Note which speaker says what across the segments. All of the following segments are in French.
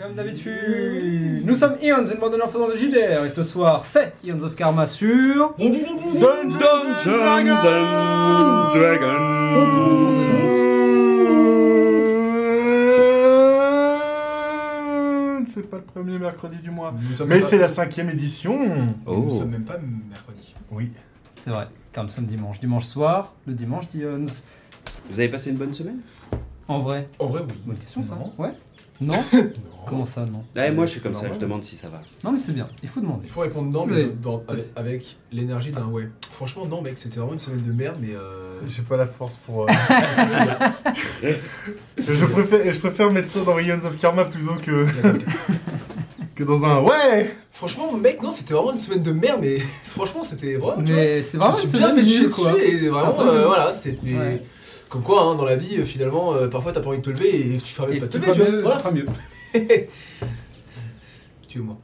Speaker 1: Comme d'habitude, nous sommes Ions, une bande de l'enfant de JDR, et ce soir c'est Ions of Karma sur.
Speaker 2: Dungeons and Dragons. C'est pas le premier mercredi du mois,
Speaker 3: Nous sommes
Speaker 2: mais
Speaker 3: pas-
Speaker 2: c'est la cinquième édition.
Speaker 3: Nous sommes même pas mercredi.
Speaker 2: Oui.
Speaker 1: C'est vrai, car nous sommes dimanche. Dimanche soir, le dimanche d'Ions.
Speaker 4: Vous avez passé une bonne semaine
Speaker 1: En vrai,
Speaker 3: En vrai, oui.
Speaker 1: bonne question ça
Speaker 3: Non.
Speaker 1: Ouais Non
Speaker 3: Non.
Speaker 1: Comment ça, non
Speaker 4: ah, et Moi, je suis
Speaker 3: c'est
Speaker 4: comme ça,
Speaker 3: normal.
Speaker 4: je demande si ça va.
Speaker 1: Non, mais c'est bien, il faut demander.
Speaker 3: Il faut répondre non,
Speaker 1: Oui.
Speaker 3: mais dans- dans- avec,
Speaker 1: Aussi.
Speaker 3: avec l'énergie d'un ouais. Franchement, non, mec, c'était vraiment une semaine de merde, mais. Euh...
Speaker 2: J'ai pas la force pour. euh, je, préfère, je préfère mettre ça dans Ions of Karma plutôt que, que dans un ouais.
Speaker 3: Franchement, mec, non, c'était vraiment une semaine de merde, mais franchement, c'était vraiment. Ah, tu vois,
Speaker 1: Mais c'est vraiment
Speaker 3: je me
Speaker 1: une
Speaker 3: suis bien
Speaker 1: semaine
Speaker 3: fait chier
Speaker 1: nulle
Speaker 3: dessus
Speaker 1: quoi.
Speaker 3: et
Speaker 1: C'est un
Speaker 3: vraiment,
Speaker 1: truc de
Speaker 3: euh,
Speaker 1: ouf.
Speaker 3: voilà, c'était.
Speaker 1: Ouais.
Speaker 3: Comme quoi, hein, dans la vie, euh, finalement, euh, parfois t'as pas envie de te lever et tu feras même
Speaker 1: Et
Speaker 3: pas de te
Speaker 1: tu
Speaker 3: lever,
Speaker 1: feras
Speaker 3: tu vois.
Speaker 1: mieux, tu
Speaker 3: Voilà.
Speaker 1: feras mieux.
Speaker 3: Tuez-moi.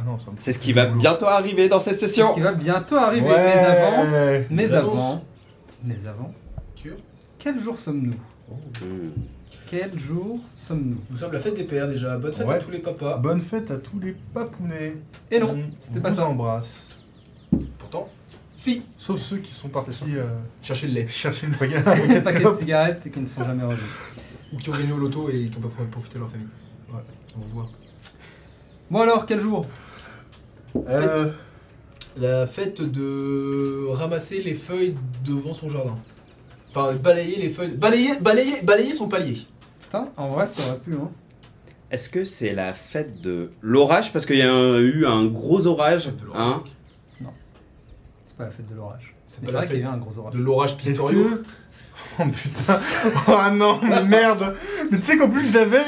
Speaker 2: Ah non, ça me.
Speaker 4: C'est ce qui va bientôt arriver dans cette
Speaker 1: Ce
Speaker 4: session.
Speaker 1: qui va bientôt arriver,
Speaker 2: Ouais.
Speaker 1: mais avant. Mais
Speaker 3: Les annonces.
Speaker 1: avant. Mais avant.
Speaker 3: Tueur.
Speaker 1: Quel jour sommes-nous
Speaker 4: Hmm.
Speaker 1: Quel jour sommes-nous
Speaker 3: Nous sommes la fête des pères déjà. Bonne fête
Speaker 2: Ouais.
Speaker 3: à tous les papas.
Speaker 2: Ah, Bonne fête à tous les papounets.
Speaker 1: Et Eh non,
Speaker 3: Mm.
Speaker 2: On
Speaker 1: c'était pas
Speaker 2: vous
Speaker 1: ça.
Speaker 2: embrasse.
Speaker 3: Pourtant, si.
Speaker 2: Sauf ceux qui sont
Speaker 1: ça.
Speaker 2: partis euh,
Speaker 3: Cherchez le lait.
Speaker 2: chercher une bagarre.
Speaker 1: Des paquets de cigarettes et qui ne sont jamais revenus.
Speaker 3: Ou qui ont gagné au loto et qui n'ont pas profité de leur famille. Ouais, on vous voit.
Speaker 1: Bon alors, quel jour
Speaker 2: Euh,
Speaker 3: La fête de ramasser les feuilles devant son jardin. Enfin, balayer les feuilles. Balayer, balayer, balayer son palier.
Speaker 1: Putain, en vrai, ça aurait pu, hein.
Speaker 4: Est-ce que c'est la fête de l'orage Parce qu'il y a un- eu un gros orage.
Speaker 3: De l'orage.
Speaker 4: Hein
Speaker 1: C'est pas la fête de l'orage.
Speaker 3: C'est
Speaker 1: Mais
Speaker 3: pas
Speaker 1: c'est
Speaker 3: la
Speaker 1: vrai qu'il y a eu
Speaker 3: fête
Speaker 1: un gros orage.
Speaker 3: de l'orage
Speaker 2: Est-ce
Speaker 3: pistorieux.
Speaker 2: que- Oh putain Oh non, mais merde Mais tu sais qu'en plus je l'avais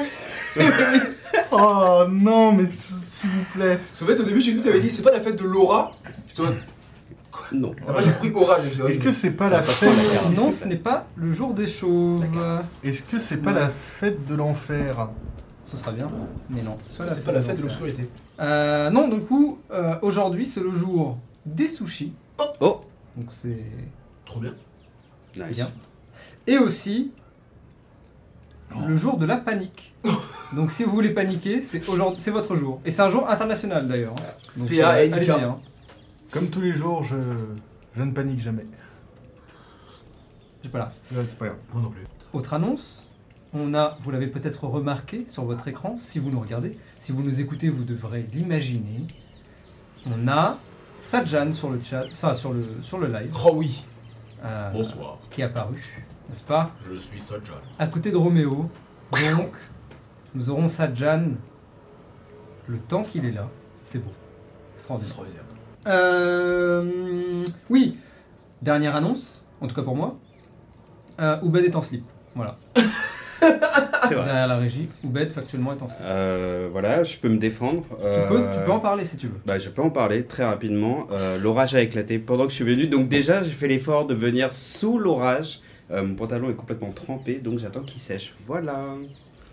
Speaker 2: Oh non, mais s- s'il vous plaît
Speaker 3: Parce qu'en fait, au début, j'ai cru que t'avais dit c'est pas la fête de l'aura. J'étais en mode,
Speaker 4: Non.
Speaker 3: Après, j'ai pris orage. j'ai dit,
Speaker 2: Est-ce que c'est pas
Speaker 4: Ça
Speaker 2: la
Speaker 4: va pas trop
Speaker 2: fête
Speaker 4: la faire.
Speaker 1: Non, ce n'est pas le jour des chauves.
Speaker 2: Est-ce que c'est pas la fête de l'enfer
Speaker 1: Ce sera bien, mais non.
Speaker 3: Est-ce que c'est pas la fête de
Speaker 1: l'enfer.
Speaker 3: l'obscurité
Speaker 1: Euh, non, du coup, euh, aujourd'hui, c'est le jour des sushis.
Speaker 4: Oh
Speaker 1: Donc c'est
Speaker 3: Trop bien.
Speaker 4: Nice.
Speaker 1: bien. Et aussi, le jour de la panique.
Speaker 3: Oh.
Speaker 1: Donc si vous voulez paniquer, c'est aujourd'hui, c'est votre jour. Et c'est un jour international d'ailleurs. hein. Donc,
Speaker 3: PA et NK.
Speaker 1: allez-y, hein.
Speaker 2: Comme tous les jours, je, je ne panique jamais.
Speaker 1: J'ai pas là.
Speaker 2: Ouais, c'est pas grave.
Speaker 3: Moi non plus.
Speaker 1: Autre annonce, on a, vous l'avez peut-être remarqué sur votre écran, si vous nous regardez, si vous nous écoutez, vous devrez l'imaginer. On a Sajan sur le chat, enfin sur le, sur le live,
Speaker 3: Oh oui.
Speaker 1: euh,
Speaker 3: Bonsoir,
Speaker 1: qui est apparu, n'est-ce pas
Speaker 3: je suis Sajan.
Speaker 1: À côté de Roméo. Donc, nous aurons Sajan le temps qu'il est là. C'est beau. Extraordinaire.
Speaker 3: Extraordinaire.
Speaker 1: Euh, oui, dernière annonce, en tout cas pour moi. Euh, Oubed est en slip. Voilà.
Speaker 4: C'est vrai.
Speaker 1: Derrière la régie, Oubed factuellement est en slip.
Speaker 4: Euh, voilà, je peux me défendre.
Speaker 1: Tu, peux, tu peux en parler si tu veux.
Speaker 4: Bah, je peux en parler très rapidement. Euh, l'orage a éclaté pendant que je suis venu. Donc déjà, j'ai fait l'effort de venir sous l'orage. Euh, mon pantalon est complètement trempé, donc j'attends qu'il sèche. Voilà.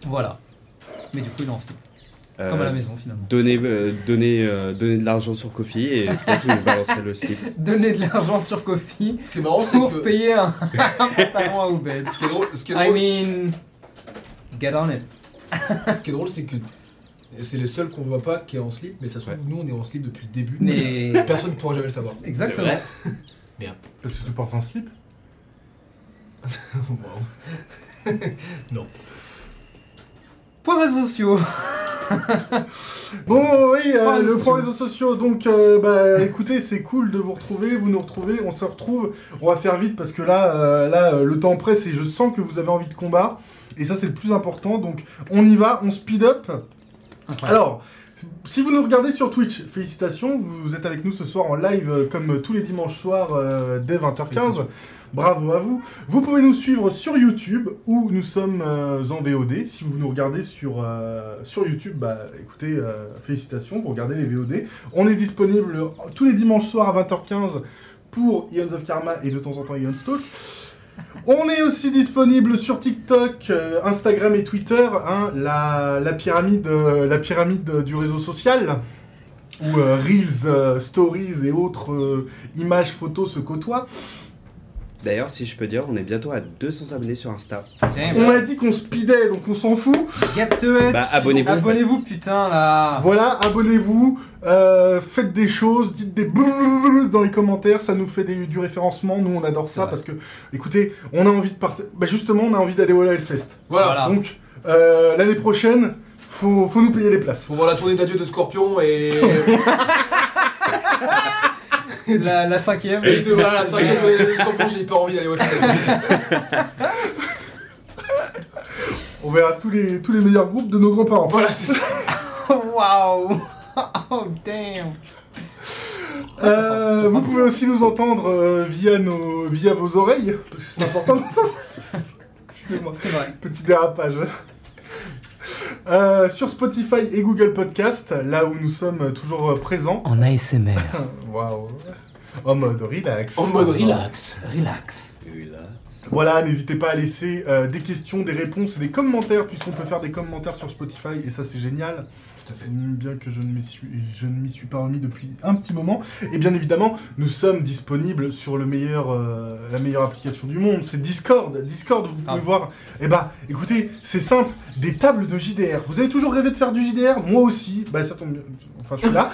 Speaker 1: Voilà. Mais du coup, il est en slip.
Speaker 4: Euh,
Speaker 1: Comme à la maison finalement.
Speaker 4: Donnez, euh, donnez, euh, donnez de l'argent sur Kofi et peut-être vous balancerez le slip.
Speaker 1: Donner de l'argent sur Kofi
Speaker 3: Ce qui est marrant, c'est
Speaker 1: pour
Speaker 3: que.
Speaker 1: payer un, un pantalon à Oubed.
Speaker 3: Ce qui est drôle, ce qui est
Speaker 1: I
Speaker 3: drôle,
Speaker 1: mean, get on it.
Speaker 3: Ce qui est drôle, c'est que c'est les seuls qu'on voit pas qui est en slip, mais ça se trouve,
Speaker 4: Ouais.
Speaker 3: nous on est en slip depuis le début.
Speaker 1: Mais.
Speaker 3: Personne ne pourra jamais le savoir.
Speaker 1: Exactement.
Speaker 2: Parce que tu portes un slip
Speaker 3: Waouh.
Speaker 1: Points réseaux sociaux.
Speaker 2: Bon, oui, euh,
Speaker 1: Pas les réseaux
Speaker 2: le point
Speaker 1: sociaux.
Speaker 2: réseaux sociaux. Donc, euh, bah, écoutez, c'est cool de vous retrouver, vous nous retrouvez, on se retrouve. On va faire vite parce que là, euh, là, euh, le temps presse et je sens que vous avez envie de combat. Et ça, c'est le plus important. Donc, on y va, on speed up.
Speaker 1: Incroyable.
Speaker 2: Alors, si vous nous regardez sur Twitch, félicitations, vous êtes avec nous ce soir en live euh, comme tous les dimanches soirs euh, dès 20h15.
Speaker 3: Félicitations.
Speaker 2: Bravo à vous. Vous pouvez nous suivre sur YouTube où nous sommes euh, en VOD. Si vous nous regardez sur, euh, sur YouTube, bah écoutez, euh, félicitations, vous regardez les VOD. On est disponible tous les dimanches soirs à 20h15 pour Ions of Karma et de temps en temps Ions Talk. On est aussi disponible sur TikTok, euh, Instagram et Twitter, hein, la, la pyramide, euh, la pyramide euh, du réseau social, où euh, Reels, euh, Stories et autres euh, images, photos se côtoient.
Speaker 4: D'ailleurs, si je peux dire, on est bientôt à 200 abonnés sur Insta.
Speaker 2: On a dit qu'on speedait, donc on s'en fout.
Speaker 1: Gaptes
Speaker 4: Bah, abonnez-vous.
Speaker 1: Abonnez-vous, putain, là
Speaker 2: Voilà, abonnez-vous, euh, faites des choses, dites des blablabla dans les commentaires, ça nous fait des- du référencement. Nous, on adore ça
Speaker 4: vrai.
Speaker 2: parce que, écoutez, on a envie de partir. Bah, justement, on a envie d'aller au La Hellfest.
Speaker 5: Voilà.
Speaker 1: Ah.
Speaker 2: Donc, euh, l'année prochaine, faut, faut nous payer les places.
Speaker 5: Faut voir la tournée d'adieu de Scorpion et.
Speaker 1: La, la cinquième.
Speaker 5: et de- voilà, la cinquième tournée d'adieu de Scorpion, j'ai hyper envie d'aller au festival.
Speaker 2: On verra tous les, tous les meilleurs groupes de nos grands-parents.
Speaker 5: Voilà, c'est ça.
Speaker 1: Waouh Oh, damn
Speaker 2: Euh, vous pouvez aussi nous entendre euh, via, nos, via vos oreilles, parce que c'est important d'entendre. Excusez-moi.
Speaker 1: C'est vrai.
Speaker 2: Petit dérapage. Euh, sur Spotify et Google Podcast, là où nous sommes toujours euh, présents.
Speaker 1: En ASMR.
Speaker 2: Waouh. En mode relax.
Speaker 5: En mode relax.
Speaker 1: Relax.
Speaker 2: Voilà, n'hésitez pas à laisser euh, des questions, des réponses et des commentaires, puisqu'on peut faire des commentaires sur Spotify, et ça c'est génial.
Speaker 5: Tout à fait.
Speaker 2: Bien que je ne m'y suis, je ne m'y suis pas remis depuis un petit moment. Et bien évidemment, nous sommes disponibles sur le meilleur, euh, la meilleure application du monde, c'est Discord. Discord, vous pouvez
Speaker 1: Ah.
Speaker 2: voir. Eh bah, écoutez, c'est simple, des tables de JDR. Vous avez toujours rêvé de faire du JDR Moi aussi. Bah ça tombe bien. Enfin, je suis là.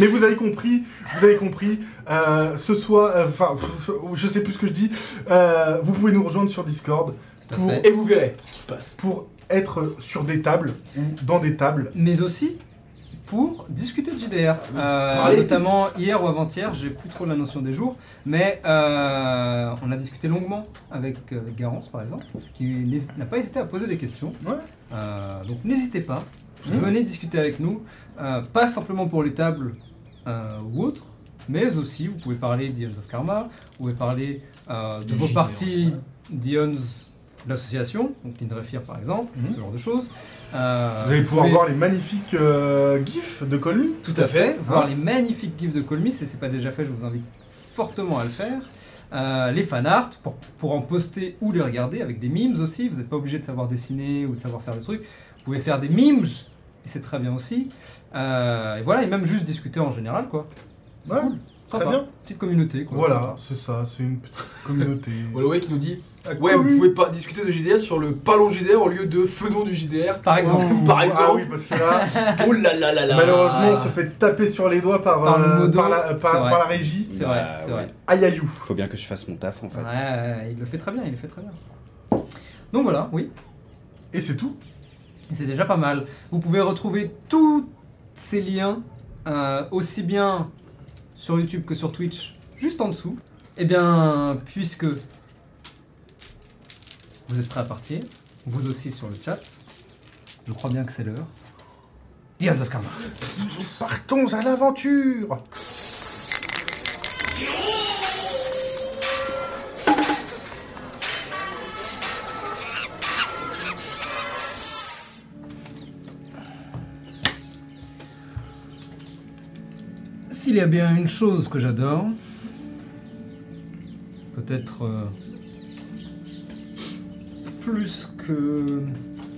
Speaker 2: Mais vous avez compris, vous avez compris. euh, ce soir, euh, enfin, pff, je sais plus ce que je dis. euh, vous pouvez nous rejoindre sur Discord
Speaker 1: Tout à
Speaker 2: Pour-
Speaker 1: fait.
Speaker 5: Et vous verrez ce qui se passe.
Speaker 2: pour être sur des tables ou dans des tables.
Speaker 1: Mais aussi pour discuter de JDR. Euh,
Speaker 5: Parler.
Speaker 1: notamment hier ou avant-hier, j'ai plus trop la notion des jours, mais euh, on a discuté longuement avec, euh, avec Garance par exemple, qui n'hési- n'a pas hésité à poser des questions.
Speaker 2: Ouais.
Speaker 1: Euh, donc n'hésitez pas,
Speaker 2: Mhm.
Speaker 1: venez discuter avec nous, euh, pas simplement pour les tables euh, ou autres, mais aussi vous pouvez parler d'Ions of Karma, vous pouvez parler euh, de
Speaker 5: Du
Speaker 1: vos
Speaker 5: JDR,
Speaker 1: parties d'Ions de l'association, donc Nindrafir par exemple,
Speaker 2: Mhm.
Speaker 1: ce genre de choses. Euh,
Speaker 2: Vous allez
Speaker 1: vous
Speaker 2: pouvoir
Speaker 1: pouvez-
Speaker 2: voir les magnifiques euh, gifs de Colmy.
Speaker 1: tout à fait. Voir
Speaker 2: Hein
Speaker 1: les magnifiques gifs de Colmy, si c'est pas déjà fait, je vous invite fortement à le faire. Euh, les fanarts pour, pour en poster ou les regarder avec des mimes aussi. Vous n'êtes pas obligé de savoir dessiner ou de savoir faire des trucs. Vous pouvez faire des mimes et c'est très bien aussi. Euh, et voilà, et même juste discuter en général quoi.
Speaker 2: Ouais,
Speaker 1: Cool.
Speaker 2: très
Speaker 1: Sympa.
Speaker 2: bien.
Speaker 1: Petite communauté quoi.
Speaker 2: Voilà, c'est ça, c'est une petite communauté.
Speaker 5: Holloway qui nous dit
Speaker 2: La
Speaker 5: Ouais, vous
Speaker 2: commu-
Speaker 5: pouvez pas discuter de JDR sur le parlons JDR au lieu de faisons du JDR.
Speaker 1: Par exemple.
Speaker 2: Ouh,
Speaker 5: Par
Speaker 2: Ah
Speaker 5: exemple.
Speaker 2: oui, parce que là,
Speaker 5: Oh là là là là
Speaker 2: malheureusement, on se fait taper sur les doigts par,
Speaker 1: Par le
Speaker 2: euh,
Speaker 1: modo,
Speaker 2: par la, euh, par-
Speaker 1: c'est vrai.
Speaker 2: par la régie.
Speaker 1: C'est vrai,
Speaker 4: Bah,
Speaker 1: c'est vrai.
Speaker 4: ouais.
Speaker 2: Aïe aïe ou.
Speaker 4: Faut bien que je fasse mon taf en fait.
Speaker 1: Ouais, ouais, il le fait très bien, il le fait très bien. Donc voilà, oui.
Speaker 2: Et c'est tout.
Speaker 1: Et C'est déjà pas mal. Vous pouvez retrouver tous ces liens, euh, aussi bien sur YouTube que sur Twitch, juste en dessous. Eh bien, puisque vous êtes prêts à partir, vous aussi sur le chat, je crois bien que c'est l'heure. The Hands of Karma.
Speaker 2: Partons à l'aventure
Speaker 1: S'il y a bien une chose que j'adore, peut-être euh, plus que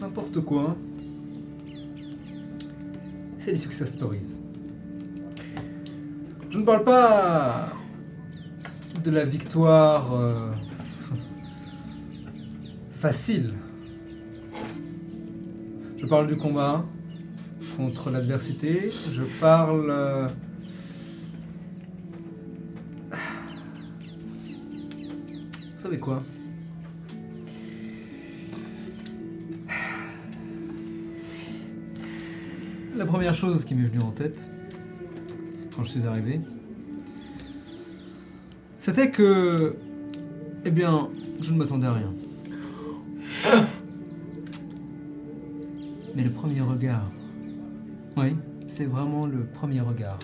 Speaker 1: n'importe quoi, c'est les success stories. Je ne parle pas de la victoire euh, facile. Je parle du combat contre l'adversité. Je parle euh, Vous savez quoi La première chose qui m'est venue en tête quand je suis arrivé, c'était que, eh bien, je ne m'attendais à rien. Mais le premier regard, oui, c'est vraiment le premier regard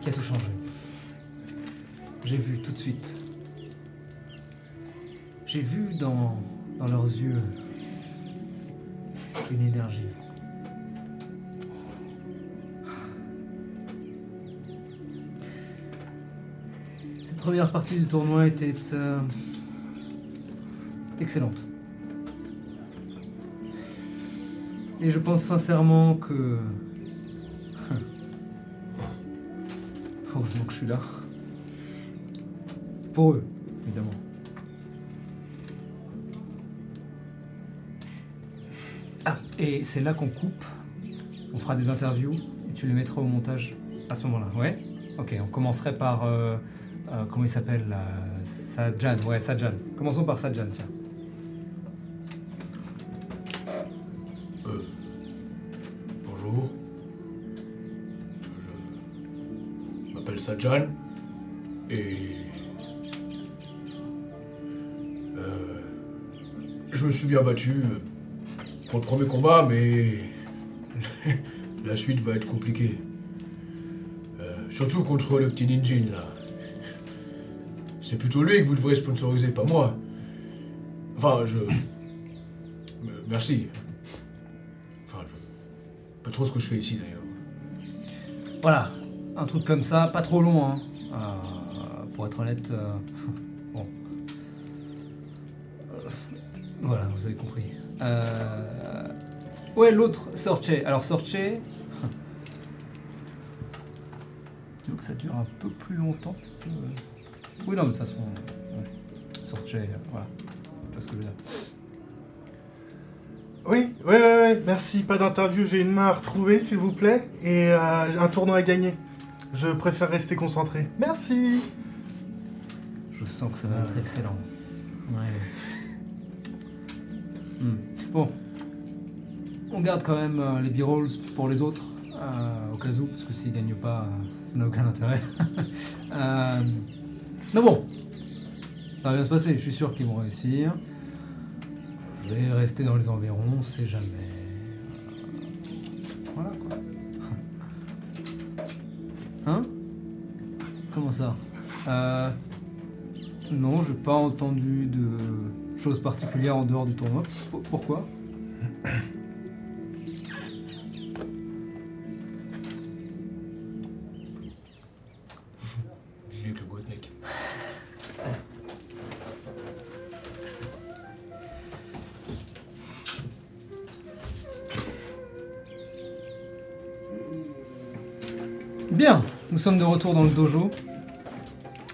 Speaker 1: qui a tout changé. J'ai vu tout de suite j'ai vu dans, dans leurs yeux une énergie. Cette première partie du tournoi était euh, excellente. Et je pense sincèrement que... Heureusement que je suis là. pour eux, évidemment. Ah, et c'est là qu'on coupe. On fera des interviews et tu les mettras au montage à ce moment-là. Ouais Ok, on commencerait par. euh, euh, comment il s'appelle là Sajan. Ouais, Sajan. Commençons par Sajan, tiens.
Speaker 5: Bonjour. Je m'appelle Sajan. Et. euh, je me suis bien battu euh, pour le premier combat, mais. La suite va être compliquée. Euh, surtout contre le petit Ninjin là. C'est plutôt lui que vous devrez sponsoriser, pas moi. Enfin, je. Euh, Merci. Enfin, je. Pas trop ce que je fais ici d'ailleurs.
Speaker 1: Voilà, un truc comme ça, pas trop long, hein. Euh, pour être honnête, euh, bon. Euh, Voilà, vous avez compris. Euh, Ouais, l'autre, Sorche. Alors, Sorche. Tu veux que ça dure un peu plus longtemps que- Oui, non, mais de toute façon. ouais. Sorche, euh, voilà. Tu vois ce que je veux dire.
Speaker 2: Oui, oui, oui, oui, merci. Pas d'interview, j'ai une main à retrouver, s'il vous plaît, et euh, j'ai un tournoi à gagner. Je préfère rester concentré. Merci.
Speaker 1: Je sens que ça va être excellent. Ouais. Hmm. Bon. On garde quand même euh, les b-rolls pour les autres, euh, au cas où, parce que s'ils gagnent pas, euh, ça n'a aucun intérêt. Euh, mais bon, ça va bien se passer, je suis sûr qu'ils vont réussir. Je vais rester dans les environs, on sait jamais. Voilà quoi. Hein Comment ça euh, non, j'ai pas entendu de choses particulières en dehors du tournoi. P- pourquoi
Speaker 5: Vivez avec le beau mec.
Speaker 1: Bien, nous sommes de retour dans le dojo.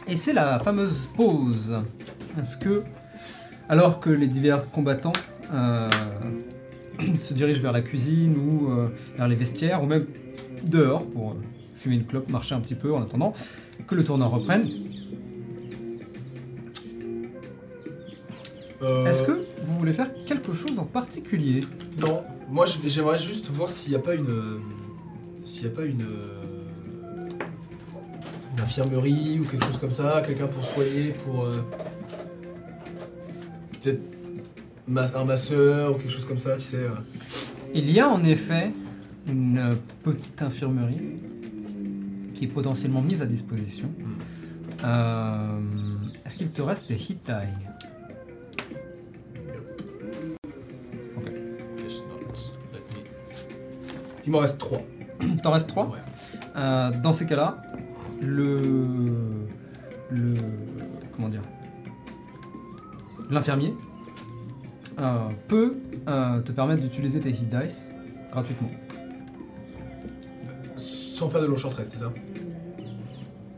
Speaker 1: Et c'est la fameuse pause. Est-ce que, alors que les divers combattants euh, se dirigent vers la cuisine ou euh, vers les vestiaires, ou même dehors pour euh, fumer une clope, marcher un petit peu en attendant que le tournoi reprenne,
Speaker 5: Euh,
Speaker 1: est-ce que vous voulez faire quelque chose en particulier
Speaker 5: Non. Moi, je- j'aimerais juste voir s'il n'y a pas une. euh, S'il n'y a pas une. euh, Une infirmerie ou quelque chose comme ça, quelqu'un pour soigner, pour. euh, Peut-être. ma- un masseur ou quelque chose comme ça, tu sais. euh.
Speaker 1: Il y a en effet une euh, petite infirmerie qui est potentiellement mise à disposition.
Speaker 5: Hmm.
Speaker 1: Euh, Est-ce qu'il te reste des hit die
Speaker 5: Yes, not. Let me- Il m'en reste 3.
Speaker 1: T'en restes 3
Speaker 5: Ouais.
Speaker 1: Dans ces cas-là, le. Le. Comment dire L'infirmier euh, peut euh, te permettre d'utiliser tes hit dice gratuitement.
Speaker 5: Sans faire de long short rest, c'est ça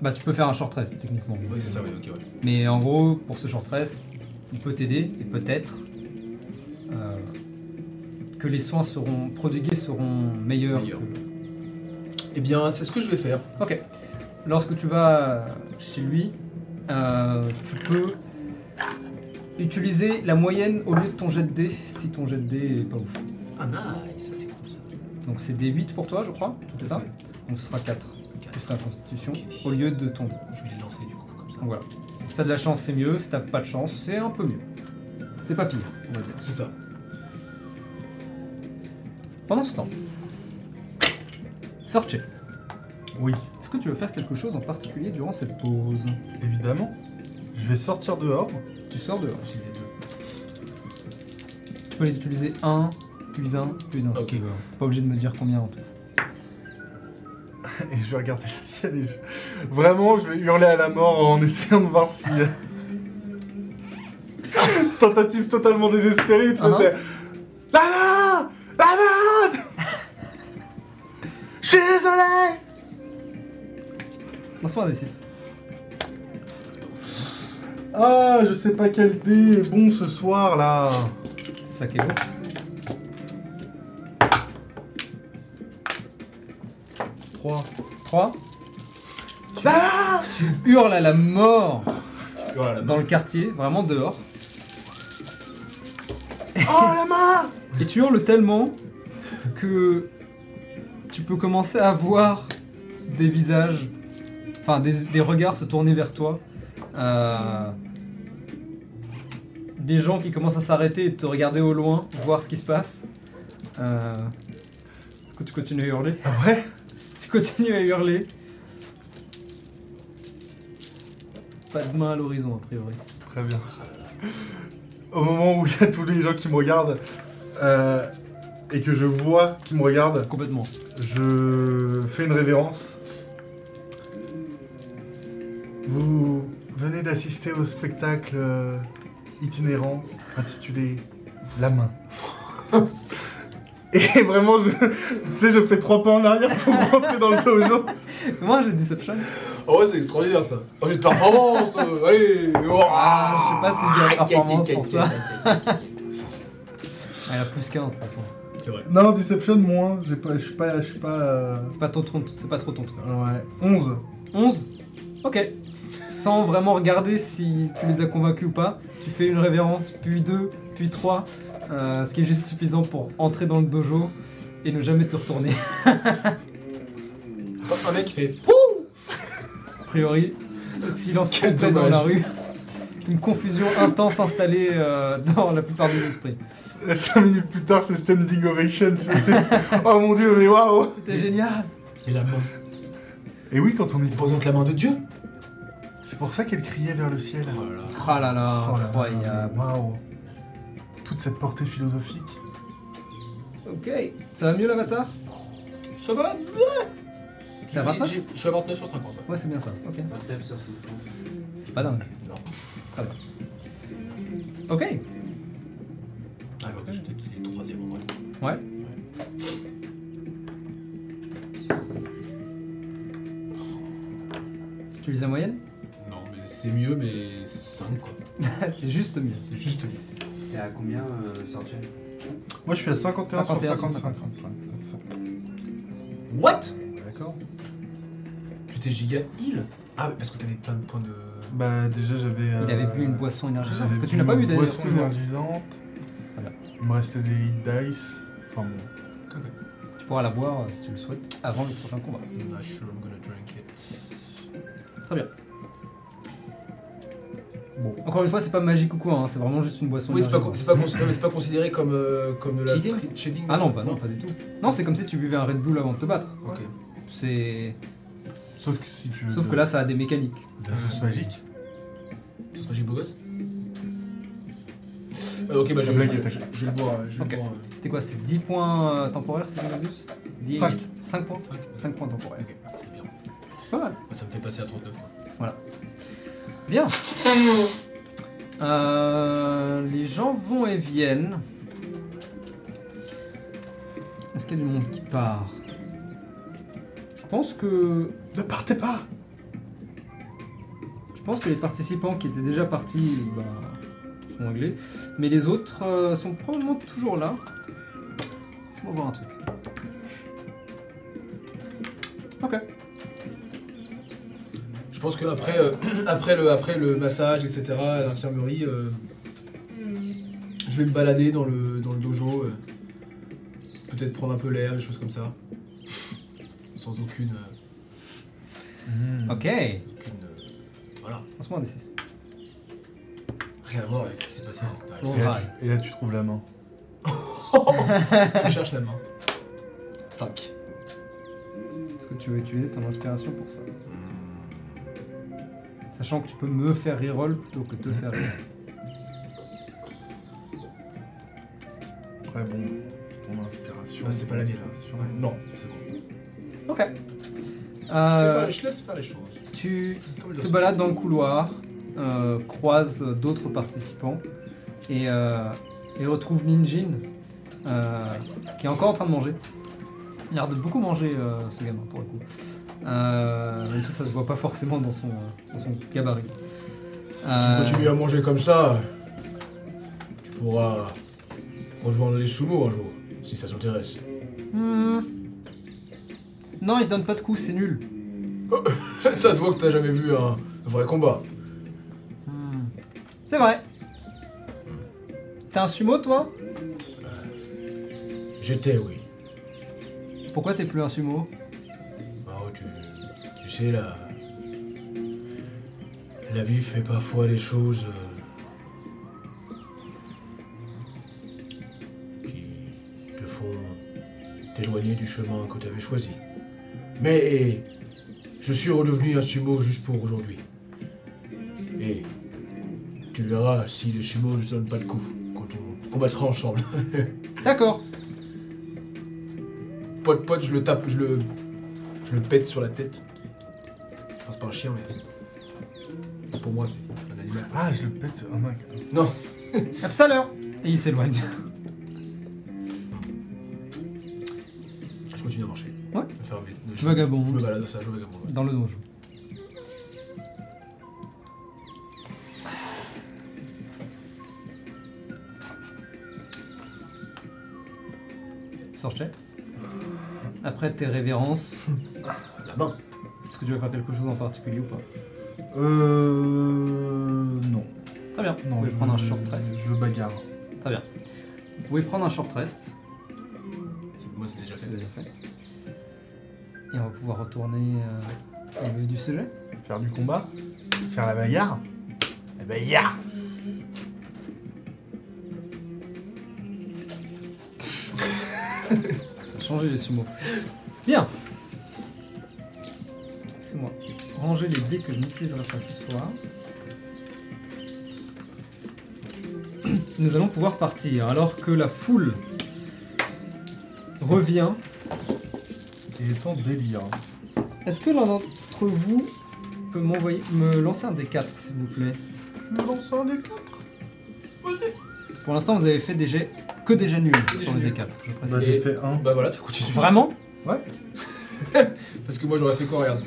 Speaker 1: Bah, tu peux faire un short rest techniquement.
Speaker 5: Oui, c'est ça, oui, ok, ouais.
Speaker 1: Mais en gros, pour ce short rest, il peut t'aider et peut-être euh, que les soins seront prodigués seront meilleurs.
Speaker 5: Meilleurs.
Speaker 1: que-
Speaker 5: Eh bien, c'est ce que je vais faire.
Speaker 1: Ok. Lorsque tu vas chez lui, euh, tu peux utiliser la moyenne au lieu de ton jet de dés si ton jet de dés est pas ouf.
Speaker 5: Ah, nice, ça c'est cool ça.
Speaker 1: Donc c'est des 8 pour toi, je crois, c'est
Speaker 5: à
Speaker 1: ça
Speaker 5: fait.
Speaker 1: Donc ce sera 4
Speaker 5: Quatre.
Speaker 1: plus ta constitution
Speaker 5: Ok.
Speaker 1: au lieu de ton dé.
Speaker 5: Je vais les lancer du coup, comme ça.
Speaker 1: Donc voilà. Si t'as de la chance, c'est mieux. Si t'as pas de chance, c'est un peu mieux. C'est pas pire, on va dire.
Speaker 5: C'est ça.
Speaker 1: Pendant ce temps, Sorche,
Speaker 2: Oui,
Speaker 1: est-ce que tu veux faire quelque chose en particulier durant cette pause
Speaker 2: évidemment. Je vais sortir dehors.
Speaker 1: Tu sors dehors. Tu peux les utiliser un, puis un, puis un si
Speaker 5: Ok.
Speaker 1: tu veux. Pas obligé de me dire combien en tout.
Speaker 2: Et je vais regarder le ciel et je... Vraiment, je vais hurler à la mort en essayant de voir si... euh, Tentative totalement désespérée, tu sais,
Speaker 1: Uh-huh.
Speaker 2: c'est... Lana Lana Je suis désolé
Speaker 1: Lance-moi un D6.
Speaker 2: Ah, je sais pas quel dé est bon ce soir là.
Speaker 1: C'est ça qui est beau.
Speaker 2: Trois.
Speaker 1: 3. Tu,
Speaker 2: Bah
Speaker 1: tu hurles à la mort
Speaker 5: Voilà,
Speaker 1: dans le quartier, vraiment dehors.
Speaker 2: Oh la main
Speaker 1: Et tu hurles tellement que tu peux commencer à voir des visages, enfin des, des regards se tourner vers toi. Euh, des gens qui commencent à s'arrêter et te regarder au loin, voir ce qui se passe. Euh, est-ce que tu continues à hurler
Speaker 2: Ah ouais
Speaker 1: Tu continues à hurler. Pas de main à l'horizon, a priori.
Speaker 2: Très bien. Au moment où il y a tous les gens qui me regardent euh, et que je vois qu'ils me regardent,
Speaker 1: Complètement.
Speaker 2: je fais une révérence. Vous venez d'assister au spectacle euh, itinérant intitulé La main. Et vraiment, je, tu sais, je fais trois pas en arrière pour rentrer dans le dojo.
Speaker 1: Moi, j'ai Deception.
Speaker 5: Oh ouais, c'est extraordinaire ça. Oh, j'ai de performance. euh, allez.
Speaker 1: Ah, je sais pas si je dirais
Speaker 5: Ah,
Speaker 1: performance
Speaker 5: tiens,
Speaker 1: pour
Speaker 5: tiens,
Speaker 1: ça.
Speaker 5: tiens, tiens,
Speaker 1: Elle a plus 15 de toute façon.
Speaker 5: tiens. C'est vrai.
Speaker 2: Non, Deception, moins. J'ai pas- Je suis pas. Je suis pas. euh,
Speaker 1: C'est pas, ton, ton- c'est pas trop ton truc.
Speaker 2: Ouais. 11.
Speaker 1: 11 Ok. Sans vraiment regarder si tu les as convaincus ou pas, tu fais une révérence, puis deux, puis trois, euh, ce qui est juste suffisant pour entrer dans le dojo et ne jamais te retourner.
Speaker 5: Un mec qui fait.
Speaker 1: A priori, silence
Speaker 5: Quel
Speaker 1: complet dans la
Speaker 5: dommage.
Speaker 1: rue. Une confusion intense installée euh, dans la plupart des esprits.
Speaker 2: 5 minutes plus tard, c'est standing ovation. c'est- c'est- oh mon dieu, mais waouh
Speaker 1: C'était génial
Speaker 5: Et la main.
Speaker 2: Et oui, quand on y pense.
Speaker 5: Représente la main de Dieu.
Speaker 2: C'est pour ça qu'elle criait vers le ciel.
Speaker 5: Oh là là.
Speaker 1: Oh là là,
Speaker 2: Oh là là,
Speaker 1: incroyable.
Speaker 2: Waouh Toute cette portée philosophique.
Speaker 1: Ok, ça va mieux l'avatar
Speaker 5: Ça va
Speaker 1: Ça va pas
Speaker 5: J'ai- j'ai- Je suis à 29 sur 50. ouais.
Speaker 1: Ouais, c'est bien ça, ok.
Speaker 4: sur
Speaker 1: C'est pas dingue.
Speaker 5: Non.
Speaker 1: Ok.
Speaker 5: Ah, ok, je vais peut-être utiliser le troisième en vrai.
Speaker 1: Ouais. Tu lis la moyenne
Speaker 5: Non, mais c'est mieux, mais c'est 5 quoi.
Speaker 1: C'est juste mieux.
Speaker 5: C'est juste mieux.
Speaker 4: T'es à combien, euh, Sorge
Speaker 2: Moi, je suis à 51,
Speaker 1: 51
Speaker 2: sur
Speaker 1: sur
Speaker 2: 55.
Speaker 1: 55.
Speaker 5: What
Speaker 2: D'accord.
Speaker 5: Tu t'es giga heal Ah, mais parce que t'avais plein de points de.
Speaker 2: Bah, déjà, j'avais.
Speaker 1: Il avait bu une boisson
Speaker 2: boisson
Speaker 1: énergisante que tu n'as pas bu d'ailleurs
Speaker 2: Euh, boisson
Speaker 1: toujours.
Speaker 2: énergisante.
Speaker 1: Voilà.
Speaker 2: Il me restait des hit dice. Enfin bon.
Speaker 1: Tu pourras la boire euh, si tu le souhaites avant le prochain combat.
Speaker 5: I'm not sure I'm gonna drink it.
Speaker 1: Très bien.
Speaker 2: Bon.
Speaker 1: Encore une fois, c'est pas magique ou quoi, hein, c'est vraiment juste une boisson
Speaker 5: Oui, c'est pas, con-
Speaker 1: énergisante.
Speaker 5: c'est pas, con- non, mais c'est pas considéré comme, euh, comme de la
Speaker 1: Cheating
Speaker 5: tri- cheating
Speaker 1: Ah non, bah non, pas du tout. Non, c'est comme si tu buvais un Red Bull avant de te battre.
Speaker 5: Ok.
Speaker 1: C'est.
Speaker 2: Sauf que si tu veux.
Speaker 1: Sauf que là, ça a des mécaniques.
Speaker 2: de La sauce magique.
Speaker 5: Sauce magique beau gosse Euh, Ok, bah je
Speaker 2: La
Speaker 5: vais,
Speaker 2: blague est
Speaker 5: je- je- je vais le boire. euh, Je vais
Speaker 1: Ok.
Speaker 5: le boire. euh.
Speaker 1: C'était quoi C'était 10 points euh, temporaires, si je ne m'abuse 10...
Speaker 2: Cinq.
Speaker 1: 5 points
Speaker 5: Cinq.
Speaker 1: 5 points temporaires.
Speaker 5: Ok, c'est bien.
Speaker 1: C'est pas mal.
Speaker 5: Ça me fait passer à 39. quoi.
Speaker 1: Bien. Euh, les gens vont et viennent. Est-ce qu'il y a du monde qui part Je pense que
Speaker 2: Ne partez pas
Speaker 1: je pense que les participants qui étaient déjà partis bah, sont réglés, mais les autres euh, sont probablement toujours là. Laisse-moi voir un truc. Ok.
Speaker 5: Je pense que après, euh, après, le, après le massage, etc., à l'infirmerie, euh, je vais me balader dans le, dans le dojo. euh, Peut-être prendre un peu l'air, des choses comme ça. Sans aucune. euh,
Speaker 1: Ok.
Speaker 5: aucune euh, voilà.
Speaker 1: Lance-moi un des 6
Speaker 5: Rien à voir avec ce qui s'est passé. Ah,
Speaker 1: Bon,
Speaker 2: et, là,
Speaker 1: ouais.
Speaker 2: tu, et là, tu trouves la main.
Speaker 5: Je cherche la main. 5.
Speaker 1: Est-ce que tu veux utiliser ton inspiration pour ça Sachant que tu peux me faire reroll plutôt que te faire reroll.
Speaker 2: Après, bon, ton inspiration.
Speaker 5: Ah, c'est pas la mienne.
Speaker 2: inspiration.
Speaker 5: Non, c'est bon.
Speaker 1: Ok.
Speaker 5: Je, fais- je laisse faire les choses.
Speaker 1: tu
Speaker 5: Comme il
Speaker 1: te
Speaker 5: doit se
Speaker 1: balades dans le couloir, euh, croises d'autres participants et, euh, et retrouves Ninjin euh, qui est encore en train de manger. Il a l'air de beaucoup manger euh, ce gamin pour le coup. Euh, même si ça se voit pas forcément dans son, euh, dans son gabarit.
Speaker 5: Si tu continues à manger comme ça, tu pourras rejoindre les sumo un jour, si ça t'intéresse.
Speaker 1: Hmm. Non, il se donne pas de coups, c'est nul.
Speaker 5: ça se voit que t'as jamais vu un vrai combat.
Speaker 1: Hmm. C'est vrai.
Speaker 5: Hmm.
Speaker 1: T'es un sumo, toi
Speaker 5: J'étais, oui.
Speaker 1: Pourquoi t'es plus un sumo
Speaker 5: Oh, tu, tu sais, la, la vie fait parfois les choses euh, qui te font t'éloigner du chemin que tu avais choisi. Mais je suis redevenu un sumo juste pour aujourd'hui. Et tu verras si les sumo ne se donnent pas de coups quand on combattra ensemble.
Speaker 1: D'accord.
Speaker 5: Pote pote, je le tape, je le, je le pète sur la tête. Enfin, c'est pas un chien, mais pour moi c'est un animal.
Speaker 2: Ah, je le pète. Oh, mec.
Speaker 5: Non,
Speaker 1: À tout à l'heure. Et il s'éloigne.
Speaker 5: je continue à marcher.
Speaker 1: Ouais.
Speaker 5: À faire mes- mes
Speaker 1: Tu
Speaker 5: choses.
Speaker 1: vagabondes.
Speaker 5: Je me balade ça, je vagabonde. ouais.
Speaker 1: Dans le donjon. Sorchez. Après tes révérences,
Speaker 5: La main.
Speaker 1: est-ce que tu veux faire quelque chose en particulier ou pas
Speaker 2: Euh. Non.
Speaker 1: Très bien,
Speaker 2: non
Speaker 1: vous pouvez
Speaker 2: je-
Speaker 1: prendre un short rest.
Speaker 2: Je bagarre.
Speaker 1: Très bien. Vous pouvez prendre un short rest.
Speaker 5: C'est- Moi c'est déjà fait.
Speaker 1: C'est déjà fait. Et on va pouvoir retourner euh, au vif du sujet.
Speaker 2: Faire du combat Faire la bagarre Eh ben, La bagarre
Speaker 1: Ça a changé les sumo. Bien. C'est moi. Ranger les dés que je n'utiliserai pas ce soir. Nous allons pouvoir partir alors que la foule revient.
Speaker 2: Il est en délire.
Speaker 1: Est-ce que l'un d'entre vous peut m'envoyer me lancer un des 4 s'il vous plaît
Speaker 2: Je me lance un des quatre
Speaker 1: Pour l'instant, vous avez fait des jets que des jets nuls
Speaker 5: des
Speaker 1: sur
Speaker 5: jets
Speaker 1: le
Speaker 5: nuls.
Speaker 1: D4, je précise.
Speaker 2: Bah, j'ai fait un.
Speaker 5: Bah voilà, ça continue.
Speaker 1: Vraiment
Speaker 5: Parce que moi j'aurais fait quoi, regarde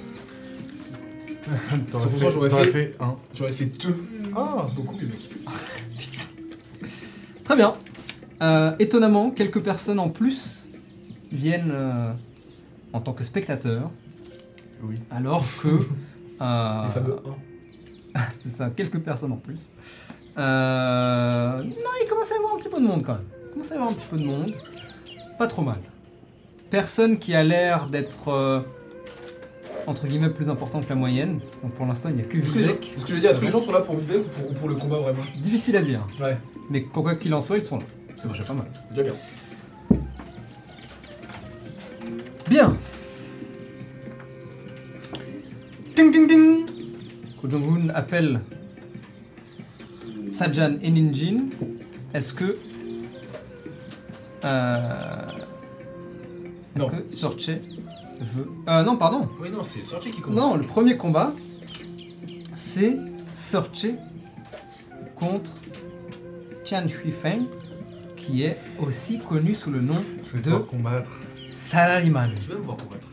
Speaker 2: T'aurais
Speaker 5: 100%
Speaker 2: fait-
Speaker 5: j'aurais
Speaker 2: t'aurais
Speaker 5: fait.
Speaker 2: fait un.
Speaker 5: J'aurais fait deux.
Speaker 2: Ah
Speaker 5: Beaucoup les mecs.
Speaker 1: Très bien. Euh, étonnamment, quelques personnes en plus viennent euh, en tant que spectateurs.
Speaker 2: Oui.
Speaker 1: Alors que. euh,
Speaker 5: Les fameux 1.
Speaker 1: c'est ça, quelques personnes en plus. Euh, non, il commence à y avoir un petit peu de monde quand même. Il commence à y avoir un petit peu de monde. Pas trop mal. Personne qui a l'air d'être. euh, entre guillemets plus important que la moyenne. Donc pour l'instant, il n'y a que
Speaker 5: Est-ce que, les gens-
Speaker 1: Vivek.
Speaker 5: est-ce que je veux dire, est-ce que les gens sont là pour vivre ou pour, ou pour le combat vraiment
Speaker 1: Difficile à dire.
Speaker 5: Ouais,
Speaker 1: Mais quoi qu'il en soit, ils sont là. C'est déjà pas mal.
Speaker 5: c'est déjà bien.
Speaker 1: Bien. Ding ding ding. Ko Jong-un appelle Sajan et Ninjin. Est-ce que euh, est-ce
Speaker 5: Non.
Speaker 1: que Sorche veut euh, non pardon.
Speaker 5: Oui, non, c'est sorti qui commence.
Speaker 1: Non, le premier combat c'est Sorche contre Tian Huifeng qui est aussi connu sous le nom
Speaker 2: Je vais
Speaker 1: Deux.
Speaker 2: devoir combattre.
Speaker 1: Salariman.
Speaker 5: Tu vas me voir combattre.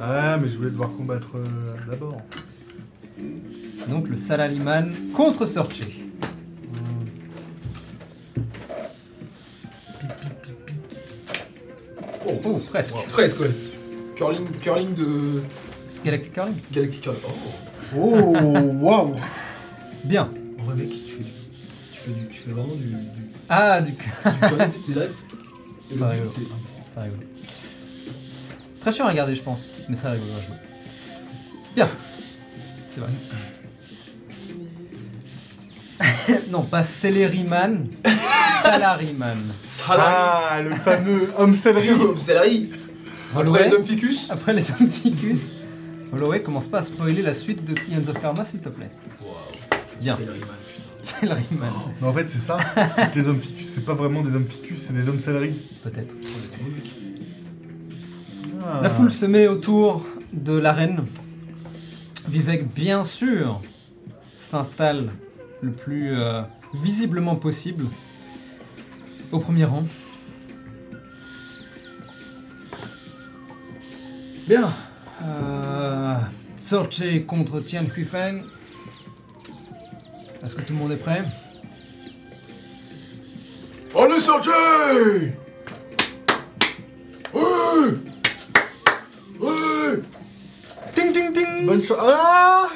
Speaker 2: Ah, mais je voulais devoir combattre euh, d'abord.
Speaker 1: Donc le Salariman contre Sorche.
Speaker 5: Oh,
Speaker 1: Oh, presque.
Speaker 5: wow. Presque, ouais. Curling, curling de.
Speaker 1: Galactic Curling.
Speaker 5: Galactic Curling. Oh,
Speaker 2: Oh, waouh
Speaker 1: Bien.
Speaker 5: en vrai, mec, tu fais du. Tu fais, du, tu fais vraiment du. du, du
Speaker 1: Ah, du coup.
Speaker 5: curling, tu sais, t'es là. Et
Speaker 1: Ça
Speaker 5: le but,
Speaker 1: rigole.
Speaker 5: c'est.
Speaker 1: Très rigolo. Très chiant à regarder, je pense. Mais très rigolo à jouer. Bien. C'est vrai. non, pas Celeryman. Salaryman.
Speaker 5: Salari
Speaker 2: Ah, le fameux homme céleri
Speaker 5: Salari Après
Speaker 1: Holloway.
Speaker 5: les hommes ficus
Speaker 1: Après les hommes ficus. Holloway, commence pas à spoiler la suite de Ions of Karma, s'il te plaît.
Speaker 5: Waouh.
Speaker 1: Bien.
Speaker 5: Salary man, putain.
Speaker 1: Salaryman.
Speaker 2: Mais en fait, c'est ça. c'est que les hommes ficus, c'est pas vraiment des hommes ficus, c'est des hommes céleri.
Speaker 1: Peut-être.
Speaker 5: Oh, mais t'es bon, mec.
Speaker 1: La foule se met autour de l'arène. Vivek, bien sûr, s'installe le plus euh, visiblement possible au premier rang. Bien. Euh, Sorche contre Tian Huifeng. Est-ce que tout le monde est prêt
Speaker 5: Allez, sortez Ouais Ouais
Speaker 1: Ting ting ting
Speaker 2: Bonne chance. Ah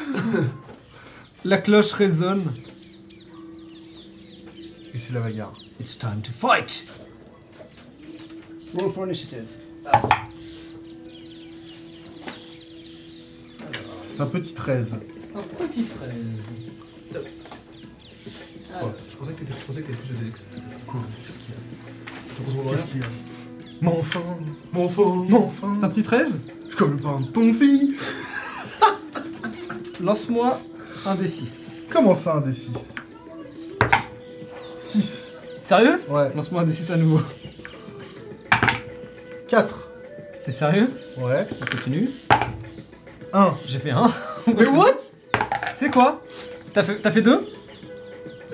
Speaker 1: La cloche résonne.
Speaker 2: Et c'est la bagarre.
Speaker 1: It's time to fight Roll for initiative.
Speaker 2: C'est un petit 13.
Speaker 1: C'est un petit 13.
Speaker 5: Oh, je pensais que t'étais je pensais que t'avais plus de Dex. Quoi Qu'est-ce qu'il y a Tu ressens
Speaker 2: Qu'est-ce
Speaker 5: rien
Speaker 2: qu'il y a Mais enfin
Speaker 5: Mon enfant
Speaker 2: Mais enfin
Speaker 1: C'est un petit 13
Speaker 2: Je comme le pain de ton fils
Speaker 1: Lance-moi un des 6.
Speaker 2: Comment ça un des 6 6.
Speaker 1: Sérieux
Speaker 2: Ouais.
Speaker 1: Lance-moi un des 6 à nouveau.
Speaker 2: 4.
Speaker 1: T'es sérieux
Speaker 2: Ouais.
Speaker 1: On continue.
Speaker 2: 1.
Speaker 1: J'ai fait 1.
Speaker 5: Mais what
Speaker 1: C'est quoi T'as fait 2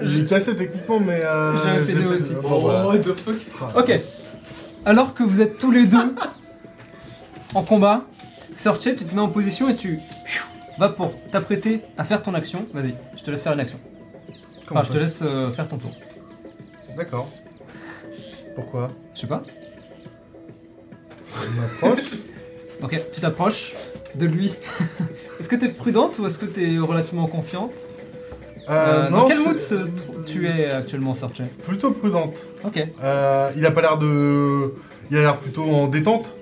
Speaker 2: J'ai cassé techniquement, mais. Euh,
Speaker 1: J'avais fait
Speaker 2: j'ai
Speaker 1: deux aussi.
Speaker 2: Bon,
Speaker 5: Oh,
Speaker 2: voilà.
Speaker 5: what the fuck
Speaker 1: Ok. Alors que vous êtes tous les deux en combat, Sorche, tu te mets en position et tu vas pour t'apprêter à faire ton action. Vas-y, je te laisse faire une action.
Speaker 2: Comment
Speaker 1: Enfin, je te
Speaker 2: ça
Speaker 1: laisse euh, faire ton tour.
Speaker 2: D'accord. Pourquoi
Speaker 1: Je sais pas.
Speaker 2: Je m'approche.
Speaker 1: Ok, tu t'approches de lui. est-ce que t'es prudente ou est-ce que t'es relativement confiante Euh, Dans quel
Speaker 2: je-
Speaker 1: mood se tr- tu es actuellement, Sorche
Speaker 2: Plutôt prudente.
Speaker 1: Ok.
Speaker 2: Euh, il a pas l'air de. Il a l'air plutôt en détente.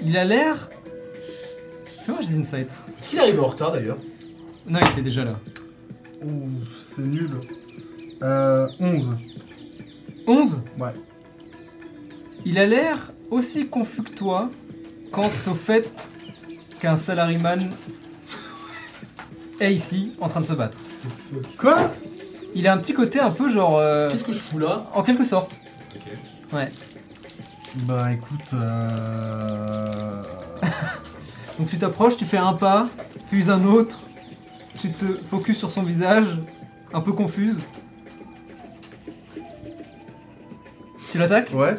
Speaker 1: Il a l'air. Fais-moi des insights.
Speaker 5: Est-ce qu'il arrive en retard d'ailleurs
Speaker 1: Non, il était déjà là.
Speaker 2: Ouh, c'est nul. Euh, 11.
Speaker 1: 11
Speaker 2: Ouais.
Speaker 1: Il a l'air aussi confus que toi quant au fait qu'un salaryman est ici en train de se battre.
Speaker 2: Quoi
Speaker 1: Il a un petit côté un peu genre. euh,
Speaker 5: Qu'est-ce que je fous là
Speaker 1: en quelque sorte.
Speaker 5: Ok.
Speaker 1: Ouais.
Speaker 2: Bah écoute. Euh...
Speaker 1: Donc tu t'approches, tu fais un pas, puis un autre. Tu te focuses sur son visage, un peu confuse. Tu l'attaques
Speaker 2: ouais.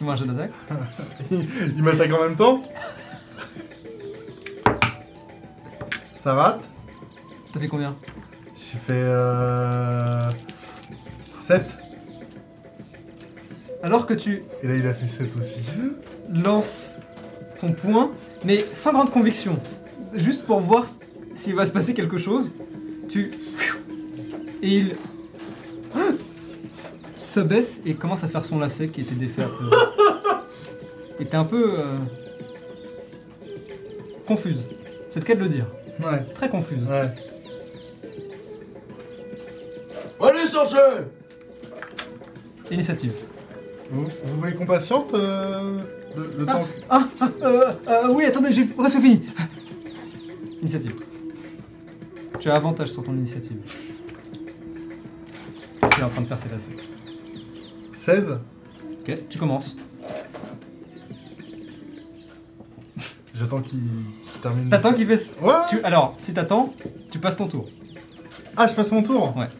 Speaker 1: Moi je l'attaque.
Speaker 2: Il m'attaque en même temps Ça rate
Speaker 1: T'as fait combien
Speaker 2: J'ai fait euh... 7.
Speaker 1: Alors que tu
Speaker 2: Et là il a fait 7 aussi.
Speaker 1: lance ton point, mais sans grande conviction. Juste pour voir s'il va se passer quelque chose. Tu. Et il. se baisse et commence à faire son lacet qui était défait. après. Et t'es un peu. euh, confuse. C'est le cas de le dire.
Speaker 2: Ouais.
Speaker 1: Très confuse.
Speaker 2: Ouais.
Speaker 5: Allez, sortez
Speaker 1: Initiative.
Speaker 2: Vous, vous voulez qu'on patiente euh, le, le temps que-
Speaker 1: Ah, ah, euh, euh, Oui, attendez, j'ai presque fini. Initiative. Tu as avantage sur ton initiative. Parce qu'il est en train de faire ses lacets.
Speaker 2: 16
Speaker 1: Ok, tu commences.
Speaker 2: J'attends qu'il qu'il termine.
Speaker 1: T'attends qu'il fasse.
Speaker 2: Ouais
Speaker 1: Tu... Alors, si t'attends, tu passes ton tour.
Speaker 2: Ah, je passe mon tour
Speaker 1: Ouais.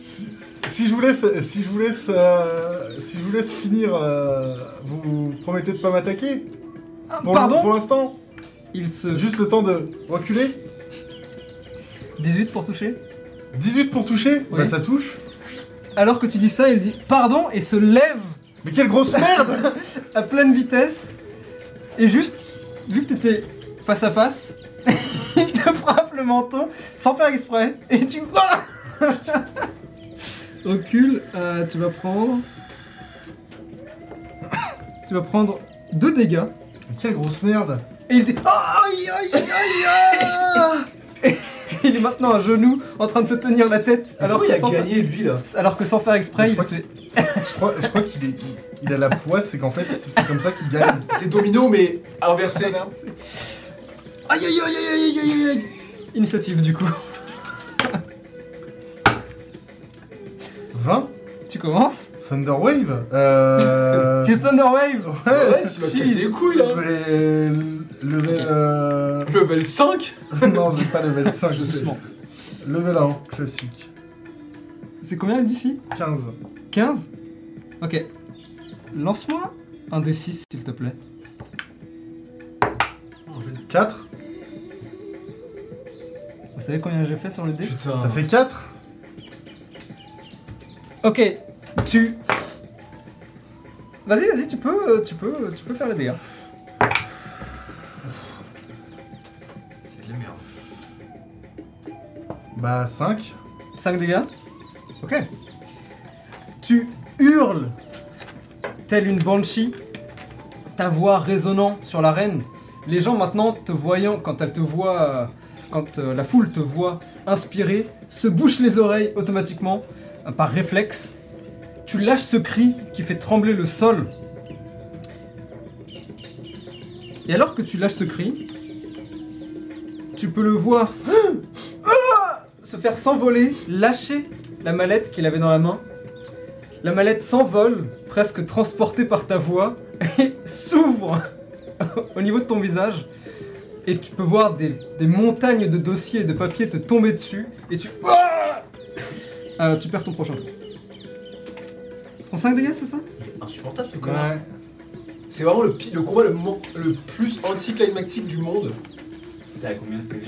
Speaker 2: si, si je vous laisse, si je vous laisse, euh, si je vous laisse finir, euh, vous promettez de pas m'attaquer
Speaker 1: Ah,
Speaker 2: Pour-
Speaker 1: pardon
Speaker 2: Pour l'instant,
Speaker 1: Il se.
Speaker 2: juste le temps de reculer.
Speaker 1: 18 pour toucher.
Speaker 2: 18 pour toucher,
Speaker 1: Oui.
Speaker 2: bah ça touche.
Speaker 1: Alors que tu dis ça, il dit pardon et se lève
Speaker 2: Mais quelle grosse merde
Speaker 1: à pleine vitesse. Et juste, vu que t'étais face à face, il te frappe le menton sans faire exprès. Et tu. Ah Recule, euh, tu vas prendre. Tu vas prendre 2 dégâts.
Speaker 2: Mais quelle grosse merde
Speaker 1: Et il dit Aïe aïe aïe aïe aïe Et Il est maintenant à genoux en train de se tenir la tête alors
Speaker 5: il
Speaker 1: que,
Speaker 5: a
Speaker 1: sans,
Speaker 5: gagné lui là
Speaker 1: alors que sans faire exprès
Speaker 2: Je
Speaker 1: il
Speaker 2: crois que-
Speaker 1: s'est-
Speaker 2: Je crois, je crois qu'il est, il, il a la poisse, c'est qu'en fait c'est c'est comme ça qu'il gagne.
Speaker 5: C'est domino mais inversé.
Speaker 1: Aïe aïe aïe aïe aïe aïe aïe Initiative du coup.
Speaker 2: 20
Speaker 1: Tu commences
Speaker 2: Thunderwave Euh...
Speaker 1: Tu Thunderwave
Speaker 5: Ouais, tu vas casser les couilles là.
Speaker 2: Mais level... euh,
Speaker 5: Level 5
Speaker 2: non, j'ai pas level 5,
Speaker 5: Je sais.
Speaker 2: Level 1, classique.
Speaker 1: C'est combien d'ici
Speaker 2: 15.
Speaker 1: 15 Ok. Lance-moi un des 6 s'il te plaît.
Speaker 2: 4
Speaker 1: Vous savez combien j'ai fait sur le dé
Speaker 5: Putain.
Speaker 2: T'as fait 4
Speaker 1: Ok, tu. Vas-y, vas-y, tu peux, euh, tu peux, euh, tu peux faire les dégâts.
Speaker 5: C'est de la merde.
Speaker 2: Bah 5.
Speaker 1: 5 dégâts. Ok. Tu hurles, telle une banshee, ta voix résonnant sur l'arène. Les gens maintenant te voyant, quand elle te voit, euh, quand euh, la foule te voit inspirée, se bouchent les oreilles automatiquement, euh, par réflexe. Tu lâches ce cri qui fait trembler le sol. Et alors que tu lâches ce cri, tu peux le voir se faire s'envoler, lâcher la mallette qu'il avait dans la main. La mallette s'envole, presque transportée par ta voix, et s'ouvre au niveau de ton visage. Et tu peux voir des, des montagnes de dossiers et de papiers te tomber dessus, et tu... Ah Euh, tu perds ton prochain tour. Prends 5 dégâts, c'est ça
Speaker 5: Il est insupportable ce connard. C'est vraiment le, pi- le combat le, mo- le plus anticlimactique du monde.
Speaker 4: C'était à combien de PV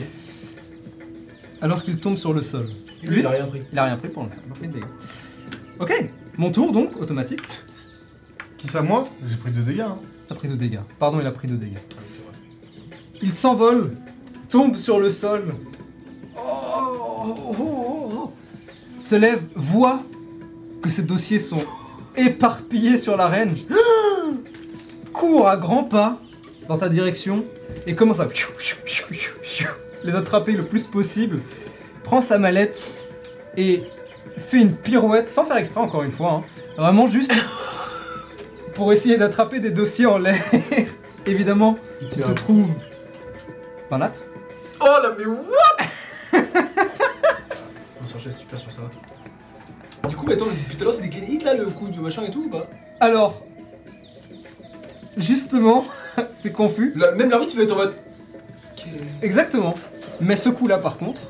Speaker 1: Alors qu'il tombe sur le sol.
Speaker 5: Lui, il a rien pris.
Speaker 1: Il a rien pris pour l'instant. il a pas pris de dégâts. Ok, mon tour donc, automatique.
Speaker 2: Qui ça, moi J'ai pris 2 dégâts. hein.
Speaker 1: T'as pris 2 dégâts. Pardon, il a pris 2 dégâts.
Speaker 5: Ah, c'est vrai.
Speaker 1: Il s'envole, tombe sur le sol. Oh, oh, oh, oh, oh. Se lève, voit que ses dossiers sont éparpillés sur l'arène. Court à grands pas dans ta direction et commence à les attraper le plus possible. Prend sa mallette et fait une pirouette sans faire exprès encore une fois. hein. Vraiment juste pour essayer d'attraper des dossiers en l'air. Évidemment,
Speaker 5: Il
Speaker 1: tu
Speaker 5: tient.
Speaker 1: te trouves Parnat
Speaker 5: Oh là, mais what On s'enchaîne super sur ça. Du coup, mais attends, depuis tout à l'heure, c'est des clés hits là, le coup de machin et tout ou pas
Speaker 1: Alors, justement, c'est confus.
Speaker 5: La- Même l'arbitre, tu dois être en mode. Qu'est-
Speaker 1: Exactement. Mais ce coup-là, par contre,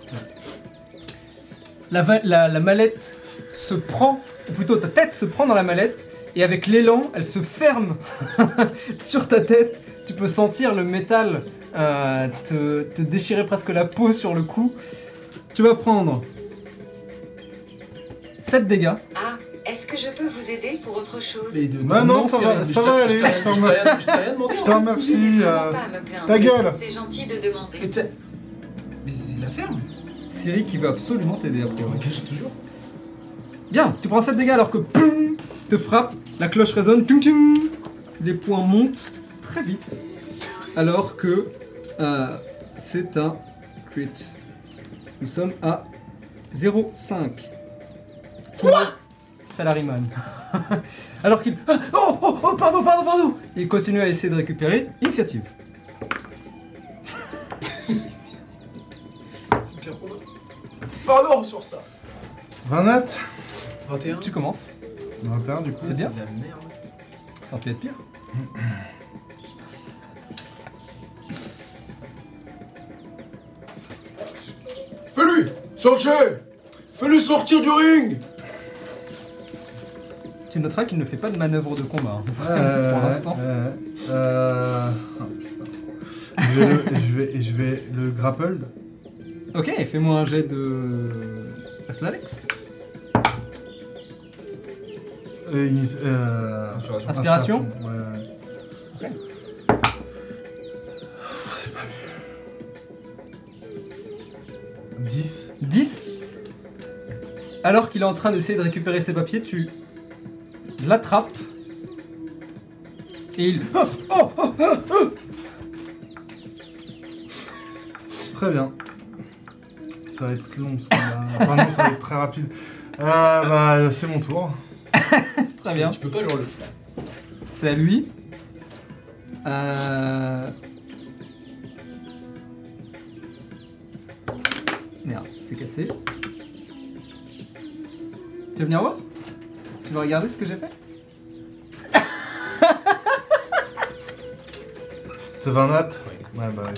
Speaker 1: la, va- la- la mallette se prend, ou plutôt ta tête se prend dans la mallette, et avec l'élan, elle se ferme sur ta tête. Tu peux sentir le métal euh, te, te déchirer presque la peau sur le cou. Tu vas prendre 7 dégâts.
Speaker 6: Ah, est-ce que je peux vous aider pour autre chose
Speaker 5: Et de-
Speaker 2: Bah non, ça
Speaker 5: c'est
Speaker 2: va-
Speaker 5: rien,
Speaker 2: ça
Speaker 5: je t'ai-
Speaker 2: va
Speaker 5: je
Speaker 2: aller,
Speaker 5: t'ai-
Speaker 2: je t'en
Speaker 5: je t'ai rien- Je t'ai rien demandé.
Speaker 2: Je
Speaker 5: en
Speaker 2: te
Speaker 5: fait.
Speaker 6: Je n'ai
Speaker 2: remercie.
Speaker 6: vraiment
Speaker 2: euh,
Speaker 6: pas à me plaindre.
Speaker 2: ta gueule.
Speaker 6: C'est gentil de demander.
Speaker 5: Et t'as- Mais il la ferme
Speaker 1: Siri qui veut absolument t'aider a priori.
Speaker 5: Ok, je te jure.
Speaker 1: Bien, tu prends 7 dégâts alors que POUM te frappe, la cloche résonne, tung, tung. les points montent très vite. Alors que euh, c'est un crit. Nous sommes à 0,5. Quoi Salaryman. alors qu'il. Ah, oh, oh, oh, pardon, pardon, pardon Il continue à essayer de récupérer. Initiative.
Speaker 5: Pire combat. Pardon sur ça.
Speaker 2: 20 nat
Speaker 5: 21.
Speaker 1: Tu commences.
Speaker 2: 21 du coup.
Speaker 1: C'est bien.
Speaker 5: de la merde.
Speaker 1: Ça peut être pire.
Speaker 5: Fais-lui Sortez Fais-le sortir du ring
Speaker 1: Tu noteras qu'il ne fait pas de manœuvre de combat. hein.
Speaker 2: Euh,
Speaker 1: Pour l'instant.
Speaker 2: euh, euh, oh, putain. Je, vais- je vais, je vais le grapple.
Speaker 1: Ok, fais-moi un jet de. Alex
Speaker 2: Euh, inis- euh,
Speaker 5: Inspiration.
Speaker 1: Inspiration.
Speaker 2: ouais, ouais.
Speaker 1: Ok.
Speaker 2: C'est pas mieux. 10.
Speaker 1: 10 Alors qu'il est en train d'essayer de récupérer ses papiers, tu l'attrapes. Et il. Oh, oh, oh, oh, oh
Speaker 2: Très bien. Ça va être long ce combat. Enfin, non, ça va être très rapide. Euh, bah, c'est mon tour.
Speaker 1: Très bien.
Speaker 5: Tu peux pas genre le.
Speaker 1: C'est à lui. Euh... Merde, c'est cassé. Tu veux venir voir Tu veux regarder ce que j'ai fait
Speaker 2: C'est 20 nat Ouais, bah ouais.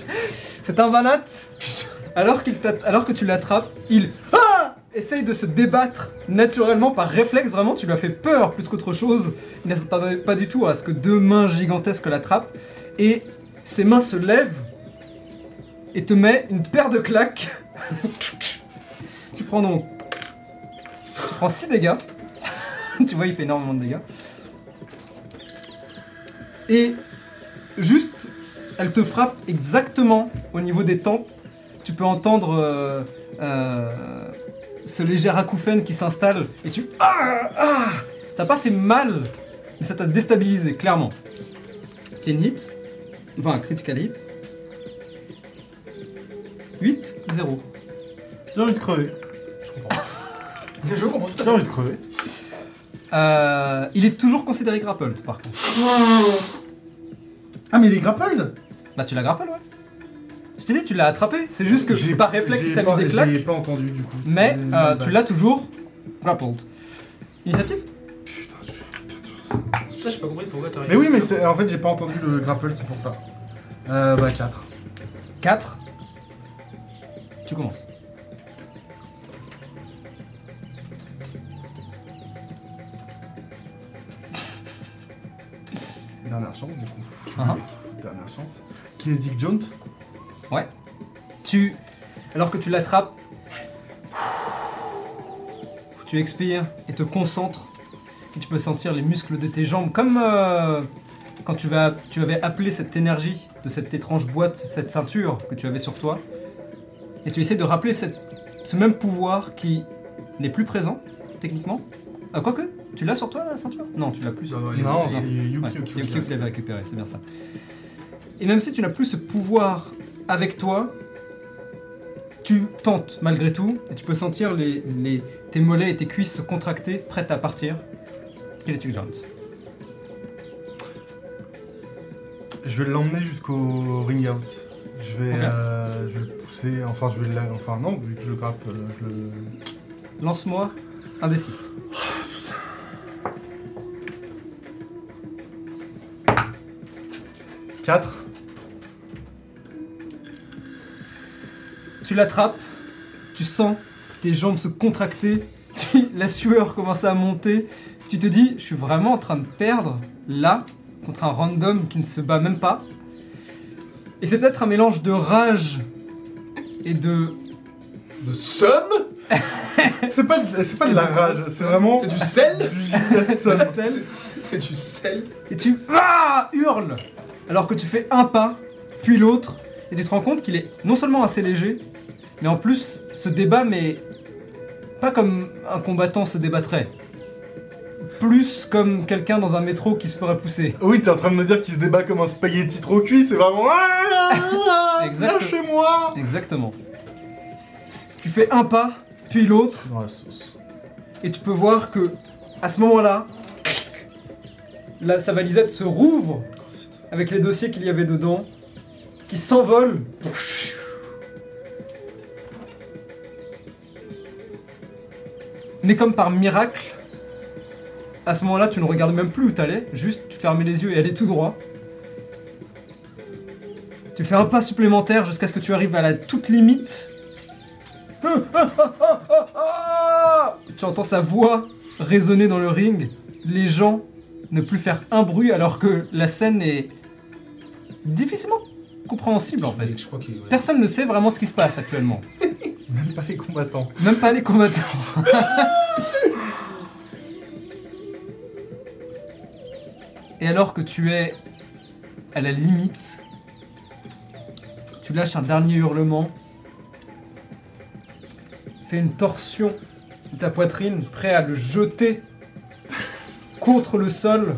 Speaker 1: C'est un vanat
Speaker 5: Putain.
Speaker 1: Alors, qu'il t'a- alors que tu l'attrapes, il Ah essaye de se débattre naturellement par réflexe. Vraiment, tu lui as fait peur plus qu'autre chose. Il ne s'attendait pas du tout à ce que deux mains gigantesques l'attrapent. Et ses mains se lèvent et te met une paire de claques Tu prends donc. Tu prends 6 dégâts. tu vois, il fait énormément de dégâts. Et juste, elle te frappe exactement au niveau des tempes. Tu peux entendre euh, euh, ce léger acouphène qui s'installe et tu. Ah, ah ça n'a pas fait mal, mais ça t'a déstabilisé, clairement. C'est une hit. Enfin, un critical hit. 8, 0.
Speaker 2: J'ai envie de crever.
Speaker 5: Je comprends tout à
Speaker 2: J'ai envie de crever.
Speaker 1: Euh, il est toujours considéré grappled par contre.
Speaker 2: Ah, mais il est grappled
Speaker 1: Bah tu l'as grappled ouais. Je t'ai dit tu l'as attrapé, c'est juste que
Speaker 2: J'ai-
Speaker 1: par réflexe
Speaker 2: j'ai
Speaker 1: t'as
Speaker 2: pas-
Speaker 1: mis des claques,
Speaker 2: J'ai pas entendu du coup.
Speaker 1: mais
Speaker 2: c'est-
Speaker 1: euh, tu l'as toujours grappled. Initiative
Speaker 2: Putain, je vais faire toujours ça.
Speaker 5: fait. C'est pour ça que j'ai pas compris pourquoi t'arrives.
Speaker 2: Mais oui, mais c'est- en fait, j'ai pas entendu le grapple, c'est pour ça. Euh, bah 4.
Speaker 1: 4. Tu commences.
Speaker 2: Dernière chance, du coup.
Speaker 1: Ah ah.
Speaker 2: Dernière chance. Kinetic Jaunt.
Speaker 1: Tu, alors que tu l'attrapes, tu expires et te concentres. Et tu peux sentir les muscles de tes jambes comme euh, quand tu, vas, tu avais appelé cette énergie de cette étrange boîte, cette ceinture que tu avais sur toi. Et tu essaies de rappeler cette- ce même pouvoir qui n'est plus présent, techniquement. Ah, quoique, tu l'as sur toi la ceinture Non, tu l'as plus. sur
Speaker 5: Non, non,
Speaker 1: toi.
Speaker 5: elle
Speaker 2: Non,
Speaker 5: est- elle est-
Speaker 2: c'est
Speaker 1: Ouais,
Speaker 2: Yuki
Speaker 1: c'est
Speaker 2: Oki.
Speaker 1: Yukio qui l'avait récupéré, c'est bien ça. Et même si tu n'as plus ce pouvoir avec toi, tu tentes malgré tout, et tu peux sentir les, les- tes mollets et tes cuisses se contracter, prêtes à partir. Kinetic Giant.
Speaker 2: Je vais l'emmener jusqu'au ring out. Je vais,
Speaker 1: Ok.
Speaker 2: euh, je vais le pousser, enfin je vais le... Enfin non, vu que je le grappe, euh, je le...
Speaker 1: Lance-moi un des 6.
Speaker 2: Quatre.
Speaker 1: Tu l'attrapes, tu sens tes jambes se contracter, tu- la sueur commence à monter, tu te dis, je suis vraiment en train de perdre là, contre un random qui ne se bat même pas. Et c'est peut-être un mélange de rage et de...
Speaker 5: De somme
Speaker 2: C'est pas, de- c'est pas de la rage, c'est vraiment...
Speaker 5: C'est du sel
Speaker 2: du GSM.
Speaker 1: sel.
Speaker 5: C'est du sel
Speaker 1: Et tu ah, hurles alors que tu fais un pas, puis l'autre, et tu te rends compte qu'il est non seulement assez léger, mais en plus se débat, mais pas comme un combattant se débattrait. Plus comme quelqu'un dans un métro qui se ferait pousser.
Speaker 2: Oui, t'es en train de me dire qu'il se débat comme un spaghetti trop cuit, c'est vraiment... ah,
Speaker 1: Exactement.
Speaker 2: Lâchez-moi
Speaker 1: Exactement. Tu fais un pas, puis l'autre,
Speaker 2: Dans la sauce.
Speaker 1: et tu peux voir que à ce moment-là, là, sa valisette se rouvre avec les dossiers qu'il y avait dedans, qui s'envolent. Mais comme par miracle, à ce moment-là, tu ne regardes même plus où t'allais, juste tu fermais les yeux et allais tout droit. Tu fais un pas supplémentaire jusqu'à ce que tu arrives à la toute limite. Tu entends sa voix résonner dans le ring, les gens ne plus faire un bruit alors que la scène est difficilement compréhensible en fait.
Speaker 5: Je crois qu'il ouais.
Speaker 1: Personne ne sait vraiment ce qui se passe actuellement.
Speaker 2: Même pas les combattants.
Speaker 1: Même pas les combattants. Et alors que tu es à la limite, tu lâches un dernier hurlement, fais une torsion de ta poitrine, prêt à le jeter contre le sol.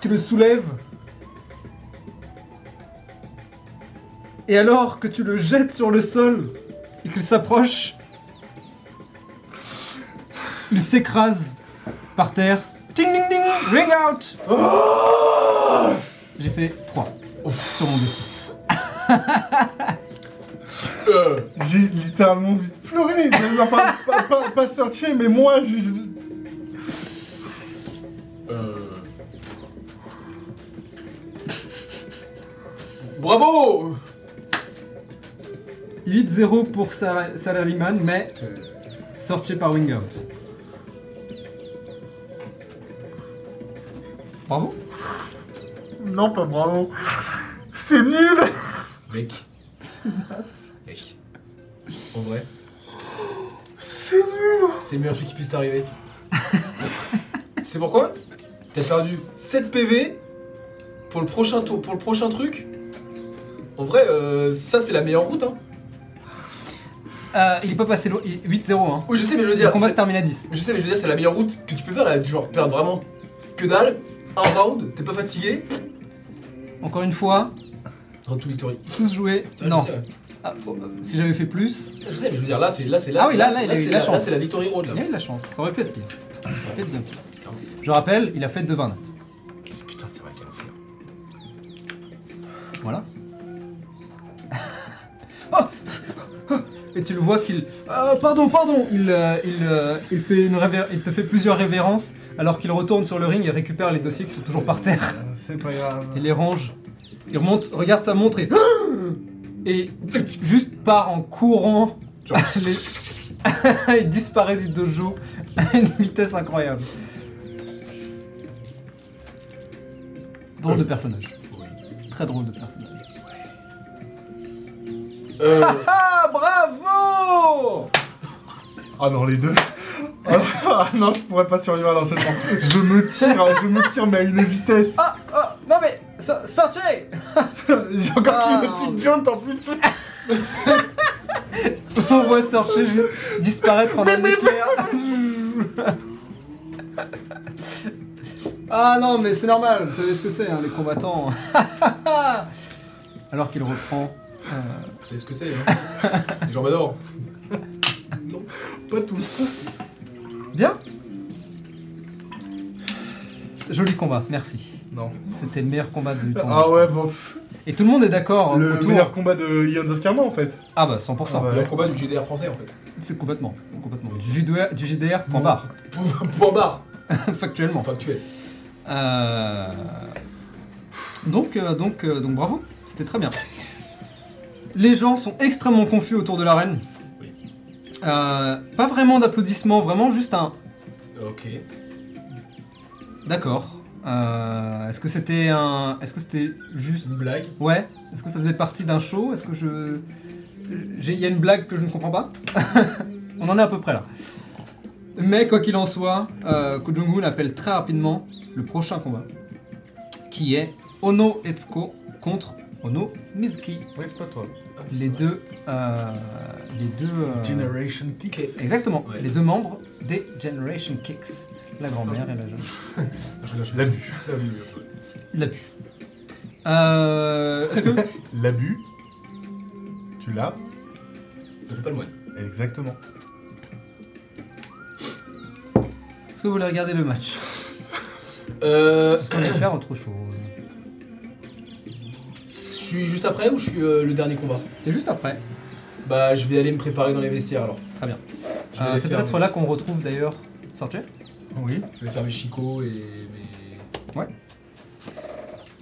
Speaker 1: Tu le soulèves. Et alors que tu le jettes sur le sol, et qu'il s'approche, il s'écrase par terre. Ting ding ding, ring out
Speaker 5: Oh
Speaker 1: J'ai fait 3 sur mon D6.
Speaker 5: Euh,
Speaker 2: J'ai littéralement envie de pleurer, Non, pas, pas, pas, pas searcher, mais moi, j'ai... j'ai-
Speaker 5: euh. Bravo
Speaker 1: 8-0 pour Sa- Salaryman, mais
Speaker 5: Euh.
Speaker 1: sorti par Wing Out. Bravo
Speaker 2: Non, pas bravo. C'est nul
Speaker 5: Mec. Mec. en vrai.
Speaker 2: C'est nul
Speaker 5: C'est le meilleur truc qui puisse t'arriver. c'est pourquoi T'as perdu 7 PV pour le prochain tour, pour le prochain truc. En vrai, euh, ça c'est la meilleure route. Hein.
Speaker 1: Euh, il est pas passé loin. il- 8-0. Hein.
Speaker 5: Oui, je sais, mais je veux
Speaker 1: Le
Speaker 5: dire,
Speaker 1: combat
Speaker 5: c'est-
Speaker 1: se termine à 10.
Speaker 5: Je sais, mais je veux dire, c'est la meilleure route que tu peux faire, là, genre perdre vraiment que dalle, un round, t'es pas fatigué,
Speaker 1: Encore une fois,
Speaker 5: retour tout victory.
Speaker 1: tous joués.
Speaker 5: Ah, bah,
Speaker 1: Non.
Speaker 5: Je sais, ouais.
Speaker 1: Ah, bon, euh, si j'avais fait plus,
Speaker 5: je sais, mais je veux dire, là, c'est là, c'est là,
Speaker 1: Ah oui, là, là,
Speaker 5: c'est-
Speaker 1: il a eu
Speaker 5: c'est
Speaker 1: de
Speaker 5: la,
Speaker 1: la chance.
Speaker 5: là, c'est la victory road, là.
Speaker 1: il a eu de la chance. Ça aurait pu être pire. Ça aurait pu être bien pire. Je rappelle, il a fait 2 20 notes.
Speaker 5: Putain, c'est vrai qu'elle enfer.
Speaker 1: Voilà. Oh Et tu le vois qu'il. Ah, pardon, pardon il, euh, il, euh, il fait une révé- il te fait plusieurs révérences alors qu'il retourne sur le ring et récupère les dossiers qui sont toujours par terre.
Speaker 2: Euh, C'est pas
Speaker 1: Il
Speaker 2: grave.
Speaker 1: les range. Il remonte, regarde sa montre et. Et juste part en courant.
Speaker 5: Genre-
Speaker 1: Les- il disparaît du dojo à une vitesse incroyable. Drôle de personnage. Très drôle de personnage.
Speaker 5: Euh,
Speaker 1: Ah, bravo
Speaker 2: Ah non, les deux. Ah, ah non, je pourrais pas survivre à l'enchaînement. Je me tire, hein, je me tire, mais à une vitesse.
Speaker 1: Ah, ah, non mais, so- sortez
Speaker 2: J'ai encore
Speaker 1: Ah.
Speaker 2: une petite jante en plus.
Speaker 1: On voit sortir juste disparaître en un éclair. ah non, mais c'est normal, vous savez ce que c'est, hein, les combattants. Alors qu'il reprend. euh,
Speaker 5: vous savez ce que c'est, hein Les gens m'adorent.
Speaker 2: Pas tous.
Speaker 1: Bien Joli combat, merci.
Speaker 2: Non.
Speaker 1: C'était le meilleur combat du tournoi.
Speaker 2: Ah
Speaker 1: je
Speaker 2: ouais,
Speaker 1: pense.
Speaker 2: bon. pff,
Speaker 1: Et tout le monde est d'accord hein,
Speaker 2: Le
Speaker 1: autour.
Speaker 2: meilleur combat de Ions of Karma en fait.
Speaker 1: Ah bah 100%.
Speaker 2: Ah bah.
Speaker 5: Le
Speaker 2: Ouais.
Speaker 5: combat du GDR français, en fait.
Speaker 1: C'est complètement, complètement. Du JDR, du JDR
Speaker 2: Mmh.
Speaker 1: point barre,
Speaker 5: Point- Point barre,
Speaker 1: factuellement.
Speaker 5: enfin, tu es.
Speaker 1: Euh, Donc, euh, donc, euh, donc bravo, c'était très bien. Les gens sont extrêmement confus autour de l'arène.
Speaker 5: Oui.
Speaker 1: Euh, pas vraiment d'applaudissements, vraiment juste un
Speaker 5: Ok.
Speaker 1: d'accord. Euh, Est-ce que c'était un. Est-ce que c'était juste.
Speaker 5: Une blague.
Speaker 1: Ouais Est-ce que ça faisait partie d'un show Est-ce que je. j'ai- Il y a une blague que je ne comprends pas On en est à peu près là. Mais quoi qu'il en soit, euh, Ko Jong-un appelle très rapidement le prochain combat, qui est Ono Etsuko contre Ono Mizuki.
Speaker 2: Oui, c'est pas toi.
Speaker 5: Ah,
Speaker 1: Les deux, euh, les deux, euh,
Speaker 2: Generation Kick.
Speaker 5: Kick.
Speaker 1: exactement,
Speaker 5: Ouais.
Speaker 1: les deux membres des Generation Kicks, la grand-mère et la jeune.
Speaker 5: Je rigole, je-
Speaker 2: L'abus.
Speaker 5: L'abus, oui.
Speaker 1: L'abus. Euh, est-ce que
Speaker 2: L'abus. Tu l'as
Speaker 5: Ne fais pas le moine.
Speaker 2: Exactement.
Speaker 1: est-ce que vous voulez regarder le match
Speaker 5: Euh,
Speaker 1: Est-ce qu'on peut faire autre chose
Speaker 5: je suis juste après ou je suis euh, le dernier combat
Speaker 1: Et juste après.
Speaker 5: Bah, je vais aller me préparer dans les vestiaires alors.
Speaker 1: Très bien.
Speaker 5: Je vais
Speaker 1: Euh,
Speaker 5: aller
Speaker 1: c'est
Speaker 5: faire
Speaker 1: peut-être
Speaker 5: mes-
Speaker 1: là qu'on retrouve d'ailleurs. Sortez.
Speaker 2: Oui.
Speaker 5: Je vais faire mes chicots Ah, et mes.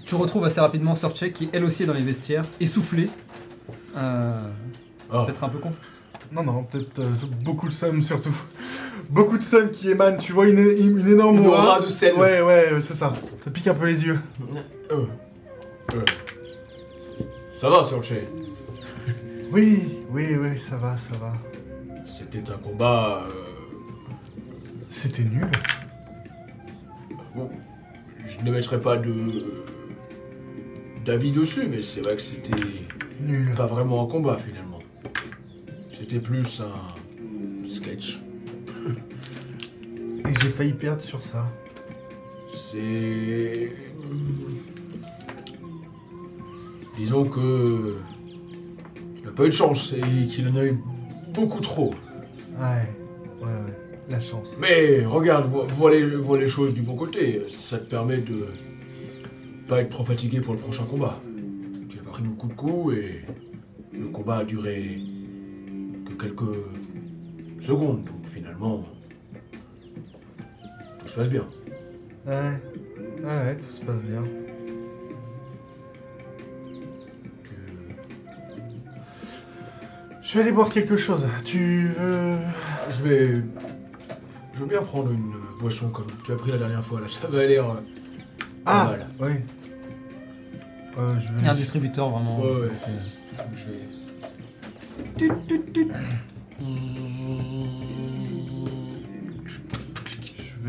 Speaker 1: Tu retrouves assez rapidement Sorche qui elle aussi est dans les vestiaires, essoufflée. Euh,
Speaker 5: Oh.
Speaker 1: Peut-être un peu confus.
Speaker 2: Non, non, peut-être euh, beaucoup de somme surtout. Beaucoup de somme qui émane, tu vois une, une- une énorme
Speaker 5: Une aura de sel.
Speaker 2: Ouais, ouais, c'est ça. Ça pique un peu les yeux.
Speaker 5: Euh, euh. Ça va, Sorche
Speaker 2: Oui, oui, oui, ça va, ça va.
Speaker 5: C'était un combat. euh,
Speaker 2: C'était nul.
Speaker 5: bon, je ne mettrai pas de. d'avis dessus, mais c'est vrai que c'était.
Speaker 2: Nul.
Speaker 5: pas vraiment un combat finalement. C'était plus un. sketch.
Speaker 2: Et j'ai failli perdre sur ça.
Speaker 5: C'est. Disons que. Tu n'as pas eu de chance et qu'il en a eu beaucoup trop.
Speaker 2: Ouais, Ah ouais, ouais. La chance.
Speaker 5: Mais regarde, vois, vois les, vois les choses du bon côté. Ça te permet de. pas être trop fatigué pour le prochain combat. Tu as pris beaucoup de coups et. le combat a duré. que quelques. secondes. Donc finalement. tout se passe bien.
Speaker 2: Ah Ouais, ouais, ouais, tout se passe bien.
Speaker 5: Tu-
Speaker 2: Je vais aller boire quelque chose. Tu veux.
Speaker 5: Je vais. Je veux bien prendre une euh, boisson comme tu as pris la dernière fois là. Ça va aller. hein. Pas
Speaker 2: Ah,
Speaker 5: mal.
Speaker 2: oui. Euh, je
Speaker 1: Il y a un
Speaker 2: vais.
Speaker 1: distributeur vraiment.
Speaker 5: Ouais, ouais.
Speaker 1: Euh,
Speaker 5: Je vais.
Speaker 2: Je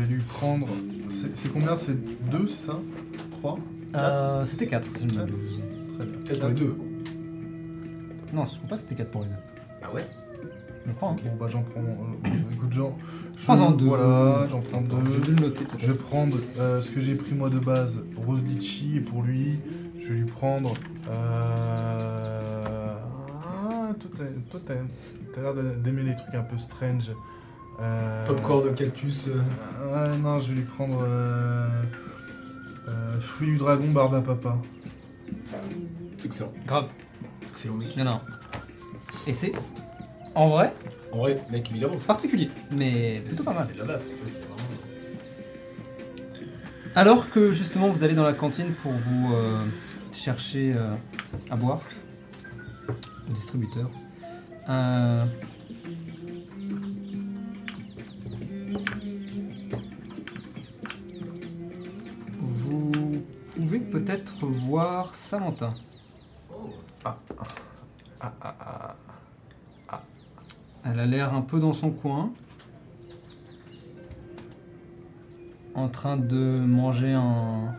Speaker 2: vais lui prendre. C'est c'est combien C'est 2, c'est ça 3
Speaker 1: Euh, c'était 4, si je ne m'abuse.
Speaker 2: Très bien.
Speaker 5: Peut-être les deux.
Speaker 1: Non, je crois pas que c'était 4 pour une.
Speaker 5: Ah ouais
Speaker 1: Je crois. Hein.
Speaker 2: Bon, bah j'en prends. euh, écoute, j'en. je-
Speaker 1: Prends-en deux.
Speaker 2: Voilà, j'en prends
Speaker 1: J'ai dû
Speaker 2: deux.
Speaker 1: le noter.
Speaker 2: Je vais prendre euh, ce que j'ai pris moi de base, Rose Litchi, et pour lui, je vais lui prendre. Euh... Ah, toi, t'as- toi, t'as t'as l'air de- d'aimer les trucs un peu strange. Euh...
Speaker 5: Popcorn, cactus. euh,
Speaker 2: Ouais, non, je vais lui prendre. Euh... euh, Fruit du dragon, barbe à papa.
Speaker 5: Excellent.
Speaker 1: Grave,
Speaker 5: Excellent, mec.
Speaker 1: il y en a un. Et c'est, en vrai,
Speaker 5: En vrai, mec, il avance.
Speaker 1: particulier, mais
Speaker 5: C'est- c'est-
Speaker 1: plutôt pas
Speaker 5: c'est-
Speaker 1: mal.
Speaker 5: C'est de la baffe, tu vois, c'est vraiment-
Speaker 1: Alors que justement vous allez dans la cantine pour vous euh, chercher euh, à boire au distributeur, euh, vous pouvez peut-être voir Samantha. Elle a l'air un peu dans son coin, en train de manger un,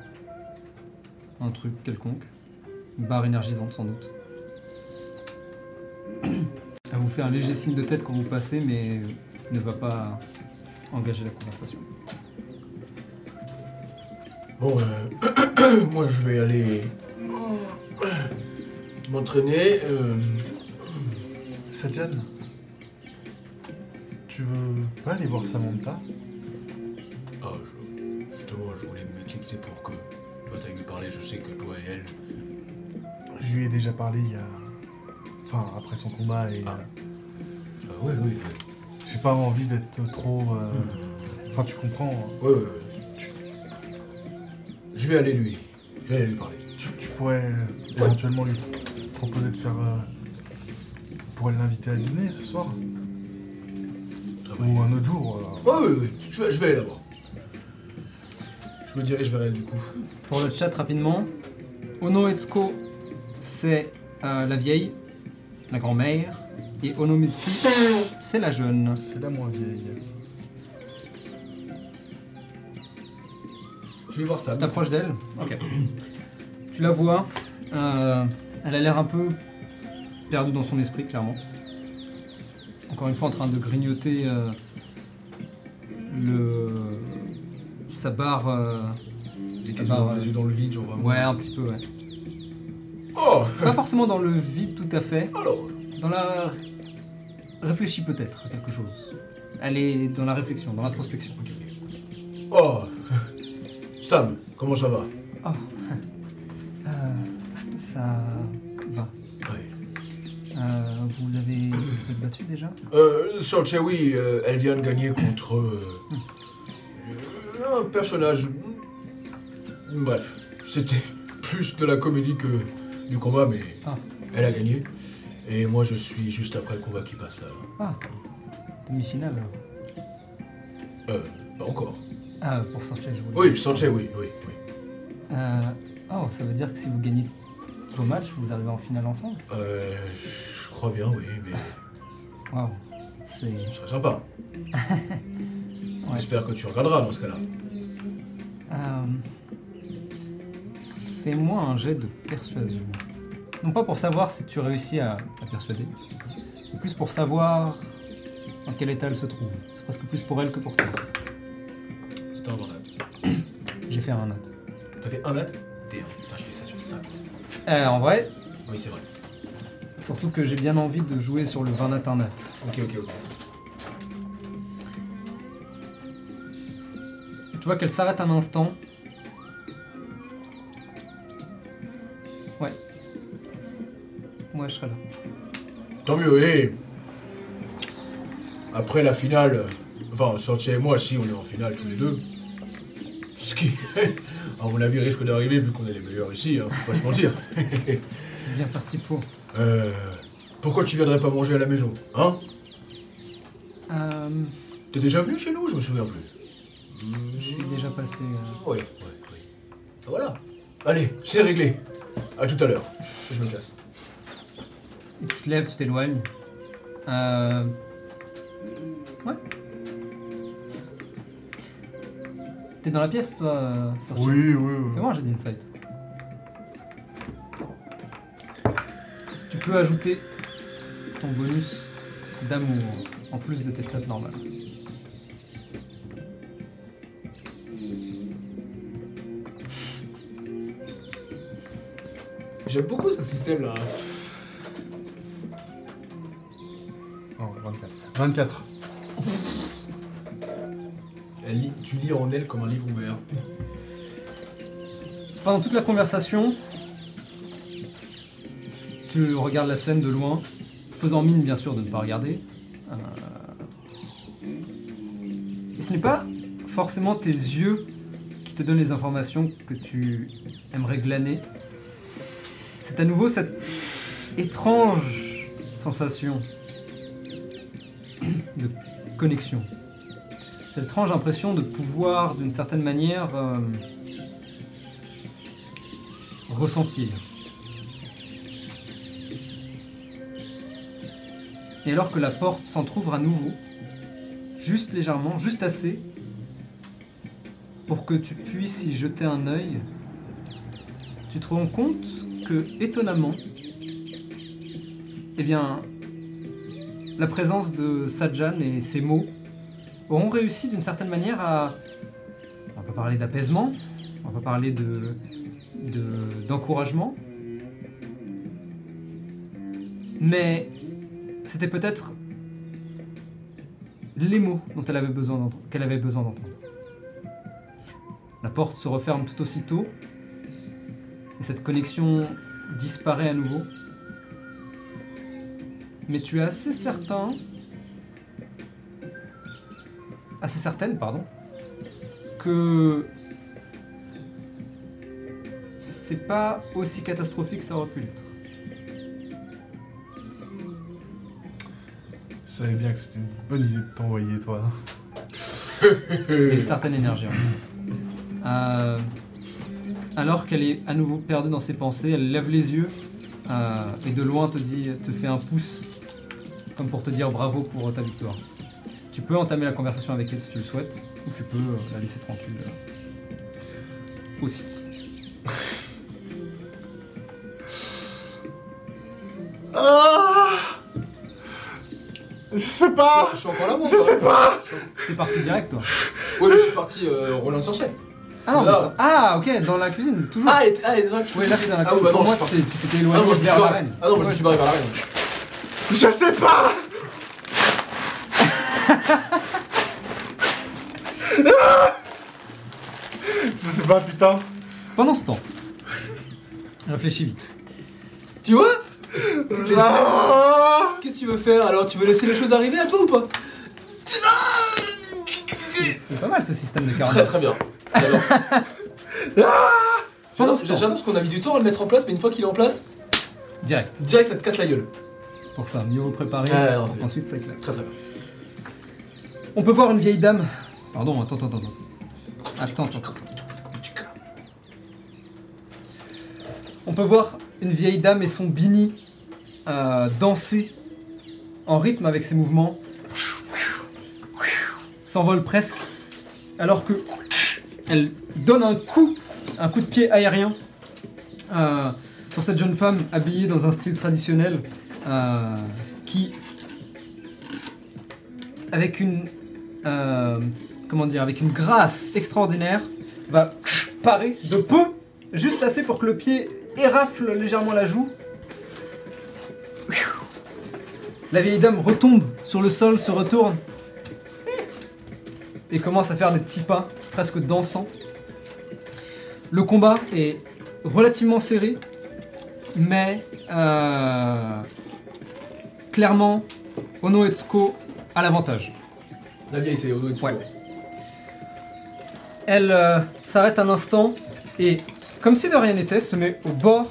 Speaker 1: un truc quelconque. Une barre énergisante sans doute. Elle vous fait un léger signe de tête quand vous passez, mais ne va pas engager la conversation.
Speaker 5: Bon, euh, moi je vais aller euh, m'entraîner. euh,
Speaker 2: Sadjan, tu veux pas aller voir Samantha
Speaker 5: Ah, je- justement, je voulais m'éclipser pour que toi t'ailles lui parler. Je sais que toi et elle.
Speaker 2: Je lui ai déjà parlé il y a. Enfin, après son combat, et.
Speaker 5: Ah. Ah, ouais, ouais, ouais.
Speaker 2: J'ai pas envie d'être trop. euh, Enfin, tu comprends. hein.
Speaker 5: Ouais, ouais, ouais. Tu- Je vais aller lui. Je vais aller lui parler.
Speaker 2: Tu, tu pourrais euh, éventuellement lui proposer de faire. euh, Tu pourrais l'inviter à dîner ce soir
Speaker 5: Ça va.
Speaker 2: Ou un autre jour. euh.
Speaker 5: Ouais, ouais, ouais. Oh Je vais, je vais aller la voir. Je me dirige vers elle du coup.
Speaker 1: Pour le chat rapidement, Ono Etsuko, c'est euh, la vieille, la grand-mère, et Ono Mitsuki, c'est la jeune.
Speaker 2: C'est la moins vieille.
Speaker 5: Je vais voir ça.
Speaker 1: Tu t'approches d'elle Ok. tu la vois. euh, elle a l'air un peu perdue dans son esprit, clairement. Encore une fois, en train de grignoter euh, le sa barre. euh,
Speaker 5: Des
Speaker 1: sa
Speaker 5: yeux
Speaker 1: barre,
Speaker 5: dans-
Speaker 1: euh,
Speaker 5: des yeux dans le vide, genre vraiment.
Speaker 1: Ouais, un petit peu. Ouais.
Speaker 5: Oh
Speaker 1: Pas forcément dans le vide tout à fait.
Speaker 5: Alors
Speaker 1: Dans la réfléchit peut-être à quelque chose. Elle est dans la réflexion, dans l'introspection.
Speaker 5: Oh Sam, comment ça va
Speaker 1: Oh. Euh, ça va.
Speaker 5: Ouais.
Speaker 1: Euh, vous avez vous êtes battu déjà
Speaker 5: Euh, sur Chewy, euh, elle vient de gagner contre euh, euh, un personnage. hmm, Bref, c'était plus de la comédie que du combat, mais
Speaker 1: Ah.
Speaker 5: elle a gagné. Et moi, je suis juste après le combat qui passe là.
Speaker 1: Ah, demi-finale alors.
Speaker 5: Euh, pas encore.
Speaker 1: Ah, pour Sanchez, je voulais.
Speaker 5: Oui, Sanchez, oui, oui, oui.
Speaker 1: Euh, oh, ça veut dire que si vous gagnez vos matchs, vous arrivez en finale ensemble
Speaker 5: Euh, je crois bien, oui, mais
Speaker 1: Waouh, c'est.
Speaker 5: ce serait sympa.
Speaker 1: Ouais.
Speaker 5: J'espère que tu regarderas dans ce cas-là.
Speaker 1: Euh, Fais-moi un jet de persuasion. Non pas pour savoir si tu réussis à, à persuader, mais plus pour savoir dans quel état elle se trouve. C'est presque plus pour elle que pour toi.
Speaker 5: C'était un vendredi.
Speaker 1: J'ai fait un note.
Speaker 5: T'as fait un mat T'es un. Putain, je fais ça sur 5.
Speaker 1: Euh, en vrai,
Speaker 5: Oui, c'est vrai.
Speaker 1: surtout que j'ai bien envie de jouer sur le 20 nat 1 nat.
Speaker 5: Ok, ok, ok.
Speaker 1: Tu vois qu'elle s'arrête un instant. Ouais. Ouais, je serai là.
Speaker 5: Tant mieux, et. Après la finale, enfin, Sortier et moi, si on est en finale tous les deux, ce qui, à mon avis, risque d'arriver vu qu'on est les meilleurs ici, hein, faut pas se mentir.
Speaker 1: C'est bien parti pour.
Speaker 5: Euh, pourquoi tu viendrais pas manger à la maison Hein
Speaker 1: Euh,
Speaker 5: T'es déjà venu chez nous Je me souviens plus.
Speaker 1: je suis déjà passé. euh.
Speaker 5: Oui, oui, oui. Ben Voilà. Allez, c'est réglé. À tout à l'heure. Je me casse.
Speaker 1: Et tu te lèves, tu t'éloignes. Euh, Ouais. T'es dans la pièce, toi, euh, Sorcier
Speaker 2: Oui, oui, oui.
Speaker 1: Fais-moi un jet d'insight. Tu peux ajouter ton bonus d'amour en plus de tes stats normales.
Speaker 5: J'aime beaucoup ce système-là.
Speaker 2: Non, 24. 24.
Speaker 5: Elle lit- tu lis en elle comme un livre ouvert.
Speaker 1: Pendant toute la conversation, tu regardes la scène de loin, faisant mine bien sûr de ne pas regarder. Euh, Et ce n'est pas forcément tes yeux qui te donnent les informations que tu aimerais glaner. C'est à nouveau cette étrange sensation de connexion. Cette étrange impression de pouvoir d'une certaine manière... euh, ressentir. Et alors que la porte s'entr'ouvre à nouveau, juste légèrement, juste assez, pour que tu puisses y jeter un œil, tu te rends compte que, étonnamment, eh bien, la présence de Sajan et ses mots auront réussi d'une certaine manière à... On va pas parler d'apaisement, on va pas parler de de- d'encouragement. Mais c'était peut-être les mots dont elle avait besoin d'entendre, qu'elle avait besoin d'entendre. La porte se referme tout aussitôt et cette connexion disparaît à nouveau. Mais tu es assez certain, assez certaine, pardon, que c'est pas aussi catastrophique que ça aurait pu l'être.
Speaker 2: Je savais bien que c'était une bonne idée de t'envoyer, toi.
Speaker 1: et une certaine énergie. en fait. Euh, alors qu'elle est à nouveau perdue dans ses pensées, elle lève les yeux euh, et de loin te dit, te fait un pouce, comme pour te dire bravo pour ta victoire. Tu peux entamer la conversation avec elle si tu le souhaites, ou tu peux euh, la laisser tranquille euh, aussi.
Speaker 2: Ah Je sais pas
Speaker 5: Je suis encore là, moi
Speaker 2: Je
Speaker 5: ou
Speaker 2: sais pas
Speaker 5: Je suis-
Speaker 1: T'es parti direct toi.
Speaker 5: Ouais, mais je suis parti euh, Roland sur scène.
Speaker 1: Ah non, mais
Speaker 5: Là.
Speaker 1: ça- ah ok, dans la cuisine, toujours.
Speaker 5: Ah, et, ah, et déjà, tu
Speaker 1: ouais, là c'est dans la
Speaker 5: Ah,
Speaker 1: cuisine.
Speaker 5: ouais, bah non,
Speaker 1: pour
Speaker 5: je
Speaker 1: moi,
Speaker 5: suis parti.
Speaker 1: tu t'es- tu t'étais
Speaker 5: Ah,
Speaker 1: éloigné
Speaker 5: moi, je me suis
Speaker 1: vers la
Speaker 5: barré.
Speaker 1: reine.
Speaker 5: Ah, non, moi, je
Speaker 1: Ouais,
Speaker 5: me suis barré vers la reine.
Speaker 2: Je sais pas Ah Je sais pas, putain.
Speaker 1: Pendant ce temps, réfléchis vite.
Speaker 5: Tu vois Les-
Speaker 2: Ah
Speaker 5: Qu'est-ce que tu veux faire alors Tu veux laisser les choses arriver à toi ou pas
Speaker 1: C'est pas mal ce système de
Speaker 5: C'est
Speaker 1: cartes.
Speaker 5: très très bien. Alors,
Speaker 1: Pendant
Speaker 5: J'adore
Speaker 1: ce temps.
Speaker 5: j'adore parce qu'on a mis du temps à le mettre en place, mais une fois qu'il est en place,
Speaker 1: Direct.
Speaker 5: direct ça te casse la gueule.
Speaker 1: Pour ça, mieux vous préparer.
Speaker 5: Ah, non, c'est
Speaker 1: pour
Speaker 5: bien.
Speaker 1: ensuite, ça claque.
Speaker 5: Très très bien.
Speaker 1: On peut voir une vieille dame. Pardon, attends, attends, attends. Attends, attends. attends. On peut voir une vieille dame et son bini euh, danser en rythme avec ses mouvements. S'envole presque. Alors que elle donne un coup, un coup de pied aérien euh, sur cette jeune femme habillée dans un style traditionnel euh, qui, avec une euh, comment dire, avec une grâce extraordinaire, va parer de peu, juste assez pour que le pied érafle légèrement la joue. La vieille dame retombe sur le sol, se retourne et commence à faire des petits pas, presque dansant. Le combat est relativement serré, mais euh, clairement, Ono Etsuko a l'avantage.
Speaker 5: La vieille, c'est au dos et tout.
Speaker 1: Ouais. Elle euh, s'arrête un instant et, comme si de rien n'était, se met au bord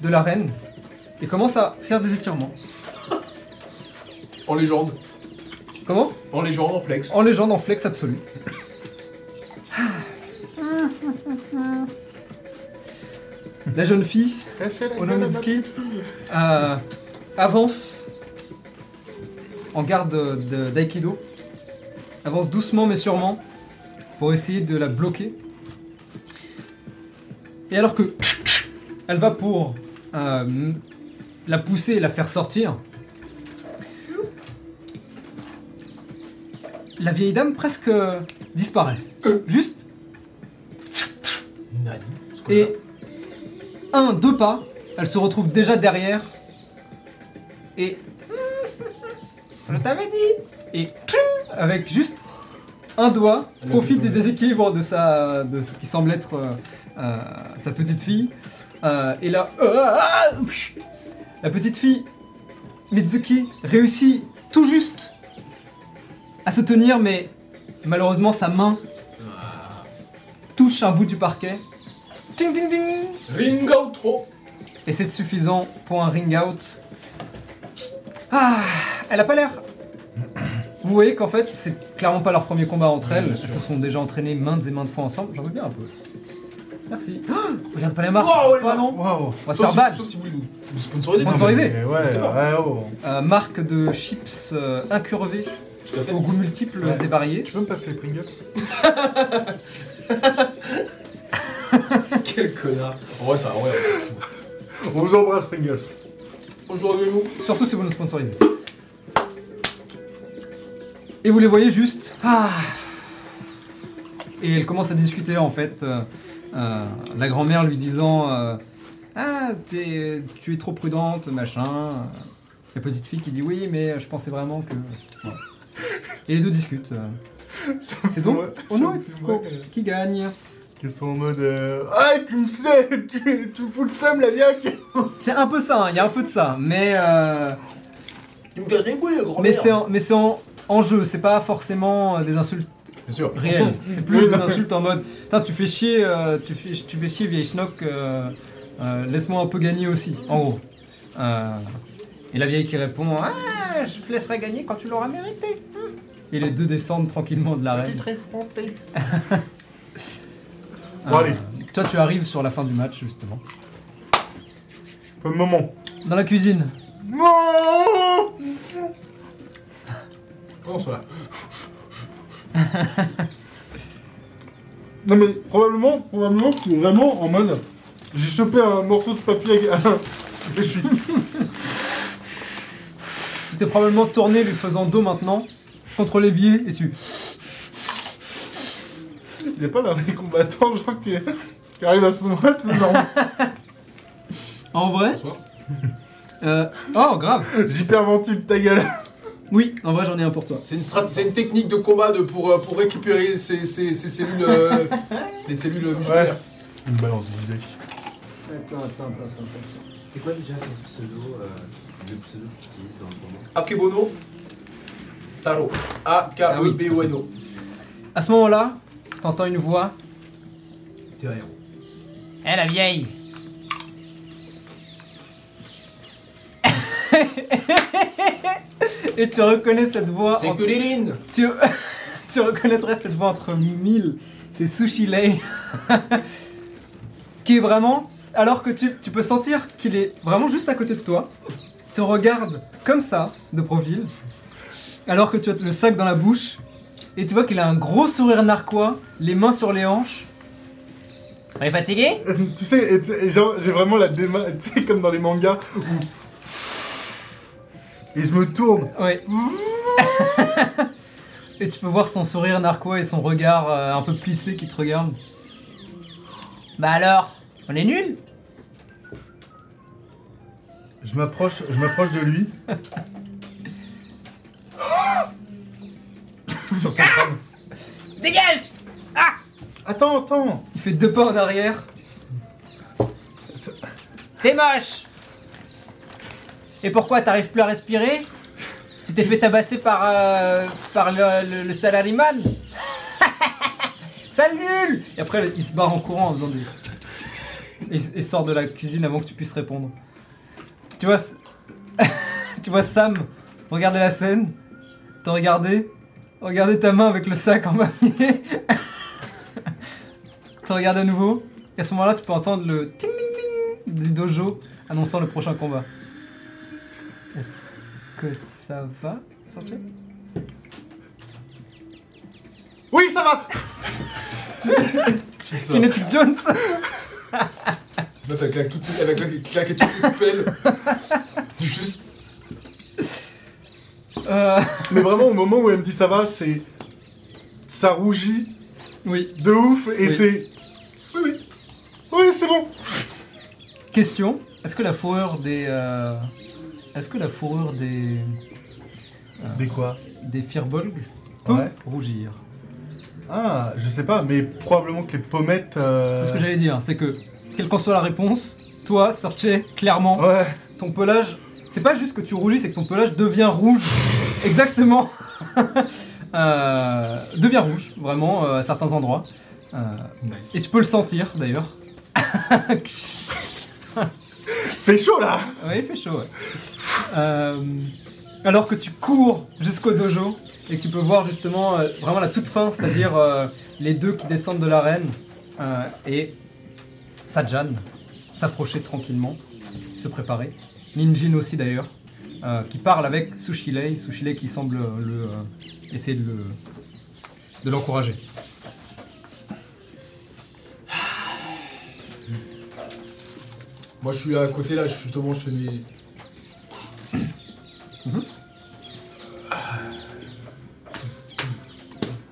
Speaker 1: de l'arène et commence à faire des étirements.
Speaker 5: En légende.
Speaker 1: Comment
Speaker 5: En légende, en flex.
Speaker 1: En légende, en flex absolu. La jeune fille, Onomitsuki, euh, avance en garde euh, de- d'aïkido avance doucement mais sûrement pour essayer de la bloquer. Et alors que elle va pour euh, la pousser et la faire sortir, la vieille dame presque euh, disparaît. Euh, Juste
Speaker 5: Nani. ce qu'on a.
Speaker 1: et un, deux pas, elle se retrouve déjà derrière. Et. Je t'avais dit Et tchoum, avec juste un doigt,
Speaker 5: Elle a
Speaker 1: profite
Speaker 5: fait
Speaker 1: du
Speaker 5: tomber.
Speaker 1: déséquilibre de, sa, de ce qui semble être euh, euh, sa petite fille. Euh, et là. ah, psh, la petite fille, Mitsuki, réussit tout juste à se tenir, mais malheureusement sa main Ah. touche un bout du parquet. Ting ting ting
Speaker 5: Ring out trop.
Speaker 1: et c'est suffisant pour un ring out. Ah, elle a pas l'air. Vous voyez qu'en fait, c'est clairement pas leur premier combat entre
Speaker 5: Oui,
Speaker 1: elles.
Speaker 5: bien
Speaker 1: Elles
Speaker 5: sûr.
Speaker 1: se sont déjà entraînées maintes et maintes fois ensemble. J'en veux bien un peu. aussi. Merci. Ah, regarde pas les marques.
Speaker 5: Wow, les
Speaker 1: Toi,
Speaker 5: marques.
Speaker 1: non
Speaker 2: Waouh
Speaker 1: On va se
Speaker 5: Sauf
Speaker 1: faire
Speaker 5: si,
Speaker 1: ban.
Speaker 5: sauf si vous voulez nous, nous sponsoriser.
Speaker 1: Sponsor- Sponsorisé.
Speaker 2: Ouais,
Speaker 5: C'était
Speaker 2: ouais, oh.
Speaker 1: Euh, marque de chips euh, incurvées
Speaker 5: Tout à fait. Oh,
Speaker 1: aux goûts multiples
Speaker 2: Ouais.
Speaker 1: et variés.
Speaker 2: Tu peux me passer les Pringles
Speaker 5: Quel connard. En vrai, ça, en vrai.
Speaker 2: On vous embrasse Pringles.
Speaker 5: Bonjour avec vous.
Speaker 1: Surtout si vous nous sponsorisez. Et vous les voyez juste. Ah. Et elle commence à discuter en fait. euh, euh, la grand-mère lui disant euh, Ah, t'es- tu es trop prudente, machin. La petite fille qui dit Oui, mais je pensais vraiment que. Voilà. Et les deux discutent. euh. C'est donc
Speaker 2: Ouais, ça
Speaker 1: Ono
Speaker 2: me
Speaker 1: et
Speaker 2: fait
Speaker 1: Tsuko
Speaker 2: marrer.
Speaker 1: qui gagne.
Speaker 2: Qu'est-ce qu'on est en mode euh, Ah tu me sais, tu, tu me fous le seum la vieille
Speaker 1: C'est un peu ça, hein, il y a un peu de ça. Mais. euh,
Speaker 5: Tu me casses les couilles, grand-mère.
Speaker 1: mais c'est en, mais c'est en, en jeu, c'est pas forcément euh, des insultes.
Speaker 5: Bien sûr.
Speaker 1: réel. C'est plus une insulte en mode Putain, tu fais chier, euh, tu, fais, tu fais chier, vieille schnock, euh, euh, laisse-moi un peu gagner aussi, en gros. Euh, et la vieille qui répond Ah, je te laisserai gagner quand tu l'auras mérité. Hum. Et les deux descendent tranquillement de
Speaker 2: Tu
Speaker 1: l'arène.
Speaker 2: te fronté.
Speaker 1: Euh,
Speaker 2: Bon, allez.
Speaker 1: Toi, tu arrives sur la fin du match, justement.
Speaker 2: Pas de moment.
Speaker 1: Dans la cuisine,
Speaker 2: Non
Speaker 5: Pendant cela.
Speaker 2: Non mais probablement, probablement que vraiment en mode. J'ai chopé un morceau de papier à- et je suis.
Speaker 1: tu t'es probablement tourné lui faisant dos maintenant contre l'évier et tu.
Speaker 2: Il est pas l'un des combattants, genre qui, qui arrive à ce moment-là, tu sais, genre,
Speaker 1: "Ah, En vrai
Speaker 5: Bonsoir.
Speaker 1: euh, Oh, grave
Speaker 2: J'hyperventile ta gueule.
Speaker 1: Oui, en vrai, j'en ai un pour toi.
Speaker 5: C'est une, strat- c'est une technique de combat de, pour, euh, pour récupérer ces, ces- ces cellules, euh, les cellules musculaires.
Speaker 2: Une balance du deck.
Speaker 4: Attends, attends, attends, attends. C'est quoi déjà le pseudo, le pseudo que tu utilises dans le moment
Speaker 5: Akebono Taro. E A-K-E-B-O-N-O.
Speaker 1: À ce moment-là, t'entends une voix
Speaker 5: Derrière.
Speaker 1: Eh la vieille Et tu reconnais cette voix
Speaker 5: C'est
Speaker 1: entre-
Speaker 5: que les lignes
Speaker 1: tu... tu reconnaîtrais cette voix entre mille C'est Sushi Lei Qui est vraiment... Alors que tu, tu peux sentir qu'il est vraiment juste à côté de toi Te regarde comme ça, de profil Alors que tu as le sac dans la bouche Et tu vois qu'il a un gros sourire narquois Les mains sur les hanches On est fatigué
Speaker 2: tu sais, et tu sais, et genre, j'ai vraiment la déma, tu sais, comme dans les mangas où. Et je me tourne.
Speaker 1: Ouais. et tu peux voir son sourire narquois et son regard euh, un peu plissé qui te regarde. Bah alors, on est nul
Speaker 2: Je m'approche, je m'approche de lui. Sur son crâne.
Speaker 1: Dégage
Speaker 2: Attends, attends.
Speaker 1: Il fait deux pas en arrière.
Speaker 2: Ça-
Speaker 1: T'es moche Et pourquoi t'arrives plus à respirer Tu t'es fait tabasser par, euh, par le, le, le salaryman Sale nul Et après, il se barre en courant en faisant des- Et, et sort de la cuisine avant que tu puisses répondre. Tu vois... c- tu vois Sam regarder la scène, te regarder, regarder ta main avec le sac en papier. Te regardes à nouveau, et à ce moment-là, tu peux entendre le ting ting ting du dojo annonçant le prochain combat. Est-ce que ça va sorti
Speaker 2: Oui, ça va
Speaker 5: Putain,
Speaker 1: Kinetic Jones
Speaker 5: meuf, elle claque, toutes, elle claque, claque tous ses spells. Juste.
Speaker 1: Euh,
Speaker 2: Mais vraiment, au moment où elle me dit ça va, c'est. Ça rougit
Speaker 1: Oui.
Speaker 2: de ouf et
Speaker 1: Oui.
Speaker 2: c'est. Oui, oui. Oui, c'est bon.
Speaker 1: Question est-ce que la fourrure des. euh, Est-ce que la fourrure des. euh,
Speaker 2: Ah. Des quoi
Speaker 1: Des Firbolg peut
Speaker 2: Ouais.
Speaker 1: rougir
Speaker 2: Ah, je sais pas, mais probablement que les pommettes. euh,
Speaker 1: C'est ce que j'allais dire, c'est que, quelle qu'en soit la réponse, toi, Sorche, clairement,
Speaker 2: Ouais.
Speaker 1: ton pelage, c'est pas juste que tu rougis, c'est que ton pelage devient rouge. Exactement. Euh, devient rouge, vraiment, euh, à certains endroits. Euh,
Speaker 5: Nice.
Speaker 1: et tu peux le sentir, d'ailleurs. oui,
Speaker 2: Fait chaud là
Speaker 1: il fait chaud, ouais. Euh, alors que tu cours jusqu'au dojo et que tu peux voir justement euh, vraiment la toute fin, c'est-à-dire euh, les deux qui descendent de l'arène euh, et Sajan s'approcher tranquillement, se préparer. Ninjin aussi d'ailleurs, euh, qui parle avec Sushilei, Sushilei qui semble euh, le, euh, essayer de le- de l'encourager.
Speaker 5: Moi, je suis à côté là, justement, je fais mes.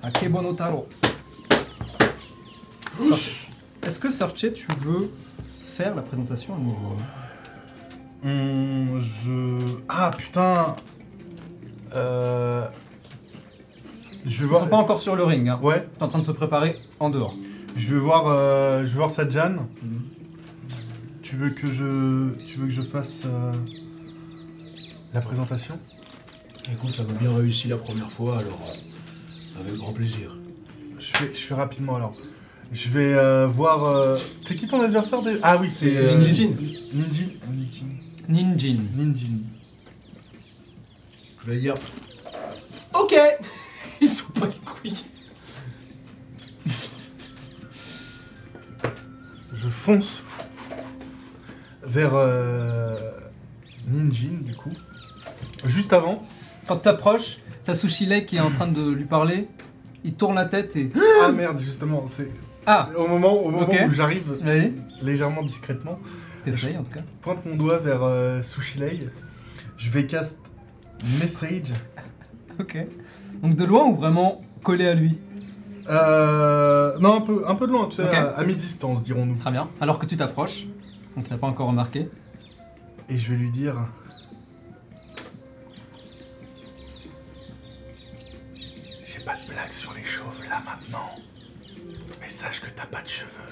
Speaker 1: Akebono Taro. Est-ce que Searché, tu veux faire la présentation à nouveau
Speaker 2: Hum, je. Ah putain Euh. Je vais
Speaker 1: Ils sont
Speaker 2: voir.
Speaker 1: pas encore sur le ring, hein.
Speaker 2: Ouais,
Speaker 1: T'es en train de se préparer en dehors.
Speaker 2: je vais voir. euh, Je vais voir Sadjan.
Speaker 1: Mhm.
Speaker 2: Tu veux que je. Tu veux que je fasse. euh, La présentation
Speaker 5: Écoute, ça m'a bien réussi la première fois, alors. euh, Avec grand plaisir.
Speaker 2: je fais, je fais rapidement alors. Je vais euh, voir. euh, C'est qui ton adversaire déjà Ah oui, c'est. euh,
Speaker 5: Ninjin.
Speaker 2: Ninjin. Ninjin.
Speaker 1: Ninjin.
Speaker 2: Ninjin.
Speaker 5: Je vais dire. Ok Ils sont pas les couilles.
Speaker 2: Je fonce vers euh, Ninjin du coup. Juste avant,
Speaker 1: Quand t'approches, t'as Sushilei qui est en train de lui parler. Il tourne la tête et.
Speaker 2: Ah merde, justement, c'est
Speaker 1: Ah
Speaker 2: au moment, au moment
Speaker 1: Ok.
Speaker 2: où j'arrive
Speaker 1: Vas-y,
Speaker 2: légèrement discrètement,
Speaker 1: t'essayes en tout cas.
Speaker 2: pointe mon doigt vers euh, Sushilei. Je vais cast message.
Speaker 1: Ok. Donc de loin ou vraiment collé à lui
Speaker 2: Euh, non, un peu, un peu de loin, tu sais,
Speaker 1: Ok.
Speaker 2: à, à mi-distance, dirons-nous.
Speaker 1: Très bien. Alors que tu t'approches, donc t'as pas encore remarqué.
Speaker 2: Et je vais lui dire. J'ai pas de blague sur les chauves là maintenant. Mais sache que t'as pas de cheveux.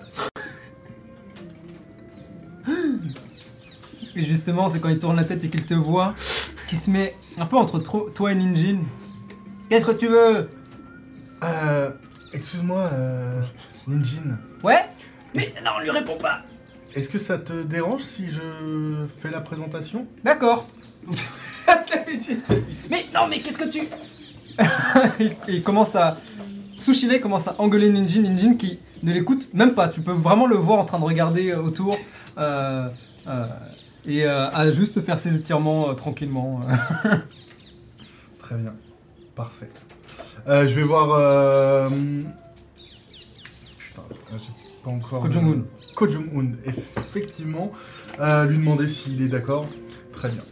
Speaker 1: Et justement, c'est quand il tourne la tête et qu'il te voit, qu'il se met un peu entre tro- toi et Ninjin. Qu'est-ce que tu veux
Speaker 2: Euh. Excuse-moi, euh, Ninjin.
Speaker 1: Ouais
Speaker 2: Est-ce que ça te dérange si je fais la présentation
Speaker 1: D'accord. mais non, mais qu'est-ce que tu il, il commence à Sushile commence à engueuler Ninjin, Ninjin qui ne l'écoute même pas. Tu peux vraiment le voir en train de regarder euh, autour euh, euh, et euh, à juste faire ses étirements euh, tranquillement.
Speaker 2: Très bien. Parfait. Euh, je vais voir. euh, Putain, euh, j'ai pas encore.
Speaker 1: Ko Jong-un.
Speaker 2: Ko Jong-un, effectivement. Euh, lui demander s'il est d'accord. Très bien.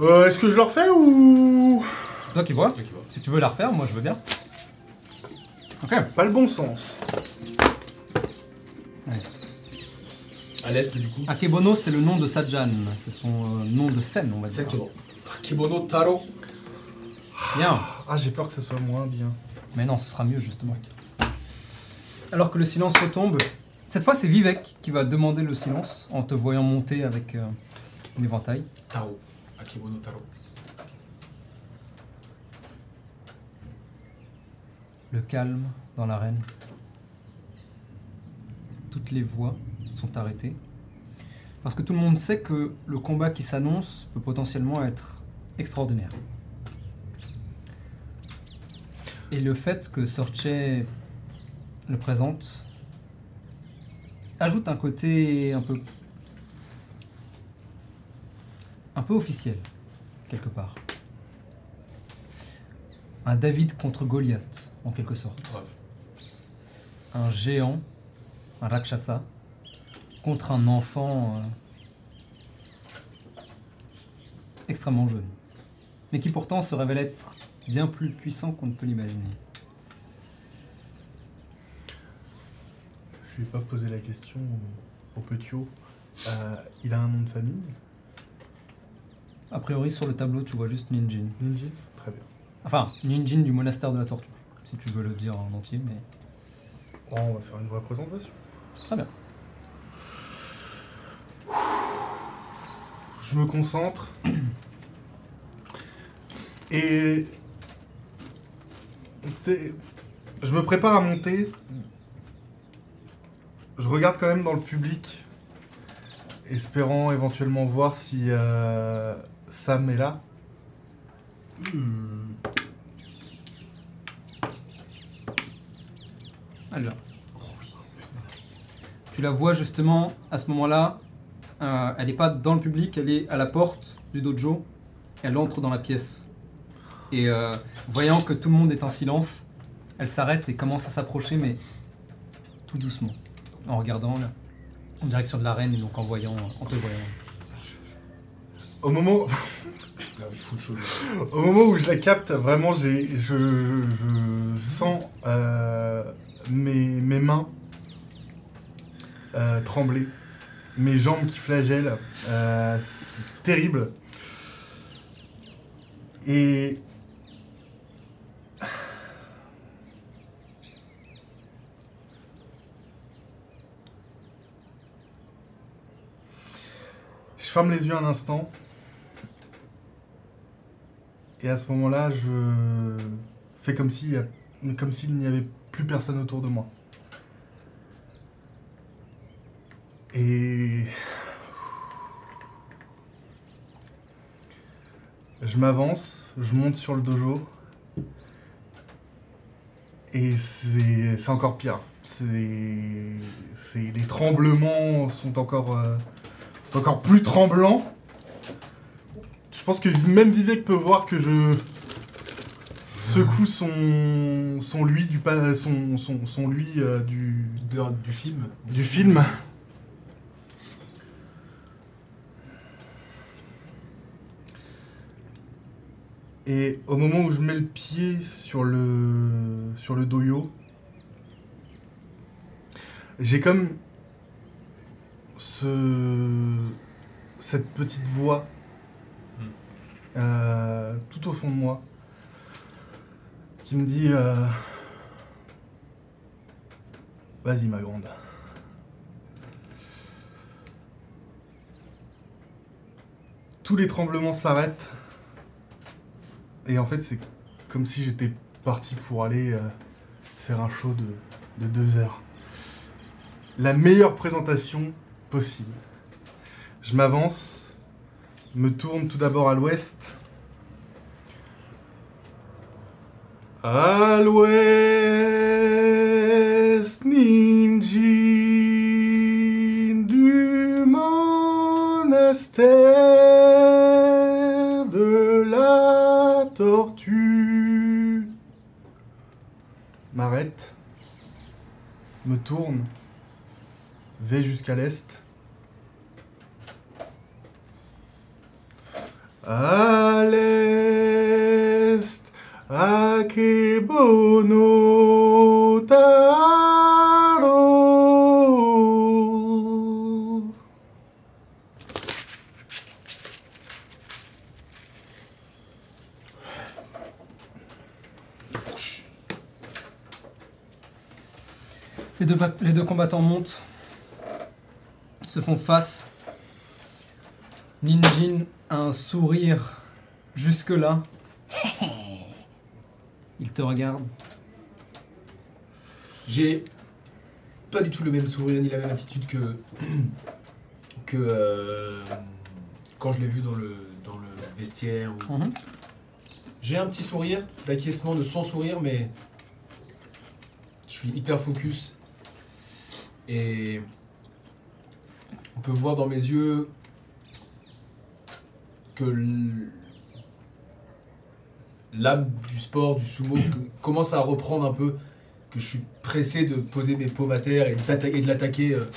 Speaker 2: Euh, Est-ce que je le refais ou.
Speaker 1: C'est toi qui vois.
Speaker 5: Ok, bon.
Speaker 1: Si tu veux la refaire, moi je veux bien. Ok.
Speaker 2: Pas le bon sens.
Speaker 5: À l'est, du coup.
Speaker 1: Akebono, c'est le nom de Sajan. C'est son euh, nom de scène, on va dire.
Speaker 5: Exactement. Kibono Taro.
Speaker 1: Bien.
Speaker 2: Ah, j'ai peur que ce soit moins bien.
Speaker 1: Mais non, ce sera mieux justement. Alors que le silence retombe, cette fois c'est Vivek qui va demander le silence en te voyant monter avec euh, un éventail.
Speaker 5: Taro. Akibono Taro.
Speaker 1: Le calme dans l'arène. Toutes les voix sont arrêtées. Parce que tout le monde sait que le combat qui s'annonce peut potentiellement être extraordinaire. Et le fait que Sorche le présente ajoute un côté un peu. un peu officiel, quelque part. Un David contre Goliath, en quelque sorte.
Speaker 5: Grave.
Speaker 1: Un géant, un Rakshasa, contre un enfant euh, extrêmement jeune, mais qui pourtant se révèle être bien plus puissant qu'on ne peut l'imaginer.
Speaker 2: Je lui ai pas posé la question au petit haut. Euh, il a un nom de famille
Speaker 1: A priori, sur le tableau, tu vois juste Ninjin.
Speaker 2: Ninji Très bien.
Speaker 1: Enfin, Ninjin du monastère de la tortue, si tu veux le dire en entier, mais.
Speaker 2: Oh, on va faire une vraie présentation.
Speaker 1: Très bien.
Speaker 2: Je me concentre. Et. c'est- Je me prépare à monter. Je regarde quand même dans le public, espérant éventuellement voir si euh, Sam est là.
Speaker 1: Alors. Tu la vois justement à ce moment-là. euh, elle n'est pas dans le public, elle est à la porte du dojo. Elle entre dans la pièce. Et euh, voyant que tout le monde est en silence, elle s'arrête et commence à s'approcher, mais tout doucement. En regardant là, en direction de l'arène et donc en voyant, en te voyant.
Speaker 2: Au moment,
Speaker 5: Ah oui, full chaud.
Speaker 2: au moment où je la capte, vraiment, j'ai, je, je sens euh, mes, mes mains euh, trembler, mes jambes qui flagellent. euh, c'est terrible. Et. Je ferme les yeux un instant. Et à ce moment-là, je fais comme si, comme s'il n'y avait plus personne autour de moi. Et je m'avance, je monte sur le dojo. Et c'est c'est encore pire. C'est c'est- les tremblements sont encore euh, sont encore plus tremblants. Je pense que même Vivek peut voir que je secoue son son lui du pas son son, son lui euh, du
Speaker 5: De- du film.
Speaker 2: du film. Et au moment où je mets le pied sur le sur le doyo, j'ai comme ce cette petite voix
Speaker 5: Hmm.
Speaker 2: euh, tout au fond de moi qui me dit euh, vas-y ma grande tous les tremblements s'arrêtent. Et en fait, c'est comme si j'étais parti pour aller euh, faire un show de, de deux heures. La meilleure présentation possible. Je m'avance, me tourne tout d'abord à l'ouest. À l'ouest, ninjin du monastère de la tortue. M'arrête, me tourne, vais jusqu'à l'est. À l'est. Akebono Taro.
Speaker 1: Les deux, pa- les deux combattants montent, se font face. Ninjin a un sourire jusque-là. Il te regarde.
Speaker 5: J'ai pas du tout le même sourire ni la même attitude que que euh, quand je l'ai vu dans le dans le vestiaire. ou-
Speaker 1: Mhm.
Speaker 5: J'ai un petit sourire d'acquiescement de son sourire, mais je suis hyper focus et on peut voir dans mes yeux que l-
Speaker 3: l'âme du sport, du sumo, que- commence à reprendre un peu, que je suis pressé de poser mes paumes à terre et, d'attaquer- et de l'attaquer. euh.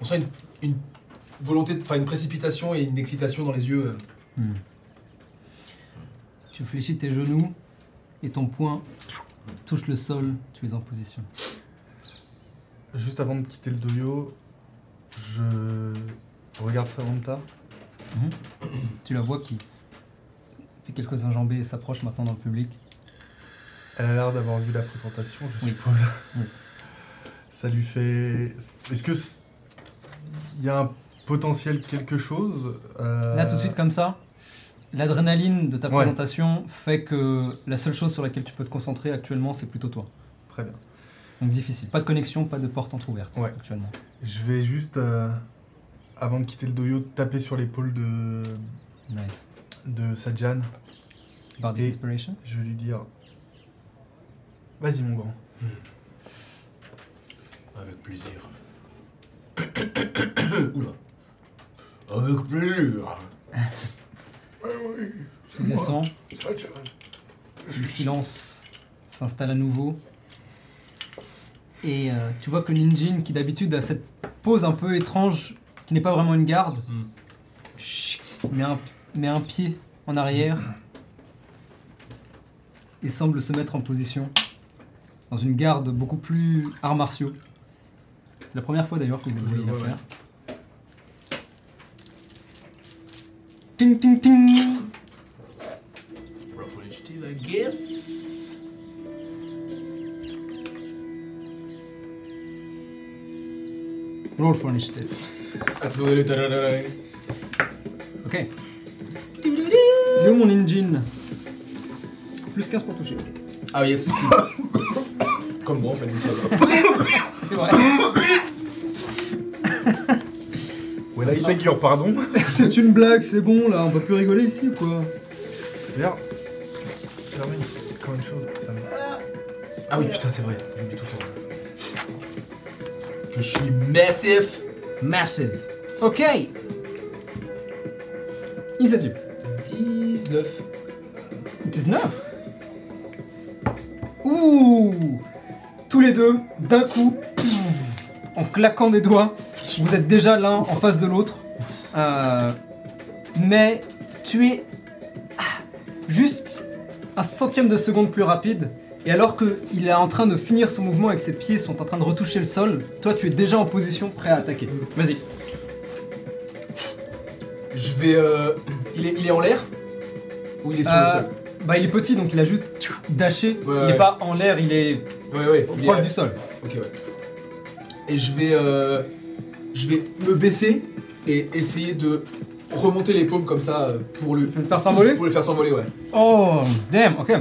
Speaker 3: on sent une, une volonté, de- enfin une précipitation et une excitation dans les yeux. euh.
Speaker 1: Hmm. Tu fléchis tes genoux et ton poing touche le sol, tu es en position.
Speaker 2: Juste avant de quitter le doyo, je regarde Samantha.
Speaker 1: Tu la vois qui fait quelques enjambées et s'approche maintenant dans le public.
Speaker 2: Elle a l'air d'avoir vu la présentation, je
Speaker 1: Oui.
Speaker 2: suppose.
Speaker 1: Oui.
Speaker 2: Ça lui fait. Est-ce que c- il y a un potentiel quelque chose euh,
Speaker 1: Là tout de suite comme ça, l'adrénaline de ta
Speaker 2: Ouais.
Speaker 1: présentation fait que la seule chose sur laquelle tu peux te concentrer actuellement, c'est plutôt toi.
Speaker 2: Très bien.
Speaker 1: Donc difficile, pas de connexion, pas de porte entrouverte
Speaker 2: Ouais.
Speaker 1: actuellement.
Speaker 2: Je vais juste, euh, avant de quitter le doyo, taper sur l'épaule de,
Speaker 1: Nice.
Speaker 2: de Sadjan.
Speaker 1: Bardic
Speaker 2: Et-
Speaker 1: Inspiration.
Speaker 2: Je vais lui dire Vas-y, mon grand.
Speaker 3: Avec plaisir. Oula. Avec plaisir.
Speaker 1: Tu descends. Le silence s'installe à nouveau. Et euh, tu vois que Ninjin, qui d'habitude a cette pose un peu étrange, qui n'est pas vraiment une garde,
Speaker 3: Mm.
Speaker 1: chut, met, un, met un pied en arrière et semble se mettre en position dans une garde beaucoup plus arts martiaux. C'est la première fois d'ailleurs que vous le
Speaker 3: Je le
Speaker 1: voyez la
Speaker 3: vois,
Speaker 1: faire. Ting ting ting
Speaker 3: Roll initiative, I guess.
Speaker 1: Roll for initiative.
Speaker 3: Attendez le tararara.
Speaker 1: Ok. Il est où mon engine Plus 15 pour toucher.
Speaker 3: Ah yes. Comme moi en fait.
Speaker 1: C'est vrai.
Speaker 2: Voilà, il figure, pardon.
Speaker 1: C'est une blague, c'est bon là, on peut plus rigoler ici quoi.
Speaker 2: D'ailleurs, Germaine, quand même chose, ça me-
Speaker 3: Ah oui putain c'est vrai, j'oublie tout le temps. Que je suis massif.
Speaker 1: Massive. Ok Initiative.
Speaker 3: 19.
Speaker 1: 19 Ouh Tous les deux, d'un coup, pff, en claquant des doigts, vous êtes déjà l'un en face de l'autre. Euh, mais tu es ah, juste un centième de seconde plus rapide. Et alors qu'il est en train de finir son mouvement et que ses pieds sont en train de retoucher le sol, toi tu es déjà en position prêt à attaquer.
Speaker 3: Mmh.
Speaker 1: Vas-y.
Speaker 3: Je vais. euh, Il, est, il est en l'air Ou il est sur
Speaker 1: Euh,
Speaker 3: le sol
Speaker 1: bah il est petit donc il a juste dashé.
Speaker 3: Ouais,
Speaker 1: il n'est
Speaker 3: ouais.
Speaker 1: pas en l'air, il est
Speaker 3: Ouais ouais. il est-
Speaker 1: proche du sol.
Speaker 3: Ok, ouais. Et je vais, euh, je vais me baisser et essayer de remonter les paumes comme ça euh, pour le,
Speaker 1: Tu veux le faire s'envoler
Speaker 3: pour le faire s'envoler, ouais.
Speaker 1: Oh, damn, ok.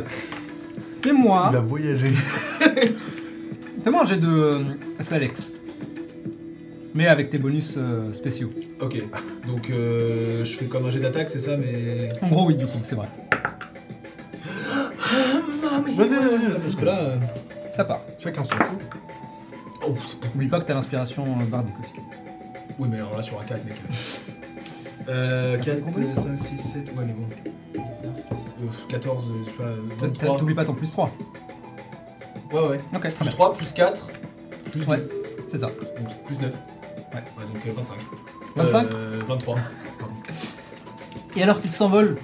Speaker 1: Fais-moi.
Speaker 2: Il a voyagé.
Speaker 1: Fais-moi un jet de euh, Alex. Mais avec tes bonus euh, spéciaux.
Speaker 3: Ok, donc euh, je fais comme un jet d'attaque, c'est ça, mais.
Speaker 1: En gros, oui, du coup, c'est vrai.
Speaker 2: Non, non, non, non, non,
Speaker 3: Parce que là. euh,
Speaker 1: Ça part.
Speaker 2: Chacun son coup.
Speaker 3: Oh, c'est pas-
Speaker 1: Oublie pas que t'as l'inspiration euh, bardique aussi.
Speaker 3: Oui, mais alors là, sur un 4, mec. Euh, 4, 5, 6, 7, ouais, mais bon. Euh, 14, je sais pas, euh,
Speaker 1: T'as-
Speaker 3: 23.
Speaker 1: t'as- T'oublies pas ton plus 3.
Speaker 3: Ouais, ouais.
Speaker 1: Ok, très
Speaker 3: Plus
Speaker 1: bien.
Speaker 3: 3, plus Euh, 4, plus
Speaker 1: Ouais,
Speaker 3: 2,
Speaker 1: c'est ça.
Speaker 3: donc plus 9.
Speaker 1: Ouais.
Speaker 3: donc euh, 25.
Speaker 1: 25
Speaker 3: Euh, 23.
Speaker 1: Et alors qu'il s'envole,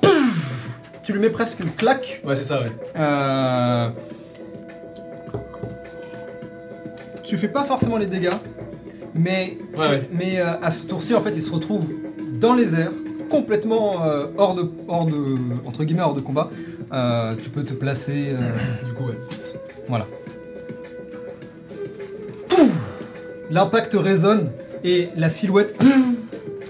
Speaker 1: pouf, tu lui mets presque une claque.
Speaker 3: Ouais, c'est ça, ouais.
Speaker 1: Euh... Tu fais pas forcément les dégâts, mais
Speaker 3: Ouais, ouais.
Speaker 1: Mais euh, à ce tour-ci, en fait, il se retrouve dans les airs, complètement euh, hors, de, hors de, entre guillemets, hors de combat. Euh, tu peux te placer. euh,
Speaker 3: Du coup, ouais.
Speaker 1: L'impact résonne et la silhouette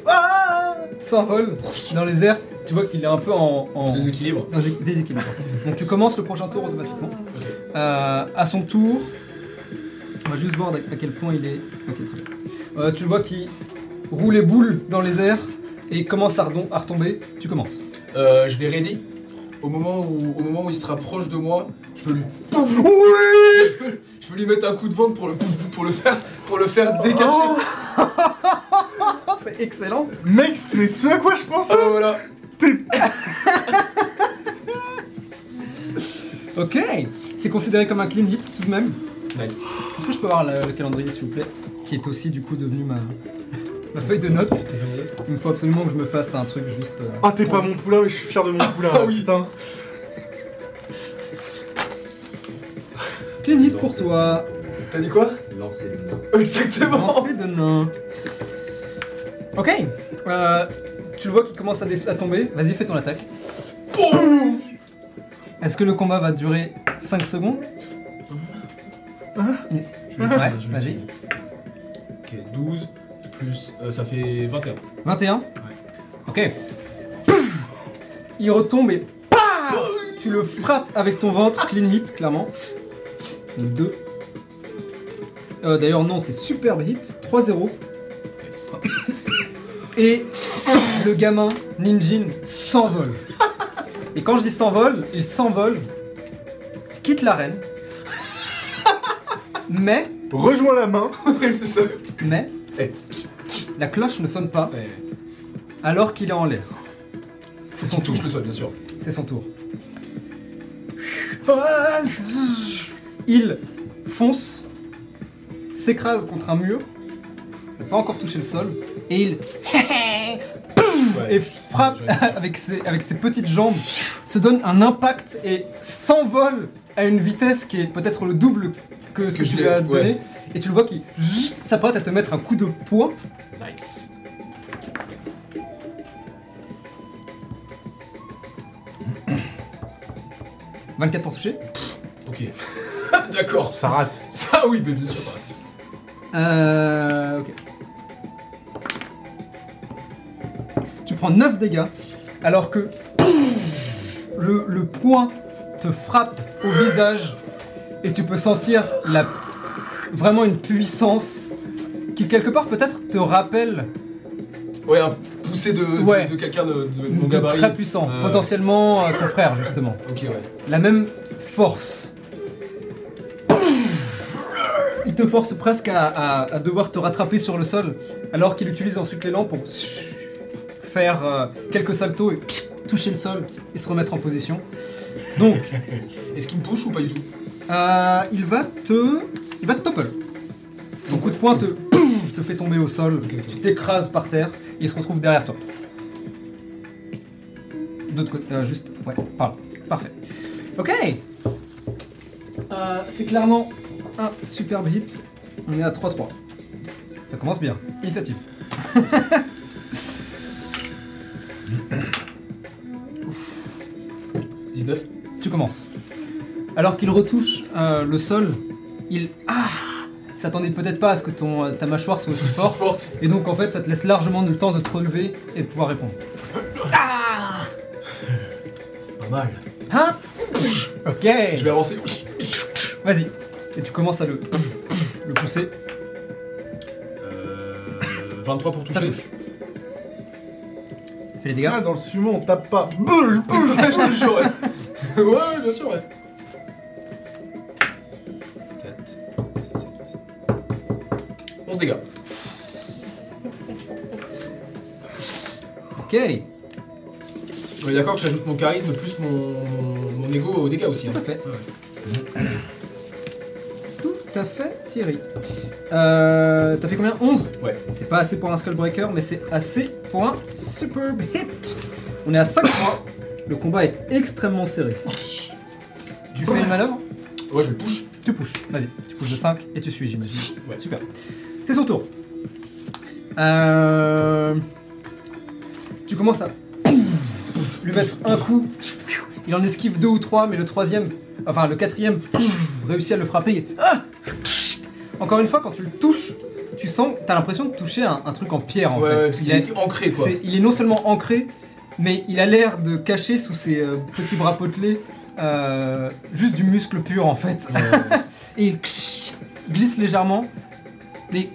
Speaker 1: ah, s'envole dans les airs. Tu vois qu'il est un peu en, en
Speaker 3: Déséquilibre.
Speaker 1: dans un déséquilibre. Donc tu commences le prochain tour automatiquement.
Speaker 3: Ok.
Speaker 1: Euh, à son tour, on va juste voir à quel point il est. Ok, très bien. Euh, tu le vois qui roule les boules dans les airs et commence à, redom- à retomber. Tu commences.
Speaker 3: Euh, je vais ready. Au moment où, au moment où il se rapproche de moi, je peux lui,
Speaker 2: Oui
Speaker 3: je peux lui mettre un coup de ventre pour le, pour le faire, pour le faire dégager.
Speaker 1: Oh, c'est excellent!
Speaker 2: Euh, Mec, c'est ce à quoi je pensais
Speaker 3: Ah bah voilà.
Speaker 1: Ok, c'est considéré comme un clean hit tout de même.
Speaker 3: Nice.
Speaker 1: Est-ce que je peux avoir le, le calendrier s'il vous plaît Qui est aussi du coup devenu ma, ma feuille de notes. Il me faut absolument que je me fasse un truc juste. euh,
Speaker 2: Ah, t'es pas mon poulain, mais je suis fier de mon poulain.
Speaker 1: oui, putain.
Speaker 3: Ah.
Speaker 1: Clean hit pour toi.
Speaker 5: T'as dit quoi
Speaker 4: Lancer le
Speaker 5: Exactement
Speaker 1: Lancez de nain. Ok. euh, tu le vois qu'il commence à, dé- à tomber. Vas-y, fais ton attaque. Est-ce que le combat va durer 5 secondes
Speaker 3: Je
Speaker 1: Ouais,
Speaker 3: l'utilise, je
Speaker 1: vas-y.
Speaker 3: l'utilise. Ok, 12 plus. euh, ça fait 21.
Speaker 1: 21 Ok. Pouf Il retombe et paf Tu le frappes avec ton ventre, clean hit, clairement. Donc 2. D'ailleurs, non, c'est superbe hit, 3-0. Et le gamin Ninjin s'envole. Et quand je dis s'envole, il s'envole, quitte l'arène. Mais,
Speaker 2: Rejoins la main.
Speaker 5: C'est ça.
Speaker 1: mais,
Speaker 5: Eh.
Speaker 1: la cloche ne sonne pas
Speaker 5: Ouais.
Speaker 1: alors qu'il est en l'air. C'est son
Speaker 5: Qui touche
Speaker 1: tour.
Speaker 5: le sol, bien sûr.
Speaker 1: C'est son tour. Il fonce, s'écrase contre un mur, n'a pas encore touché le sol, et il et frappe avec ses, avec ses petites jambes, se donne un impact et s'envole à une vitesse qui est peut-être le double que ce que,
Speaker 5: Que
Speaker 1: tu
Speaker 5: je
Speaker 1: lui as
Speaker 5: l'ai-
Speaker 1: donné.
Speaker 5: ouais.
Speaker 1: Et tu le vois qui s'apprête à te mettre un coup de poing.
Speaker 5: Nice.
Speaker 1: Nice. 24 pour toucher.
Speaker 5: Ok. D'accord.
Speaker 2: Ça rate.
Speaker 5: Ça, oui, mais bien sûr, ça.
Speaker 1: Euh. Ok. Tu prends 9 dégâts, alors que le, le poing te frappe au visage et tu peux sentir la, vraiment une puissance qui, quelque part, peut-être te rappelle
Speaker 5: Ouais, un poussé de, de-
Speaker 1: Ouais.
Speaker 5: de, quelqu'un de, de mon
Speaker 1: de
Speaker 5: gabarit.
Speaker 1: très puissant,
Speaker 5: Euh,
Speaker 1: potentiellement euh, ton frère, justement.
Speaker 5: Ok, ouais.
Speaker 1: La même force. Il te force presque à, à- à devoir te rattraper sur le sol, alors qu'il utilise ensuite l'élan pour faire euh, quelques saltos et toucher le sol et se remettre en position. Donc,
Speaker 5: Est-ce qu'il me push ou pas du tout
Speaker 1: euh, il va te. Il va te topple. Son coup de poing te, pouf, te fait tomber au sol,
Speaker 5: Ok, ok.
Speaker 1: tu t'écrases par terre et il se retrouve derrière toi. D'autre côté, euh, juste, ouais, par là. Parfait. Ok Euh, C'est clairement un superbe hit. On est à 3-3. Ça commence bien. Initiative. Ouf.
Speaker 5: 19
Speaker 1: Tu commences. Alors qu'il retouche euh, le sol, il ah, s'attendait peut-être pas à ce que ton, euh, ta mâchoire soit aussi
Speaker 5: C'est
Speaker 1: forte.
Speaker 5: forte.
Speaker 1: Et donc en fait, ça te laisse largement le temps de te relever et de pouvoir répondre.
Speaker 5: Pas mal.
Speaker 1: Hein Ok.
Speaker 5: Je vais avancer.
Speaker 1: Vas-y. Et tu commences à le, le pousser.
Speaker 5: Euh, 23 pour
Speaker 1: Ça
Speaker 5: toucher.
Speaker 1: touche. Fais les dégâts.
Speaker 2: Ah, dans le sumo, on tape pas.
Speaker 5: Boule, boule, je te jure, ouais. ouais, ouais, bien sûr, ouais. 4, 7, 11 dégâts.
Speaker 1: Ok.
Speaker 5: On est d'accord que j'ajoute mon charisme plus mon, mon, mon ego aux dégâts aussi. hein.
Speaker 1: Tout à fait.
Speaker 5: Ouais.
Speaker 1: Tout à fait, Thierry. Euh, T'as fait combien 11
Speaker 5: Ouais.
Speaker 1: C'est pas assez pour un Skullbreaker, mais c'est assez pour un superbe hit. On est à 5 points. Le combat est extrêmement serré. Tu fais une manœuvre
Speaker 5: Ouais, je le push.
Speaker 1: Tu pushes, vas-y, tu pushes de 5 et tu suis, j'imagine.
Speaker 5: Ouais.
Speaker 1: Super. C'est son tour. Euh, Tu commences à lui mettre un coup. Il en esquive deux ou trois, mais le troisième, enfin le quatrième, réussit à le frapper. Et- Ah Encore une fois, quand tu le touches, tu sens, t'as l'impression de toucher un, un truc en pierre en
Speaker 5: ouais,
Speaker 1: fait.
Speaker 5: ouais, parce qu'il
Speaker 1: a-
Speaker 5: est ancré quoi.
Speaker 1: c'est- il est non seulement ancré, mais il a l'air de cacher sous ses euh, petits bras potelés euh, juste du muscle pur en fait. Et il ksh, glisse légèrement, mais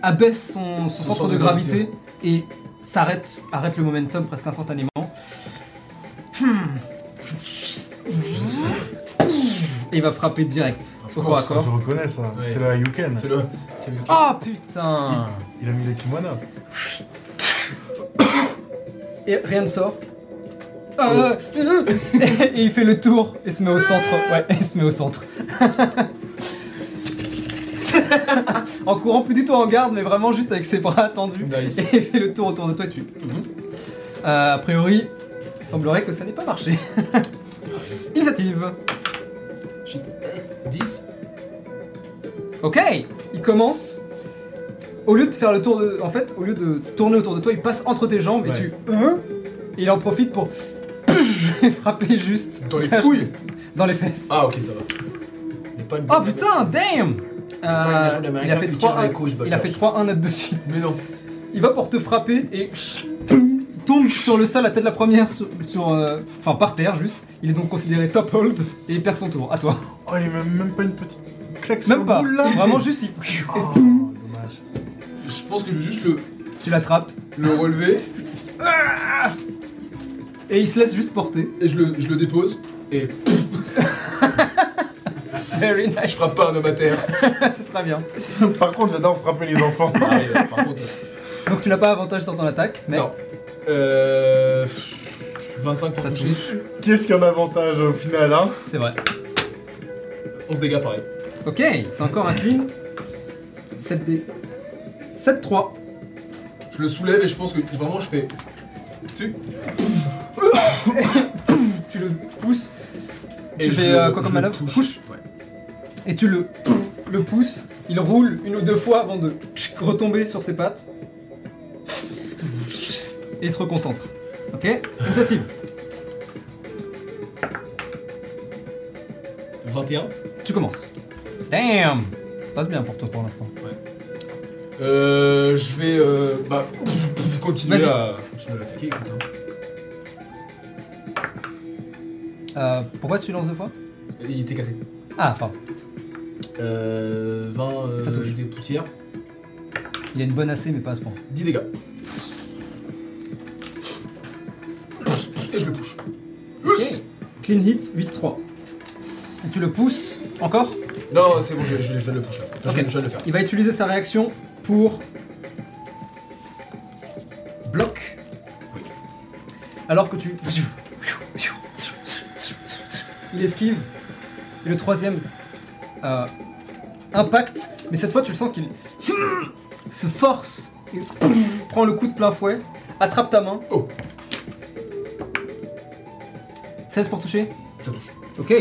Speaker 1: abaisse son, son
Speaker 5: Son
Speaker 1: centre
Speaker 5: centre
Speaker 1: de,
Speaker 5: de
Speaker 1: gravité,
Speaker 5: gravité.
Speaker 1: et s'arrête, arrête le momentum presque instantanément. Hmm. Et il va frapper direct. Au corps à
Speaker 2: Ça,
Speaker 1: corps.
Speaker 2: Je reconnais ça.
Speaker 5: Ouais.
Speaker 2: C'est le Hayuken.
Speaker 5: C'est le.
Speaker 1: Oh putain
Speaker 2: Il a mis les kimonos.
Speaker 1: Et rien ne sort. Ah, euh, Ah. et il fait le tour et se met au centre. Ouais, il se met au centre. en courant plus du tout en garde, mais vraiment juste avec ses bras tendus.
Speaker 3: Nice.
Speaker 1: Et il fait le tour autour de toi et tu. Euh, a priori, il semblerait que ça n'ait pas marché. Initiative.
Speaker 3: 10.
Speaker 1: Ok, il commence. Au lieu de faire le tour de. En fait, au lieu de tourner autour de toi, il passe entre tes jambes et
Speaker 3: Ouais.
Speaker 1: tu. Hein Et il en profite pour. frapper juste
Speaker 3: Dans les couilles
Speaker 1: dans les fesses.
Speaker 3: Ah, ok, ça va. Il y a pas une-
Speaker 1: Oh putain, damn
Speaker 3: Attends,
Speaker 1: Euh,
Speaker 3: nation
Speaker 1: il a fait
Speaker 3: d'Américain qui tire
Speaker 1: 3
Speaker 3: les couilles, ce
Speaker 1: il a fait
Speaker 3: bâtard.
Speaker 1: 3 1 de suite.
Speaker 3: Mais non.
Speaker 1: Il va pour te frapper et boum, tombe sur le sol la tête la première sur, sur, euh, enfin par terre juste. Il est donc considéré top hold et il perd son tour. À toi.
Speaker 2: Oh, il est même pas une petite claque sur
Speaker 1: Même
Speaker 2: le
Speaker 1: pas.
Speaker 2: boule, là
Speaker 1: Vraiment juste il-
Speaker 2: Oh, dommage.
Speaker 3: Je pense que je vais juste le,
Speaker 1: tu l'attrapes
Speaker 3: le relever
Speaker 1: et il se laisse juste porter.
Speaker 3: et je le, je le dépose. Et
Speaker 1: Very nice.
Speaker 3: je frappe pas un homme à terre.
Speaker 1: C'est très bien.
Speaker 2: Par contre, j'adore frapper les enfants.
Speaker 3: Ah, et, euh, par contre,
Speaker 1: Donc tu n'as pas avantage sur ton attaque, mais
Speaker 3: Non. euh, 25 pour
Speaker 1: Ça
Speaker 3: toucher.
Speaker 2: Qui est-ce qui a un avantage au final, hein
Speaker 1: c'est vrai.
Speaker 3: 11 dégâts pareil.
Speaker 1: Ok, c'est encore un clean. 7D. 7-3.
Speaker 3: Je le soulève et je pense que vraiment je fais. Tu
Speaker 1: Tu le pousses
Speaker 3: et
Speaker 1: Tu
Speaker 3: je
Speaker 1: fais,
Speaker 3: le-
Speaker 1: euh, quoi comme
Speaker 3: je le
Speaker 1: manœuvre
Speaker 3: touche.
Speaker 1: Push
Speaker 3: Ouais.
Speaker 1: et tu le, le pousses. Il roule une ou deux fois avant de retomber sur ses pattes. Et il se reconcentre. Ok Initiative.
Speaker 3: 21.
Speaker 1: Tu commences. Damn Ça passe bien pour toi pour l'instant.
Speaker 3: Euh, je vais euh, bah, continuer
Speaker 1: Vas-y.
Speaker 3: à continuer à l'attaquer. écoute, hein.
Speaker 1: Euh, pourquoi tu lances deux fois
Speaker 3: Il était cassé.
Speaker 1: Ah, pardon.
Speaker 3: Euh, 20 euh,
Speaker 1: Ça touche.
Speaker 3: des poussières.
Speaker 1: Il a une bonne AC, mais pas à ce point.
Speaker 3: 10 dégâts. Et je le push. Huss
Speaker 1: Clean hit, 8-3. Et Tu le pousses encore
Speaker 3: Non, c'est bon, je, je- je viens de le push là. Enfin, je,
Speaker 1: Ok.
Speaker 3: viens- je viens de le faire.
Speaker 1: Il va utiliser sa réaction pour. Bloc.
Speaker 3: Oui.
Speaker 1: Alors que tu. Il esquive. Et le troisième. euh, impact. Mais cette fois, tu le sens qu'il. se force. Et prend le coup de plein fouet. Attrape ta main.
Speaker 3: Oh.
Speaker 1: 16 pour toucher.
Speaker 3: Ça touche.
Speaker 1: Ok.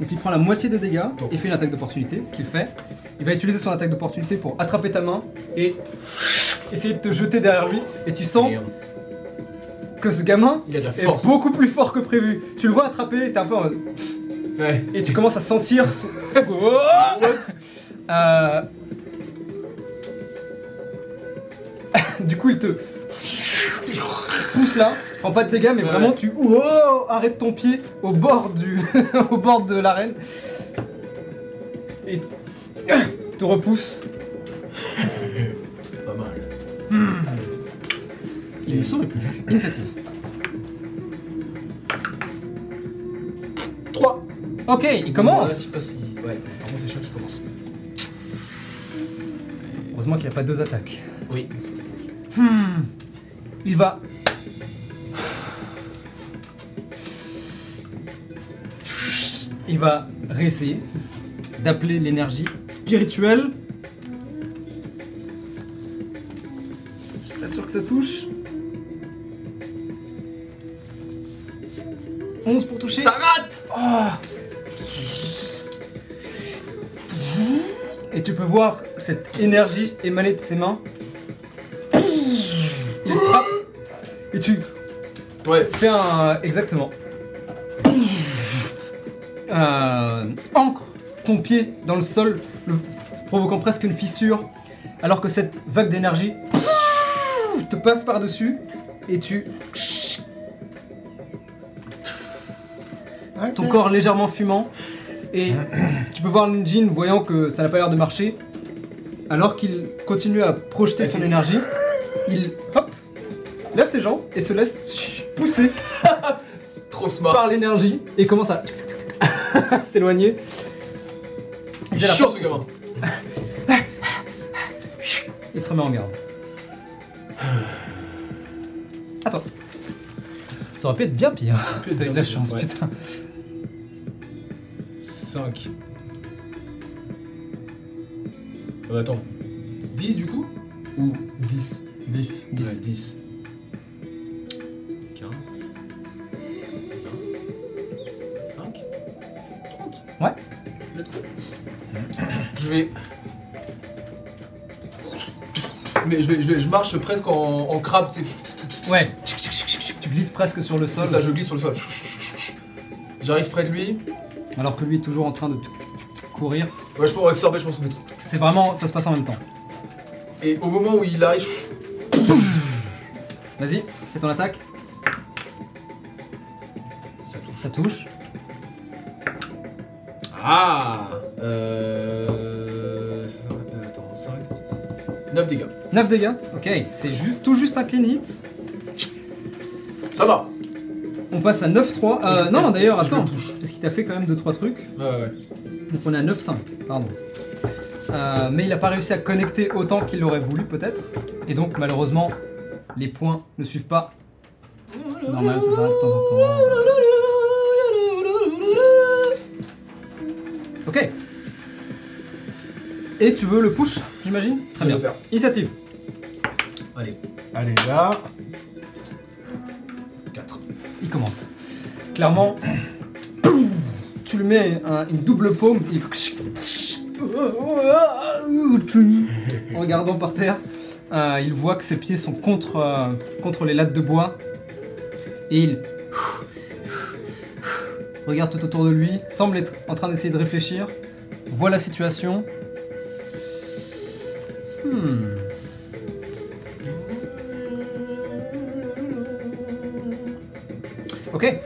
Speaker 1: Donc il prend la moitié des dégâts
Speaker 3: Donc.
Speaker 1: et fait une attaque d'opportunité, ce qu'il fait. Il va utiliser son attaque d'opportunité pour attraper ta main et essayer de te jeter derrière lui. Et tu sens
Speaker 3: Merde.
Speaker 1: que ce gamin
Speaker 3: Il a de la
Speaker 1: est
Speaker 3: force.
Speaker 1: beaucoup plus fort que prévu. Tu le vois attraper et t'es un peu en mode-
Speaker 3: Ouais.
Speaker 1: Et tu commences à sentir... son- Oh Euh, du coup il te... pousse là, prends pas de dégâts mais
Speaker 3: Ouais.
Speaker 1: vraiment tu... Oh Arrête ton pied au bord du... au bord de l'arène. Et... te repousse.
Speaker 3: Pas mal.
Speaker 1: Il ne saurait plus. Initiative.
Speaker 3: 3
Speaker 1: Ok, il
Speaker 3: Ouais, je sais
Speaker 1: commence
Speaker 3: pas si- Ouais, par contre, c'est chaud qui commence.
Speaker 1: Heureusement qu'il a pas deux attaques. Hmm.
Speaker 3: Oui.
Speaker 1: Il va. Il va réessayer d'appeler l'énergie spirituelle. Je suis pas sûr que ça touche. 11 pour toucher. Ça rate Et tu peux voir cette énergie émaner de ses mains. Il frappe. Et tu
Speaker 3: Ouais.
Speaker 1: fais un. Exactement. Euh, ancre ton pied dans le sol, le- provoquant presque une fissure, alors que cette vague d'énergie te passe par-dessus et tu. Ton corps légèrement fumant. Et tu peux voir Ninjin voyant que ça n'a pas l'air de marcher. Alors qu'il continue à projeter son énergie, il hop, lève ses jambes et se laisse pousser
Speaker 3: Trop smart.
Speaker 1: par l'énergie et commence à s'éloigner.
Speaker 3: Il
Speaker 1: Il,
Speaker 3: est chiant ce gamin.
Speaker 1: il se remet en garde. Attends. Ça aurait pu être bien pire.
Speaker 3: Ça peut être
Speaker 1: T'as eu
Speaker 3: bien
Speaker 1: de la
Speaker 3: pire,
Speaker 1: chance,
Speaker 3: ouais.
Speaker 1: putain.
Speaker 3: 5. Euh, attends. 10 du coup Ou 10
Speaker 2: 10.
Speaker 1: 10.
Speaker 3: 10. 15. 20. 5. 30.
Speaker 1: Ouais.
Speaker 3: Let's go. Je vais. Mais je, vais, je, vais- je marche presque en, en crabe, tu sais.
Speaker 1: Ouais. Tu glisses presque sur le
Speaker 3: C'est
Speaker 1: sol.
Speaker 3: ça, je glisse sur le sol. J'arrive près de lui.
Speaker 1: Alors que lui est toujours en train de courir.
Speaker 3: Ouais, je pense, ouais, c'est ça, en fait, je pense qu'on fait
Speaker 1: C'est vraiment. Ça se passe en même temps.
Speaker 3: Et au moment où il arrive,
Speaker 1: Vas-y, fais ton attaque.
Speaker 3: ça touche.
Speaker 1: Ça touche.
Speaker 3: Ah Euh. ça, euh, Attends, 5, 6, 9 dégâts.
Speaker 1: 9 dégâts. Ok, c'est ju- tout juste un clean hit.
Speaker 3: Ça va
Speaker 1: On passe à 9-3. Euh,
Speaker 3: Je-
Speaker 1: non, d'ailleurs,
Speaker 3: Je le
Speaker 1: attends.
Speaker 3: push.
Speaker 1: Parce qu'il t'a fait quand même 2-3 trucs.
Speaker 3: Ouais, ouais.
Speaker 1: Donc on est à 9-5, pardon. Euh, mais il n'a pas réussi à connecter autant qu'il l'aurait voulu peut-être. Et donc malheureusement, les points ne suivent pas. C'est normal, ça s'arrête de temps en temps. Ok. Et tu veux le push, j'imagine Très
Speaker 3: Je vais
Speaker 1: bien.
Speaker 3: le faire.
Speaker 1: Initiative.
Speaker 3: Allez,
Speaker 2: Allez, là.
Speaker 3: 4.
Speaker 1: Il commence. Clairement, pouf, tu lui mets un- une double paume, il... En regardant par terre, euh, il voit que ses pieds sont contre, euh, contre les lattes de bois. Et il... Regarde tout autour de lui, semble être en train d'essayer de réfléchir, voit la situation. Hmm. Ok.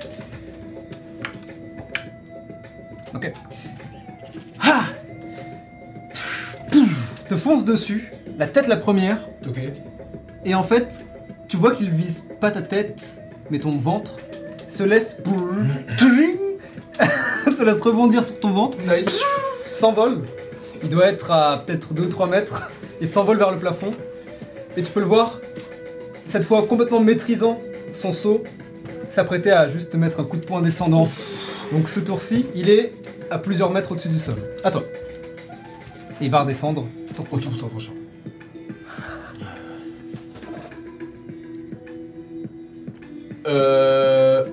Speaker 1: Ok. Ah Te fonce dessus, la tête la première,
Speaker 3: Ok.
Speaker 1: et en fait, tu vois qu'il vise pas ta tête, mais ton ventre, se laisse. se laisse rebondir sur ton ventre,
Speaker 3: Nice
Speaker 1: s'envole. Il doit être à peut-être 2-3 mètres, il s'envole vers le plafond, et tu peux le voir, cette fois complètement maîtrisant son saut, s'apprêter à juste te mettre un coup de poing descendant. Donc ce tour-ci, il est à plusieurs mètres au-dessus du sol. À toi. Et il va redescendre. oh, Ton
Speaker 3: Au tour, ton prochain. Euh.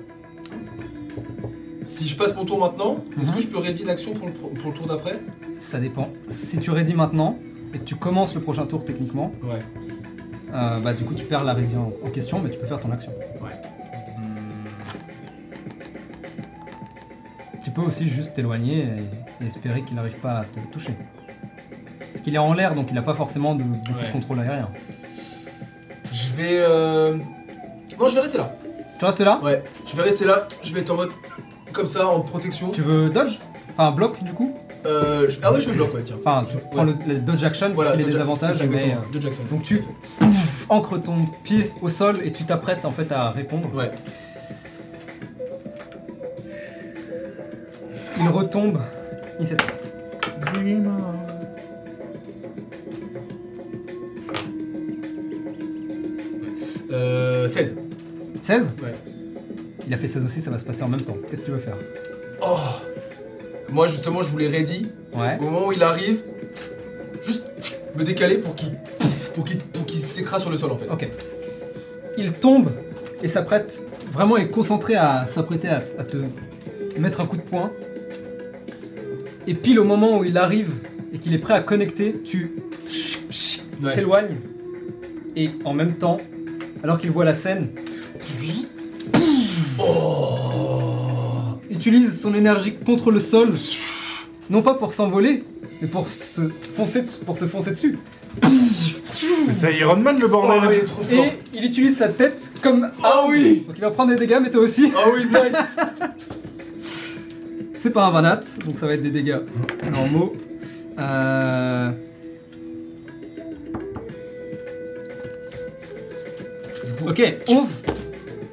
Speaker 3: Si je passe mon tour maintenant, est-ce
Speaker 1: Mhm.
Speaker 3: que je peux ready l'action pour le, pro- pour le tour d'après
Speaker 1: Ça dépend. Si tu rédis maintenant, et que tu commences le prochain tour techniquement,
Speaker 3: Ouais.
Speaker 1: euh, bah du coup tu perds la rédie en, en question, mais tu peux faire ton action.
Speaker 3: Ouais.
Speaker 1: Tu peux aussi juste t'éloigner et, et espérer qu'il n'arrive pas à te toucher. Parce qu'il est en l'air, donc il n'a pas forcément de, beaucoup de
Speaker 3: Ouais.
Speaker 1: contrôle aérien.
Speaker 3: Je vais. Euh... Non, je vais rester là.
Speaker 1: Tu restes là
Speaker 3: Ouais, je vais rester là, je vais être en mode comme ça, en protection.
Speaker 1: Tu veux dodge Enfin, bloc du coup
Speaker 3: Euh, je- Ah ouais, je vais bloquer, ouais, tiens.
Speaker 1: Enfin, tu
Speaker 3: Ouais.
Speaker 1: prends le, le dodge action,
Speaker 3: Voilà,
Speaker 1: il
Speaker 3: deux
Speaker 1: est des
Speaker 3: Ja-
Speaker 1: avantages,
Speaker 3: c'est ça,
Speaker 1: mais
Speaker 3: exactement, deux Jackson.
Speaker 1: donc tu- euh, ancre ton pied au sol et tu t'apprêtes en fait à répondre.
Speaker 3: Ouais.
Speaker 1: Il retombe. Il s'est-
Speaker 3: Euh, 16.
Speaker 1: 16
Speaker 3: Ouais.
Speaker 1: Il a fait 16 aussi, ça va se passer en même temps. Qu'est-ce que tu veux faire
Speaker 3: Oh Moi, justement, je voulais ready.
Speaker 1: Ouais.
Speaker 3: Au moment où il arrive, juste me décaler pour qu'il pouf, pour qu'il pour qu'il s'écrase sur le sol en fait.
Speaker 1: Ok. Il tombe et s'apprête, vraiment est concentré à s'apprêter à, à te mettre un coup de poing. Et pile au moment où il arrive et qu'il est prêt à connecter, tu Oh.
Speaker 3: Ouais.
Speaker 1: t'éloignes. Et en même temps, alors qu'il voit la scène, Oh. utilise son énergie contre le sol, non pas pour s'envoler, mais pour, se foncer, pour te foncer dessus.
Speaker 2: Mais c'est Iron Man le
Speaker 3: Oh, il
Speaker 2: bordel
Speaker 3: est trop fort.
Speaker 1: Et il utilise sa tête comme
Speaker 3: Ah oui
Speaker 1: Donc il va prendre des dégâts, mais toi aussi.
Speaker 3: Ah oui, nice
Speaker 1: C'est pas un vanat, donc ça va être des dégâts normaux. Euh... Ok, 11.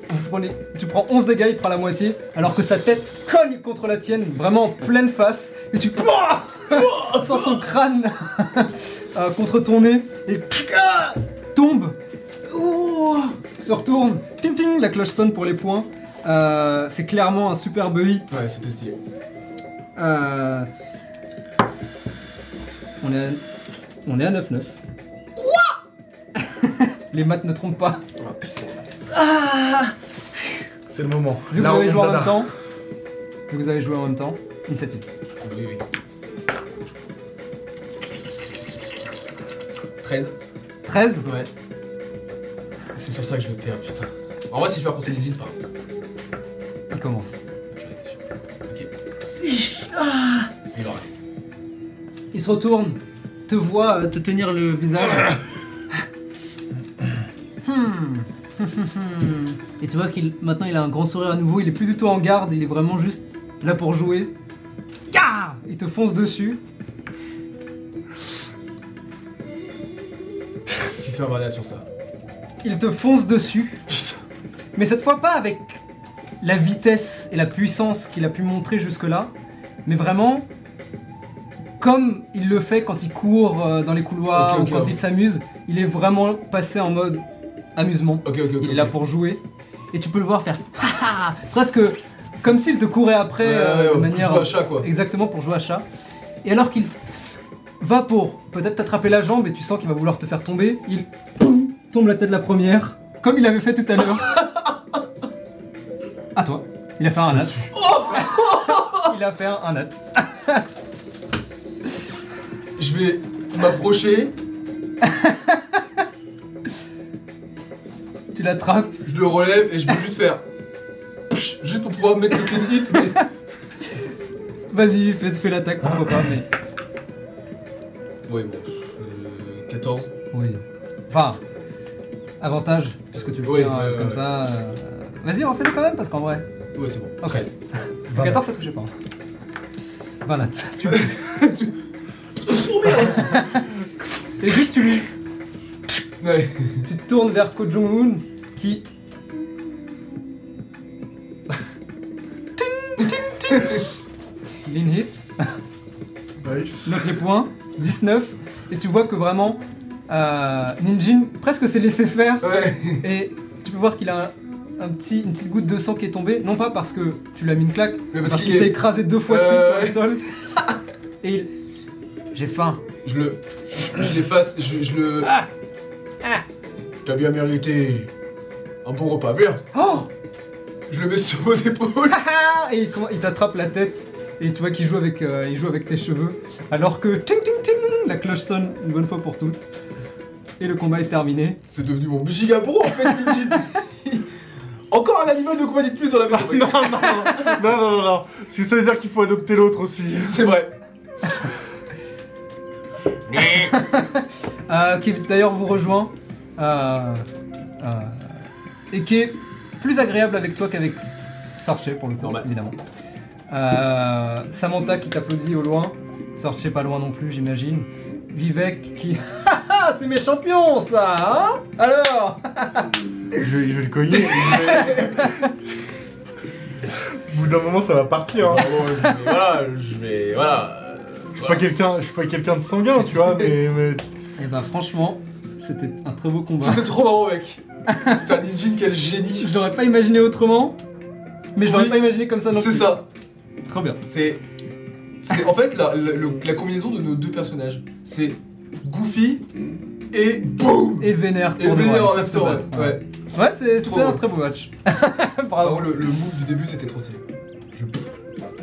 Speaker 1: Vous prenez- tu prends 11 dégâts, il prend la moitié, alors que sa tête cogne contre la tienne, vraiment en pleine face, et tu Pouah Pouah sans son crâne euh, contre ton nez, et tombe, Ouh se retourne, ting ting, la cloche sonne pour les points,
Speaker 7: Euh, c'est clairement un superbe hit.
Speaker 3: Ouais, c'était stylé.
Speaker 7: Euh, on, est à... on est à 9-9.
Speaker 1: Les maths ne trompent pas.
Speaker 2: C'est le moment.
Speaker 1: Vu que
Speaker 2: Là,
Speaker 1: vous avez
Speaker 2: on
Speaker 1: joué en même
Speaker 2: dada.
Speaker 1: temps, vu que vous avez joué en même temps, initiative.
Speaker 3: Oui, oui.
Speaker 1: 13
Speaker 3: Ouais. C'est sur ça que je vais te perdre, putain. En vrai, si je peux raconter les lignes, c'est pas grave.
Speaker 1: Il commence.
Speaker 3: J'en étais sûr. Ok. Il aura.
Speaker 1: Il se retourne, te voit euh, te tenir le visage. Hmm. Et tu vois qu'il maintenant il a un grand sourire à nouveau, il est plus du tout en garde, il est vraiment juste là pour jouer. Gah il te fonce dessus.
Speaker 3: Tu fais un variade sur ça.
Speaker 1: Il te fonce dessus.
Speaker 3: Putain.
Speaker 1: Mais cette fois pas avec la vitesse et la puissance qu'il a pu montrer jusque-là, mais vraiment comme il le fait quand il court euh, dans les couloirs
Speaker 3: Ok, ok,
Speaker 1: ou quand
Speaker 3: ouais.
Speaker 1: il s'amuse, il est vraiment passé en mode amusement.
Speaker 3: Ok, ok, ok.
Speaker 1: Il est là
Speaker 3: ok.
Speaker 1: pour jouer et tu peux le voir faire Ah ah presque comme s'il te courait après
Speaker 3: Ouais,
Speaker 1: euh, de
Speaker 3: ouais, ouais,
Speaker 1: manière
Speaker 3: plus de chat, quoi.
Speaker 1: exactement pour jouer à chat. Et alors qu'il va pour peut-être t'attraper la jambe et tu sens qu'il va vouloir te faire tomber, il boum, tombe la tête la première comme il avait fait tout à l'heure. à toi. Il a fait un nat. il a fait un nat.
Speaker 3: Je vais m'approcher,
Speaker 1: Tu l'attrapes.
Speaker 3: je le relève et je vais juste faire. Psh, Juste pour pouvoir mettre le clé de hit, mais.
Speaker 1: Vas-y, fais, fais l'attaque, pourquoi pas, mais.
Speaker 3: Ouais, bon. Euh, 14.
Speaker 1: Oui. Enfin, avantage, puisque tu le
Speaker 3: Oui,
Speaker 1: tiens euh,
Speaker 3: ouais, ouais,
Speaker 1: comme
Speaker 3: ouais.
Speaker 1: ça. euh, Vas-y, refais-le quand même, parce qu'en vrai.
Speaker 3: Ouais, c'est bon.
Speaker 1: Ok.
Speaker 3: 13.
Speaker 1: Parce que 14, ça touchait pas. hein. 20 lattes. Tu... Et juste, tu lui.
Speaker 3: Ouais.
Speaker 1: Tu te tournes vers Ko Jong-un, qui. Ting, ting, ting. Lean hit.
Speaker 2: Nice.
Speaker 1: Note les points, 19, et tu vois que vraiment, euh, Ninjin presque s'est laissé faire,
Speaker 3: Ouais.
Speaker 1: et tu peux voir qu'il a un, un petit, une petite goutte de sang qui est tombée, non pas parce que tu lui as mis une claque,
Speaker 3: Mais
Speaker 1: parce,
Speaker 3: parce
Speaker 1: qu'il
Speaker 3: qu'il
Speaker 1: s'est
Speaker 3: est-
Speaker 1: écrasé deux fois de
Speaker 3: Euh,
Speaker 1: suite sur le sol, et il... J'ai faim.
Speaker 3: Je le. Je l'efface, je, je le. Ah T'as bien mérité un bon repas, viens
Speaker 1: Oh
Speaker 3: Je le mets sur vos épaules
Speaker 1: Ah Et il, comment- il t'attrape la tête, et tu vois qu'il joue, avec, euh, il joue avec tes cheveux, alors que... Ting, ting, ting, la cloche sonne une bonne fois pour toutes, et le combat est terminé.
Speaker 3: C'est devenu mon giga bro en fait, Ninjin Encore un animal de compagnie de plus dans la merde
Speaker 2: non, non, non, non, non, non, non. Parce que ça veut dire qu'il faut adopter l'autre aussi.
Speaker 3: C'est vrai
Speaker 1: Euh, qui d'ailleurs vous rejoint euh, euh, et qui est plus agréable avec toi qu'avec Sarché pour le coup,
Speaker 3: Normal.
Speaker 1: évidemment. Euh, Samantha qui t'applaudit au loin, Sarché pas loin non plus, j'imagine. Vivek qui. Ah, c'est mes champions ça, hein Alors
Speaker 2: Je, vais- je vais le cogner. Au bout d'un moment, ça va partir. Hein.
Speaker 3: Ah bon, je vais- Voilà, je vais. Voilà
Speaker 2: Je suis pas quelqu'un, je suis pas quelqu'un de sanguin, tu vois, mais, mais
Speaker 1: Et bah franchement, c'était un très beau combat.
Speaker 3: C'était trop marrant, mec T'as Ninjin, quel génie
Speaker 1: Je l'aurais pas imaginé autrement, mais je l'aurais
Speaker 3: Oui.
Speaker 1: pas imaginé comme ça non
Speaker 3: C'est
Speaker 1: plus.
Speaker 3: ça
Speaker 1: Très bien.
Speaker 3: C'est. C'est en fait la, la- le- la combinaison de nos deux personnages. C'est Goofy et boum
Speaker 1: Et vénère.
Speaker 3: Et
Speaker 1: pour de vrai,
Speaker 3: Vénère en
Speaker 1: ça
Speaker 3: même
Speaker 1: se
Speaker 3: temps,
Speaker 1: bat.
Speaker 3: ouais. ouais.
Speaker 1: Ouais, c'est-
Speaker 3: Trop
Speaker 1: c'était un
Speaker 3: beau.
Speaker 1: très beau match.
Speaker 3: Par
Speaker 1: Bravo.
Speaker 3: contre, Ah, oh, le, le move du début c'était trop stylé. Je-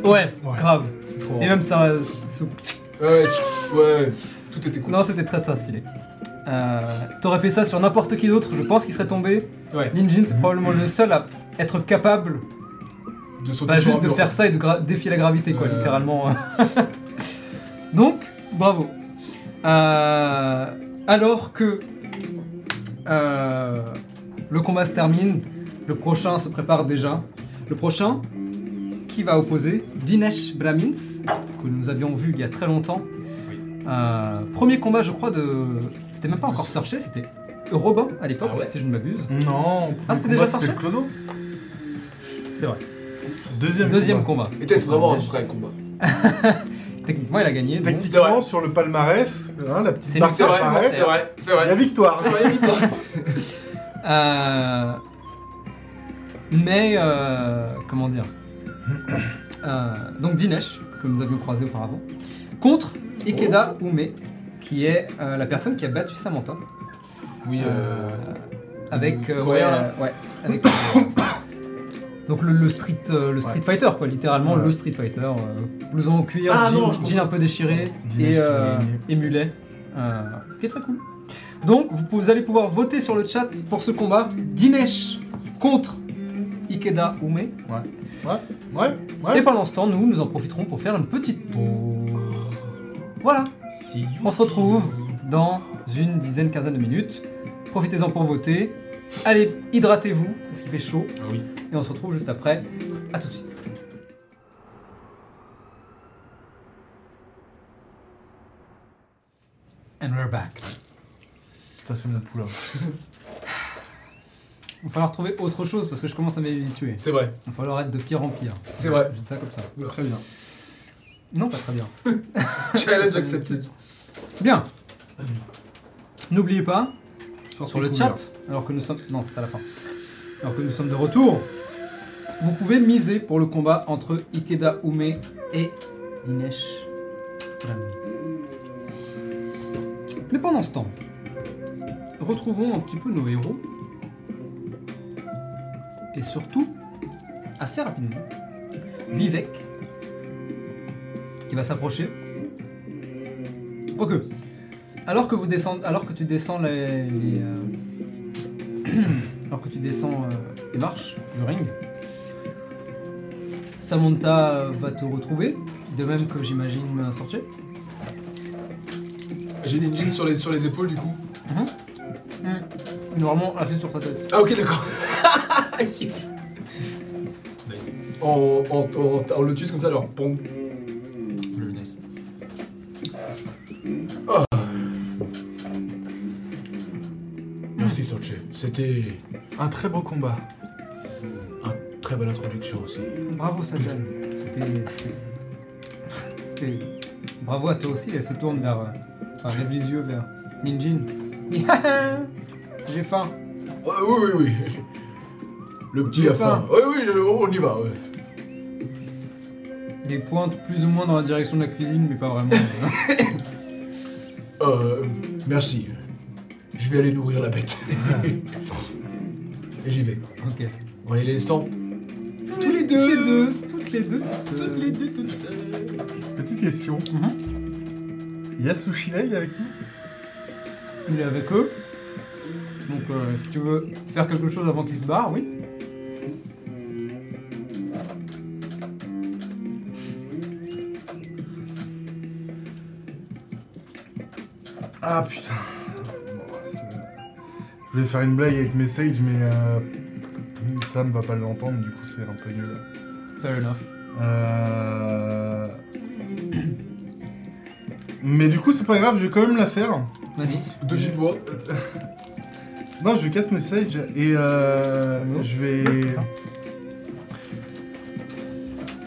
Speaker 1: Ouais, grave.
Speaker 3: C'est trop
Speaker 1: Et
Speaker 3: marrant.
Speaker 1: même ça. ce-
Speaker 3: Ouais, ouais, je- ouais, tout était cool.
Speaker 1: Non, c'était très très stylé. Euh, T'aurais fait ça sur n'importe qui d'autre, je pense qu'il serait tombé.
Speaker 3: Ouais,
Speaker 1: Ninjin, c'est probablement le seul à être capable,
Speaker 3: de sauter
Speaker 1: bah,
Speaker 3: sur
Speaker 1: juste
Speaker 3: un
Speaker 1: de
Speaker 3: mur.
Speaker 1: faire ça et de gra- défier la gravité, quoi,
Speaker 3: Ouais.
Speaker 1: littéralement. hein. Donc, bravo. Euh, alors que euh, le combat se termine, le prochain se prépare déjà. Le prochain qui va opposer Dinesh Brahmins, que nous avions vu il y a très longtemps. Euh, premier combat, je crois, de. C'était même pas
Speaker 3: De
Speaker 1: encore
Speaker 3: ce-
Speaker 1: Searché, c'était Robin à l'époque,
Speaker 3: Ah ouais.
Speaker 1: si je ne m'abuse.
Speaker 2: non.
Speaker 1: Ah, c'était déjà sorti
Speaker 2: le clodo.
Speaker 1: C'est vrai.
Speaker 2: Deuxième.
Speaker 1: Deuxième
Speaker 2: combat.
Speaker 1: combat.
Speaker 3: Était-ce vraiment un vrai combat
Speaker 1: Techniquement, il a gagné. donc-
Speaker 2: Techniquement, sur le palmarès, hein, la
Speaker 1: C'est
Speaker 2: petite barre
Speaker 3: C'est vrai, Ah, c'est
Speaker 2: palmarès,
Speaker 3: vrai, c'est
Speaker 2: il y a
Speaker 3: vrai.
Speaker 2: victoire.
Speaker 3: C'est pas évident.
Speaker 1: Euh, Mais, euh, comment dire Euh, Donc Dinesh, que nous avions croisé auparavant, contre Ikeda Ume, qui est euh, la personne qui a battu Samantha.
Speaker 3: Oui,
Speaker 1: Euh,
Speaker 3: euh,
Speaker 1: avec euh,
Speaker 3: Coréen,
Speaker 1: ouais,
Speaker 3: là.
Speaker 1: euh, ouais, avec euh, donc le, le street euh, le street fighter quoi littéralement le street fighter euh, blouson en cuir
Speaker 3: Ah,
Speaker 1: jean,
Speaker 3: non, je
Speaker 1: jean un peu déchiré
Speaker 2: Dinesh
Speaker 1: et,
Speaker 2: qui
Speaker 1: euh,
Speaker 2: gagne.
Speaker 1: et mulet euh, qui est très cool donc vous, pou- vous allez pouvoir voter sur le chat pour ce combat Dinesh contre Ikeda Ume
Speaker 2: Ouais, ouais.
Speaker 1: et pendant ce temps nous nous en profiterons pour faire une petite pause voilà
Speaker 5: Si
Speaker 1: on se retrouve dans une dizaine, quinzaine de minutes. Profitez-en pour voter. Allez, hydratez-vous parce qu'il fait chaud.
Speaker 5: Ah oui.
Speaker 1: Et on se retrouve juste après. À tout de suite. And we're back.
Speaker 2: Putain, c'est mon poulain.
Speaker 1: Il va falloir trouver autre chose parce que je commence à m'habituer.
Speaker 3: c'est vrai.
Speaker 1: Il va falloir être de pire en pire.
Speaker 3: C'est vrai. Bah,
Speaker 1: Je dis ça comme ça.
Speaker 3: Très bien.
Speaker 1: Non, pas très bien.
Speaker 3: Challenge accepted.
Speaker 1: Bien. N'oubliez pas,
Speaker 2: Sortez
Speaker 1: sur le
Speaker 2: couvert.
Speaker 1: chat, alors que nous sommes. Non, c'est ça la fin. Alors que nous sommes de retour, vous pouvez miser pour le combat entre Ikeda Ume et Dinesh Ramani. Mais pendant ce temps, retrouvons un petit peu nos héros. Et surtout, assez rapidement, Vivek, qui va s'approcher. Quoique, alors que vous descendez, alors que tu descends les, les, euh, alors que tu descends euh, les marches du ring, Samantha euh, va te retrouver, de même que j'imagine euh, Sorche.
Speaker 3: J'ai des jeans sur les, sur les épaules du coup.
Speaker 1: Normalement, elle est sur ta tête.
Speaker 3: Ah ok d'accord. yes. Nice. On, on, on, on le tue comme ça alors. Pong. Very nice.
Speaker 5: Merci Sorche. C'était
Speaker 2: Un très beau combat.
Speaker 5: une très belle introduction aussi.
Speaker 1: Bravo Sajan, c'était, c'était, c'était- bravo à toi aussi. Elle se tourne vers, euh, enfin, lève les yeux vers Ninjin. J'ai faim.
Speaker 5: Ouais, oui, oui, oui. Le petit
Speaker 1: J'ai
Speaker 5: a faim.
Speaker 1: faim.
Speaker 5: Oui, oui, je-
Speaker 3: Oh,
Speaker 5: on y va. ouais.
Speaker 1: Il pointe plus ou moins dans la direction de la cuisine, mais pas vraiment.
Speaker 5: Euh, merci. Je vais aller nourrir la bête. Et j'y vais.
Speaker 1: ok.
Speaker 5: En les laissant.
Speaker 1: Tous les deux, toutes les deux, toutes les deux.
Speaker 3: deux toutes seules.
Speaker 2: Petite question.
Speaker 1: Mm-hmm.
Speaker 2: Yasushilei avec nous
Speaker 1: Il est avec eux. Donc euh, si tu veux faire quelque chose avant qu'ils se barrent, oui.
Speaker 2: Ah putain. Bon, c'est- Je voulais faire une blague avec Message, mais euh, Sam va pas l'entendre, du coup c'est un peu nul.
Speaker 1: Fair enough.
Speaker 2: Euh... Mais du coup c'est pas grave, je vais quand même la faire.
Speaker 1: Vas-y.
Speaker 3: De vive voix.
Speaker 2: Non, je casse Message et euh,
Speaker 1: Non.
Speaker 2: je vais...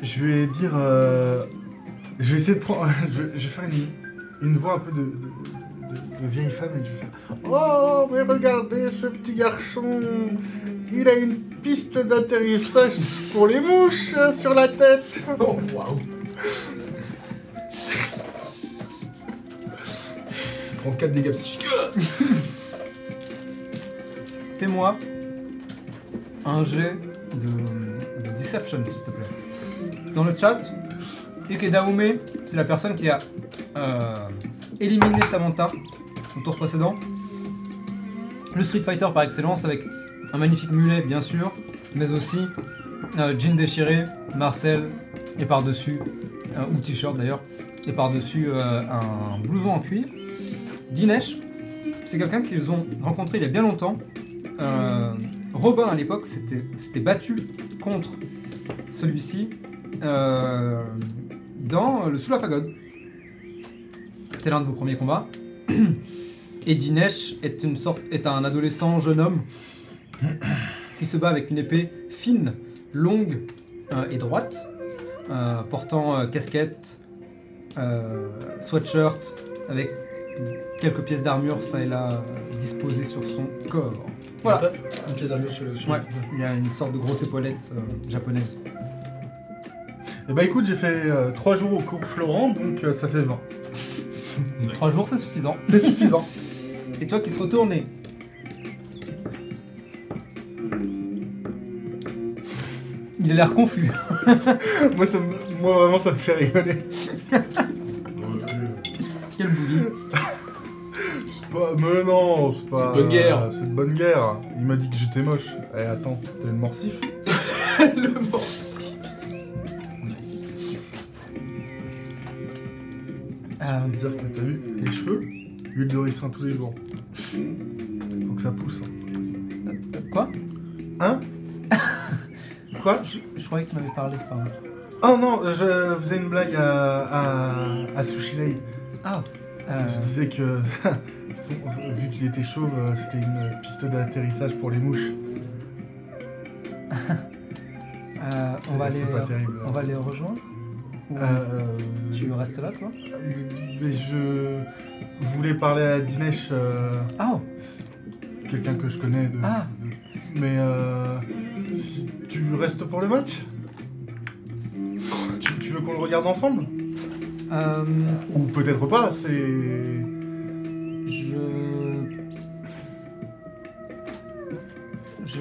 Speaker 2: Je vais dire... euh, Je vais essayer de prendre... je, vais, je vais faire une, une voix un peu de, de- de- de vieille femme et je vais faire... Oh, mais regardez ce petit garçon Il a une piste d'atterrissage pour les mouches euh, sur la tête
Speaker 3: Oh waouh. Je prends 4 dégâts psychiques.
Speaker 1: Fais-moi un jet de, de deception, s'il te plaît. Dans le chat, Ikeda Ume, c'est la personne qui a euh, éliminé Samantha au tour précédent. Le Street Fighter par excellence, avec un magnifique mulet, bien sûr, mais aussi euh, jean déchiré, Marcel, et par-dessus, euh, ou t-shirt d'ailleurs, et par-dessus euh, un blouson en cuir. Dinesh, c'est quelqu'un qu'ils ont rencontré il y a bien longtemps. Euh, Robin à l'époque s'était s'était battu contre celui-ci euh, dans le Sous la Pagode. C'était l'un de vos premiers combats. Et Dinesh est, une sorte, est un adolescent jeune homme qui se bat avec une épée fine, longue euh, et droite, euh, portant euh, casquette, euh, sweatshirt, avec quelques pièces d'armure ça et là euh, disposées sur son corps. Voilà.
Speaker 5: Il y a pas Une pièce d'armure sur le. sur le-
Speaker 1: Ouais, il y a une sorte de grosse épaulette euh, japonaise.
Speaker 2: Et bah écoute, j'ai fait 3 jours au cours Florent, donc euh, ça fait 20.
Speaker 5: Nice.
Speaker 1: Trois jours, c'est suffisant.
Speaker 2: C'est suffisant.
Speaker 1: Et toi qui se retourne et... Il a l'air confus.
Speaker 2: moi, ça me- moi, vraiment, ça me fait rigoler.
Speaker 1: Quel bouillie.
Speaker 2: C'est pas. Mais non, c'est pas.
Speaker 3: C'est de bonne guerre.
Speaker 2: C'est de bonne guerre. Il m'a dit que j'étais moche. Eh, attends, t'as une morsif
Speaker 3: le morceau. Nice.
Speaker 1: Euh,
Speaker 2: me dire que t'as vu les cheveux Huile de ricin tous les jours. Faut que ça pousse. hein.
Speaker 1: quoi
Speaker 2: hein. Quoi
Speaker 1: je, je croyais que tu m'avais parlé. Enfin...
Speaker 2: Oh non, je faisais une blague à, à, à Sushi Lei.
Speaker 1: Ah euh,
Speaker 2: Je disais que, son- vu qu'il était chauve, euh, c'était une piste d'atterrissage pour les mouches.
Speaker 1: euh, on, va
Speaker 2: C'est-
Speaker 1: aller,
Speaker 2: C'est pas terrible. hein.
Speaker 1: on va les rejoindre Ou
Speaker 2: Euh,
Speaker 1: Tu restes là, toi
Speaker 2: Mais je voulais parler à Dinesh, euh,
Speaker 1: Ah
Speaker 2: c'est quelqu'un que je connais. De,
Speaker 1: Ah.
Speaker 2: de- mais euh, si- tu restes pour le match tu, tu veux qu'on le regarde ensemble
Speaker 1: euh,
Speaker 2: Ou peut-être pas, c'est...
Speaker 1: Je. Je.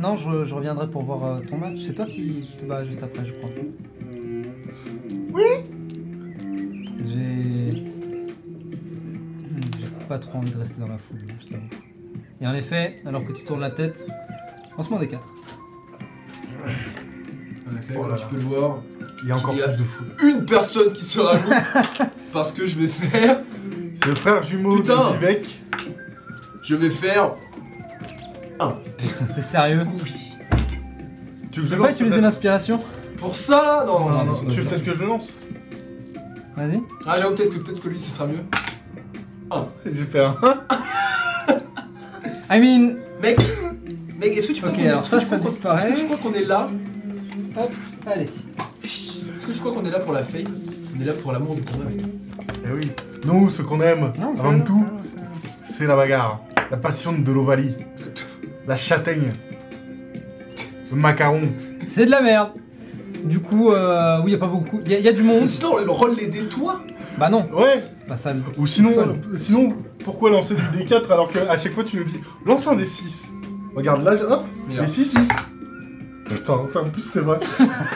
Speaker 1: Non, je, je reviendrai pour voir euh, ton match. C'est toi qui te bats juste après, je crois. Oui J'ai. J'ai pas trop envie de rester dans la foule, je t'avoue. Et en effet, alors que tu tournes la tête, lancement des 4.
Speaker 5: En effet,
Speaker 2: Oh
Speaker 5: comme
Speaker 2: là
Speaker 5: tu
Speaker 2: là.
Speaker 5: peux le voir,
Speaker 2: Il y a encore
Speaker 3: Il y a-
Speaker 2: plus de foule.
Speaker 3: Une personne qui se rajoute parce que je vais faire.
Speaker 2: C'est le frère jumeau
Speaker 3: Putain.
Speaker 2: de Vivek.
Speaker 3: Je vais faire.
Speaker 1: T'es sérieux
Speaker 3: Oui.
Speaker 2: Tu veux
Speaker 1: Je vais pas utiliser
Speaker 2: peut-être
Speaker 1: l'inspiration
Speaker 3: Pour ça là Non, non,
Speaker 2: Non,
Speaker 3: c'est
Speaker 2: Ah, non,
Speaker 3: son
Speaker 2: Tu veux
Speaker 3: inspiration.
Speaker 2: peut-être que je le lance
Speaker 1: Vas-y.
Speaker 3: Ah, j'avoue, peut-être que, peut que lui, ce sera mieux.
Speaker 2: J'ai fait un...
Speaker 1: I mean.
Speaker 3: Mec Mec, est-ce que tu crois
Speaker 1: Ok,
Speaker 3: qu'on est-
Speaker 1: alors
Speaker 3: est-ce
Speaker 1: ça,
Speaker 3: que tu
Speaker 1: ça
Speaker 3: crois qu'on-
Speaker 1: disparaît.
Speaker 3: Est-ce que tu crois qu'on est là
Speaker 1: Hop, allez.
Speaker 3: Est-ce que tu crois qu'on est là pour la fame On est là pour l'amour du combat, mec.
Speaker 2: Eh oui. Nous, ce qu'on aime,
Speaker 1: Non, fais-le,
Speaker 2: avant tout,
Speaker 1: fais-le, fais-le.
Speaker 2: c'est la bagarre. La passion de l'ovalie. La châtaigne. Le macaron.
Speaker 1: C'est de la merde. Du coup, euh, oui, y a pas beaucoup. Y a, y a du monde.
Speaker 3: Mais sinon, on rôle les dés, toi
Speaker 1: Bah non,
Speaker 2: Ouais
Speaker 1: c'est pas ça.
Speaker 2: Ou sinon, sinon pourquoi lancer du D4 alors qu'à chaque fois tu nous dis lance un D6 Regarde là, hop
Speaker 3: Mais
Speaker 2: D6
Speaker 3: 6
Speaker 2: Putain, ça en plus c'est vrai J'ai envie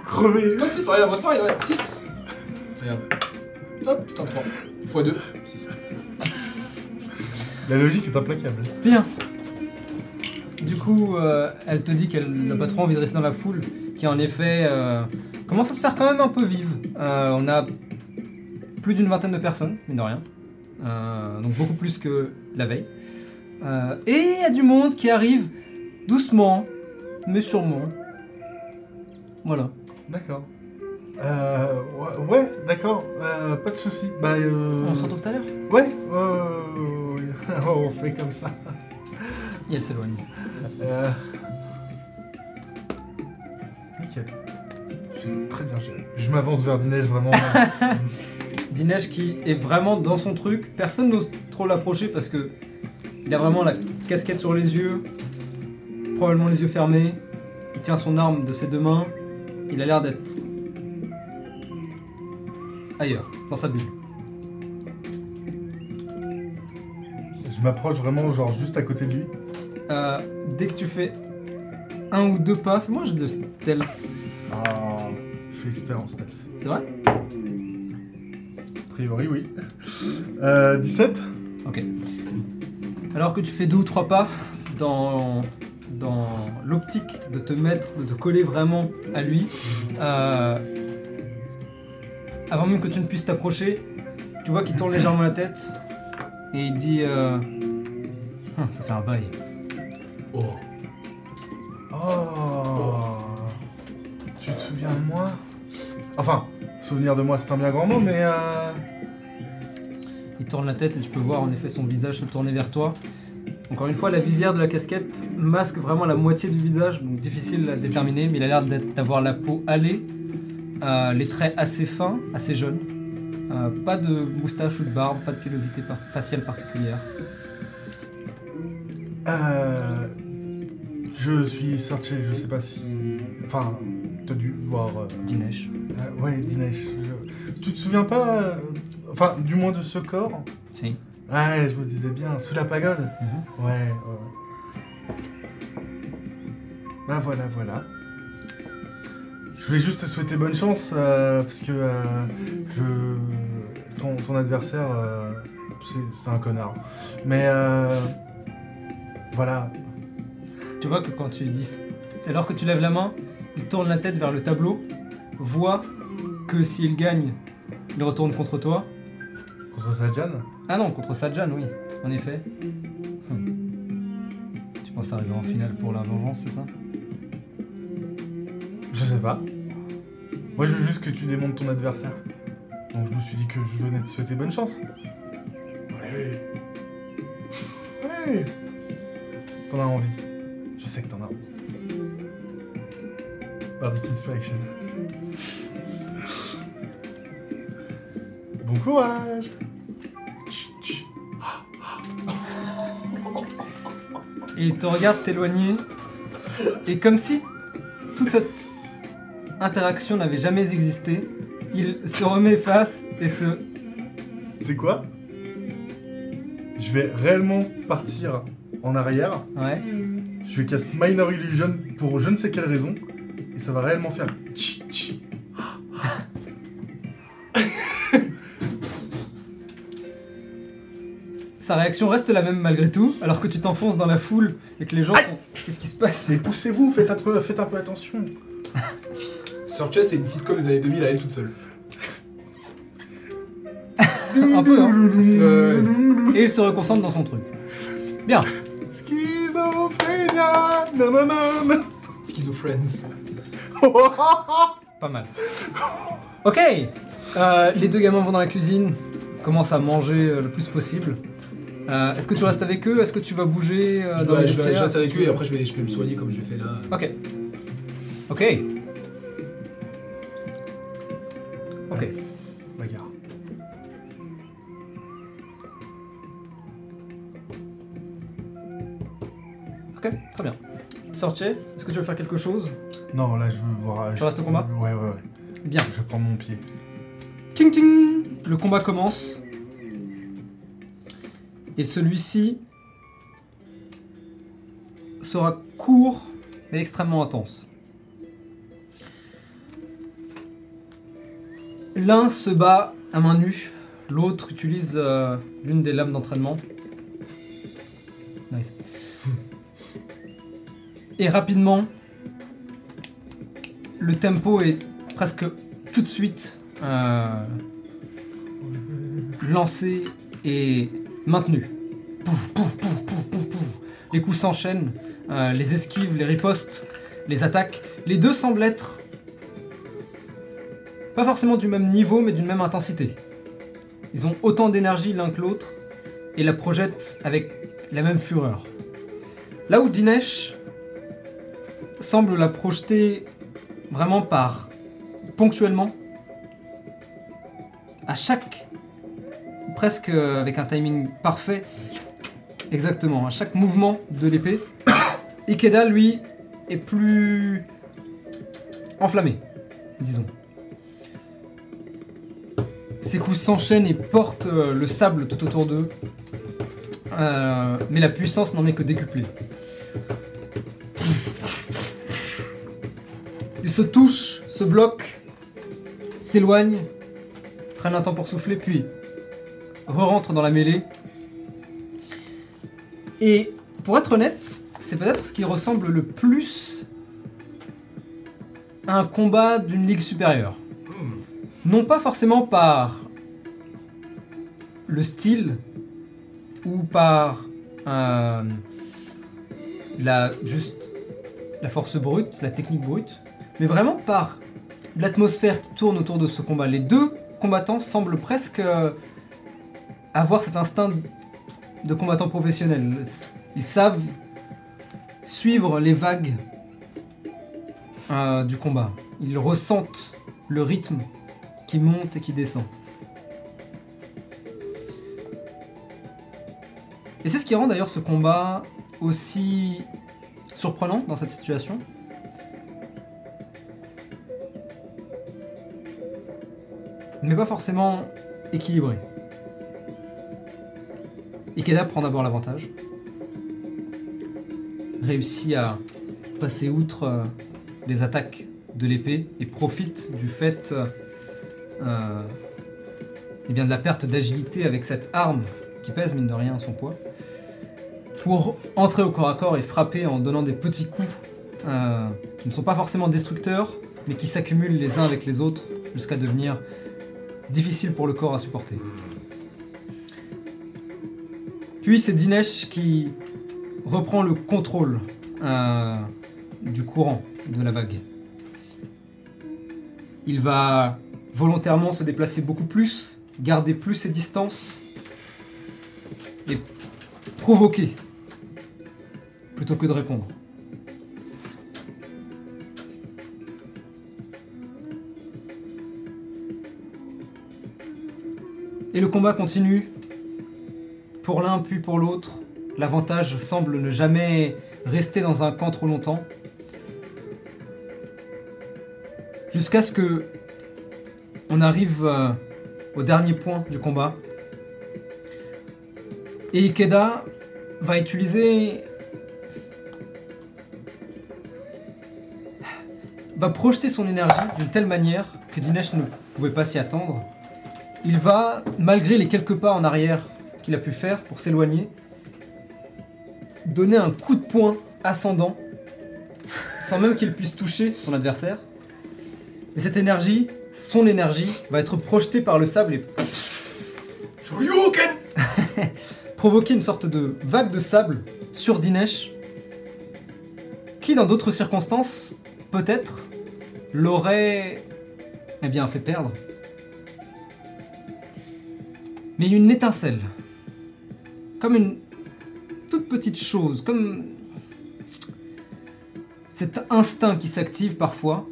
Speaker 2: de crever
Speaker 3: Toi, 6, regarde, moi, c'est pareil, regarde, 6 Regarde. Hop, c'est un 3. Fois 2, 6.
Speaker 2: La logique est implacable.
Speaker 1: Bien. Du coup, euh, elle te dit qu'elle n'a pas trop envie de rester dans la foule, qui en effet euh, commence à se faire quand même un peu vive. Euh, on a plus d'une vingtaine de personnes, mine de rien. Euh, donc beaucoup plus que la veille. Euh, et il y a du monde qui arrive doucement, mais sûrement. Voilà.
Speaker 2: D'accord. Euh, ouais, ouais, d'accord, euh, pas de soucis. Bah, euh...
Speaker 1: On se retrouve tout à l'heure.
Speaker 2: Ouais, euh, on fait comme ça.
Speaker 1: Et elle s'éloigne.
Speaker 2: Euh... Nickel. J'ai très bien géré. Je m'avance vers Dinesh vraiment.
Speaker 1: Dinesh qui est vraiment dans son truc. Personne n'ose trop l'approcher parce que il a vraiment la casquette sur les yeux, probablement les yeux fermés. Il tient son arme de ses deux mains. Il a l'air d'être ailleurs, dans sa bulle.
Speaker 2: je m'approche vraiment, genre juste à côté de lui.
Speaker 1: Euh, dès que tu fais un ou deux pas, fais-moi j'ai de stealth.
Speaker 2: Ah, je suis expert en stealth.
Speaker 1: C'est vrai
Speaker 2: A priori, oui. Euh, 17
Speaker 1: Alors que tu fais deux ou trois pas dans, dans l'optique de te mettre, de te coller vraiment à lui, euh, avant même que tu ne puisses t'approcher, tu vois qu'il tourne légèrement la tête et il dit euh, Hum, Ça fait un bail.
Speaker 5: Oh,
Speaker 2: Oh Tu te souviens de moi Enfin, souvenir de moi, c'est un bien grand mot, mais euh...
Speaker 1: Il tourne la tête et tu peux voir en effet son visage se tourner vers toi. Encore une fois, la visière de la casquette masque vraiment la moitié du visage, donc difficile à déterminer, mais il a l'air d'être- d'avoir la peau hâlée, euh, les traits assez fins, assez jeunes. Euh, pas de moustache ou de barbe, pas de pilosité par- faciale particulière.
Speaker 2: Euh, je suis searché, je sais pas si. Enfin, t'as dû voir. euh,
Speaker 1: Dinesh.
Speaker 2: euh, ouais, Dinesh. je- Tu te souviens pas. euh, Enfin, du moins de ce corps
Speaker 1: Si.
Speaker 2: Ouais, je me disais bien. Sous la pagode Ouais, ouais. Bah voilà, voilà. Je voulais juste te souhaiter bonne chance euh, parce que euh, je... ton, ton adversaire, euh, c'est- c'est un connard. Mais euh, voilà,
Speaker 1: Tu vois que quand tu dis, alors que tu lèves la main, il tourne la tête vers le tableau, voit que s'il gagne, il retourne contre toi.
Speaker 2: contre Sajan,
Speaker 1: Ah non, contre Sajan, oui, en effet. Hum. Tu penses arriver en finale pour la vengeance, c'est ça
Speaker 2: je sais pas. Moi, je veux juste que tu démontes ton adversaire. Donc je me suis dit que je venais te souhaiter bonne chance. Ouais. Ouais. T'en as envie. Je sais que t'en as envie. Bardic Inspiration. Bon courage Chut, chut.
Speaker 1: Et il te regarde t'éloigner. Et comme si toute cette interaction n'avait jamais existé, il se remet face et se...
Speaker 2: C'est quoi Je vais réellement partir en arrière
Speaker 1: Ouais.
Speaker 2: Je vais casse Minor Illusion pour je ne sais quelle raison. Et ça va réellement faire tch tch.
Speaker 1: Sa réaction reste la même malgré tout, alors que tu t'enfonces dans la foule et que les gens font... Qu'est-ce qui se passe
Speaker 2: Mais poussez-vous, faites un peu, faites un peu attention.
Speaker 3: Searches, c'est une sitcom des années 2000 à elle toute seule.
Speaker 1: Un peu, hein.
Speaker 3: Euh,
Speaker 1: Et il se reconcentre dans son truc. Bien.
Speaker 2: Schizophrénia nanana.
Speaker 3: Schizophrens.
Speaker 1: Pas mal. Ok Euh, Les deux gamins vont dans la cuisine, commencent à manger euh, le plus possible. Euh, Est-ce que tu restes avec eux Est-ce que tu vas bouger euh,
Speaker 3: je
Speaker 1: dans
Speaker 3: vais,
Speaker 1: les
Speaker 3: je vais aller
Speaker 1: vestiaires
Speaker 3: chasser avec eux et après je vais, je vais me soigner comme je l'ai fait là.
Speaker 1: Ok. Ok. Ok.
Speaker 2: Bagarre.
Speaker 1: Ok, très bien. Sortez, est-ce que tu veux faire quelque chose
Speaker 2: Non, là je veux voir.
Speaker 1: Tu
Speaker 2: je-
Speaker 1: restes au combat
Speaker 2: Ouais, ouais, ouais.
Speaker 1: Bien.
Speaker 2: Je vais prendre mon pied.
Speaker 1: Ting ting Le combat commence. Et celui-ci sera court mais extrêmement intense. L'un se bat à main nue, l'autre utilise euh, l'une des lames d'entraînement. Nice. Et rapidement, le tempo est presque tout de suite euh, lancé et maintenu. Pouf, pouf, pouf, pouf, pouf, pouf. Les coups s'enchaînent, euh, les esquives, les ripostes, les attaques. Les deux semblent être pas forcément du même niveau, mais d'une même intensité. Ils ont autant d'énergie l'un que l'autre et la projettent avec la même fureur. Là où Dinesh semble la projeter vraiment par ponctuellement, à chaque, presque euh, avec un timing parfait, exactement, à chaque mouvement de l'épée, Ikeda, lui, est plus enflammé, disons. Ses coups s'enchaînent et portent euh, le sable tout autour d'eux, Euh, mais la puissance n'en est que décuplée. Ils se touchent, se bloquent, s'éloignent, prennent un temps pour souffler, puis re-rentrent dans la mêlée. Et pour être honnête, c'est peut-être ce qui ressemble le plus à un combat d'une ligue supérieure. Non pas forcément par le style ou par euh, la, juste la force brute, la technique brute, mais vraiment par l'atmosphère qui tourne autour de ce combat. Les deux combattants semblent presque euh, avoir cet instinct de combattant professionnel. Ils savent suivre les vagues euh, du combat. Ils ressentent le rythme qui monte et qui descend. Et c'est ce qui rend d'ailleurs ce combat aussi surprenant dans cette situation. Mais pas forcément équilibré. Ikeda prend d'abord l'avantage. Réussit à passer outre euh, les attaques de l'épée et profite du fait euh, euh, eh bien de la perte d'agilité avec cette arme qui pèse mine de rien son poids pour entrer au corps à corps et frapper en donnant des petits coups euh, qui ne sont pas forcément destructeurs mais qui s'accumulent les uns avec les autres jusqu'à devenir difficiles pour le corps à supporter. Puis c'est Dinesh qui reprend le contrôle euh, du courant de la vague. Il va volontairement se déplacer beaucoup plus, garder plus ses distances et provoquer plutôt que de répondre. Et le combat continue pour l'un puis pour l'autre. L'avantage semble ne jamais rester dans un camp trop longtemps. Jusqu'à ce que on arrive euh, au dernier point du combat. Et Ikeda va utiliser. va projeter son énergie d'une telle manière que Dinesh ne pouvait pas s'y attendre. Il va, malgré les quelques pas en arrière qu'il a pu faire pour s'éloigner, donner un coup de poing ascendant, sans même qu'il puisse toucher son adversaire. Mais cette énergie, son énergie, va être projetée par le sable et
Speaker 5: Shoryuken
Speaker 1: provoquer une sorte de vague de sable sur Dinesh, qui dans d'autres circonstances, peut-être, l'aurait eh bien fait perdre. Mais une étincelle, comme une toute petite chose, comme cet instinct qui s'active parfois,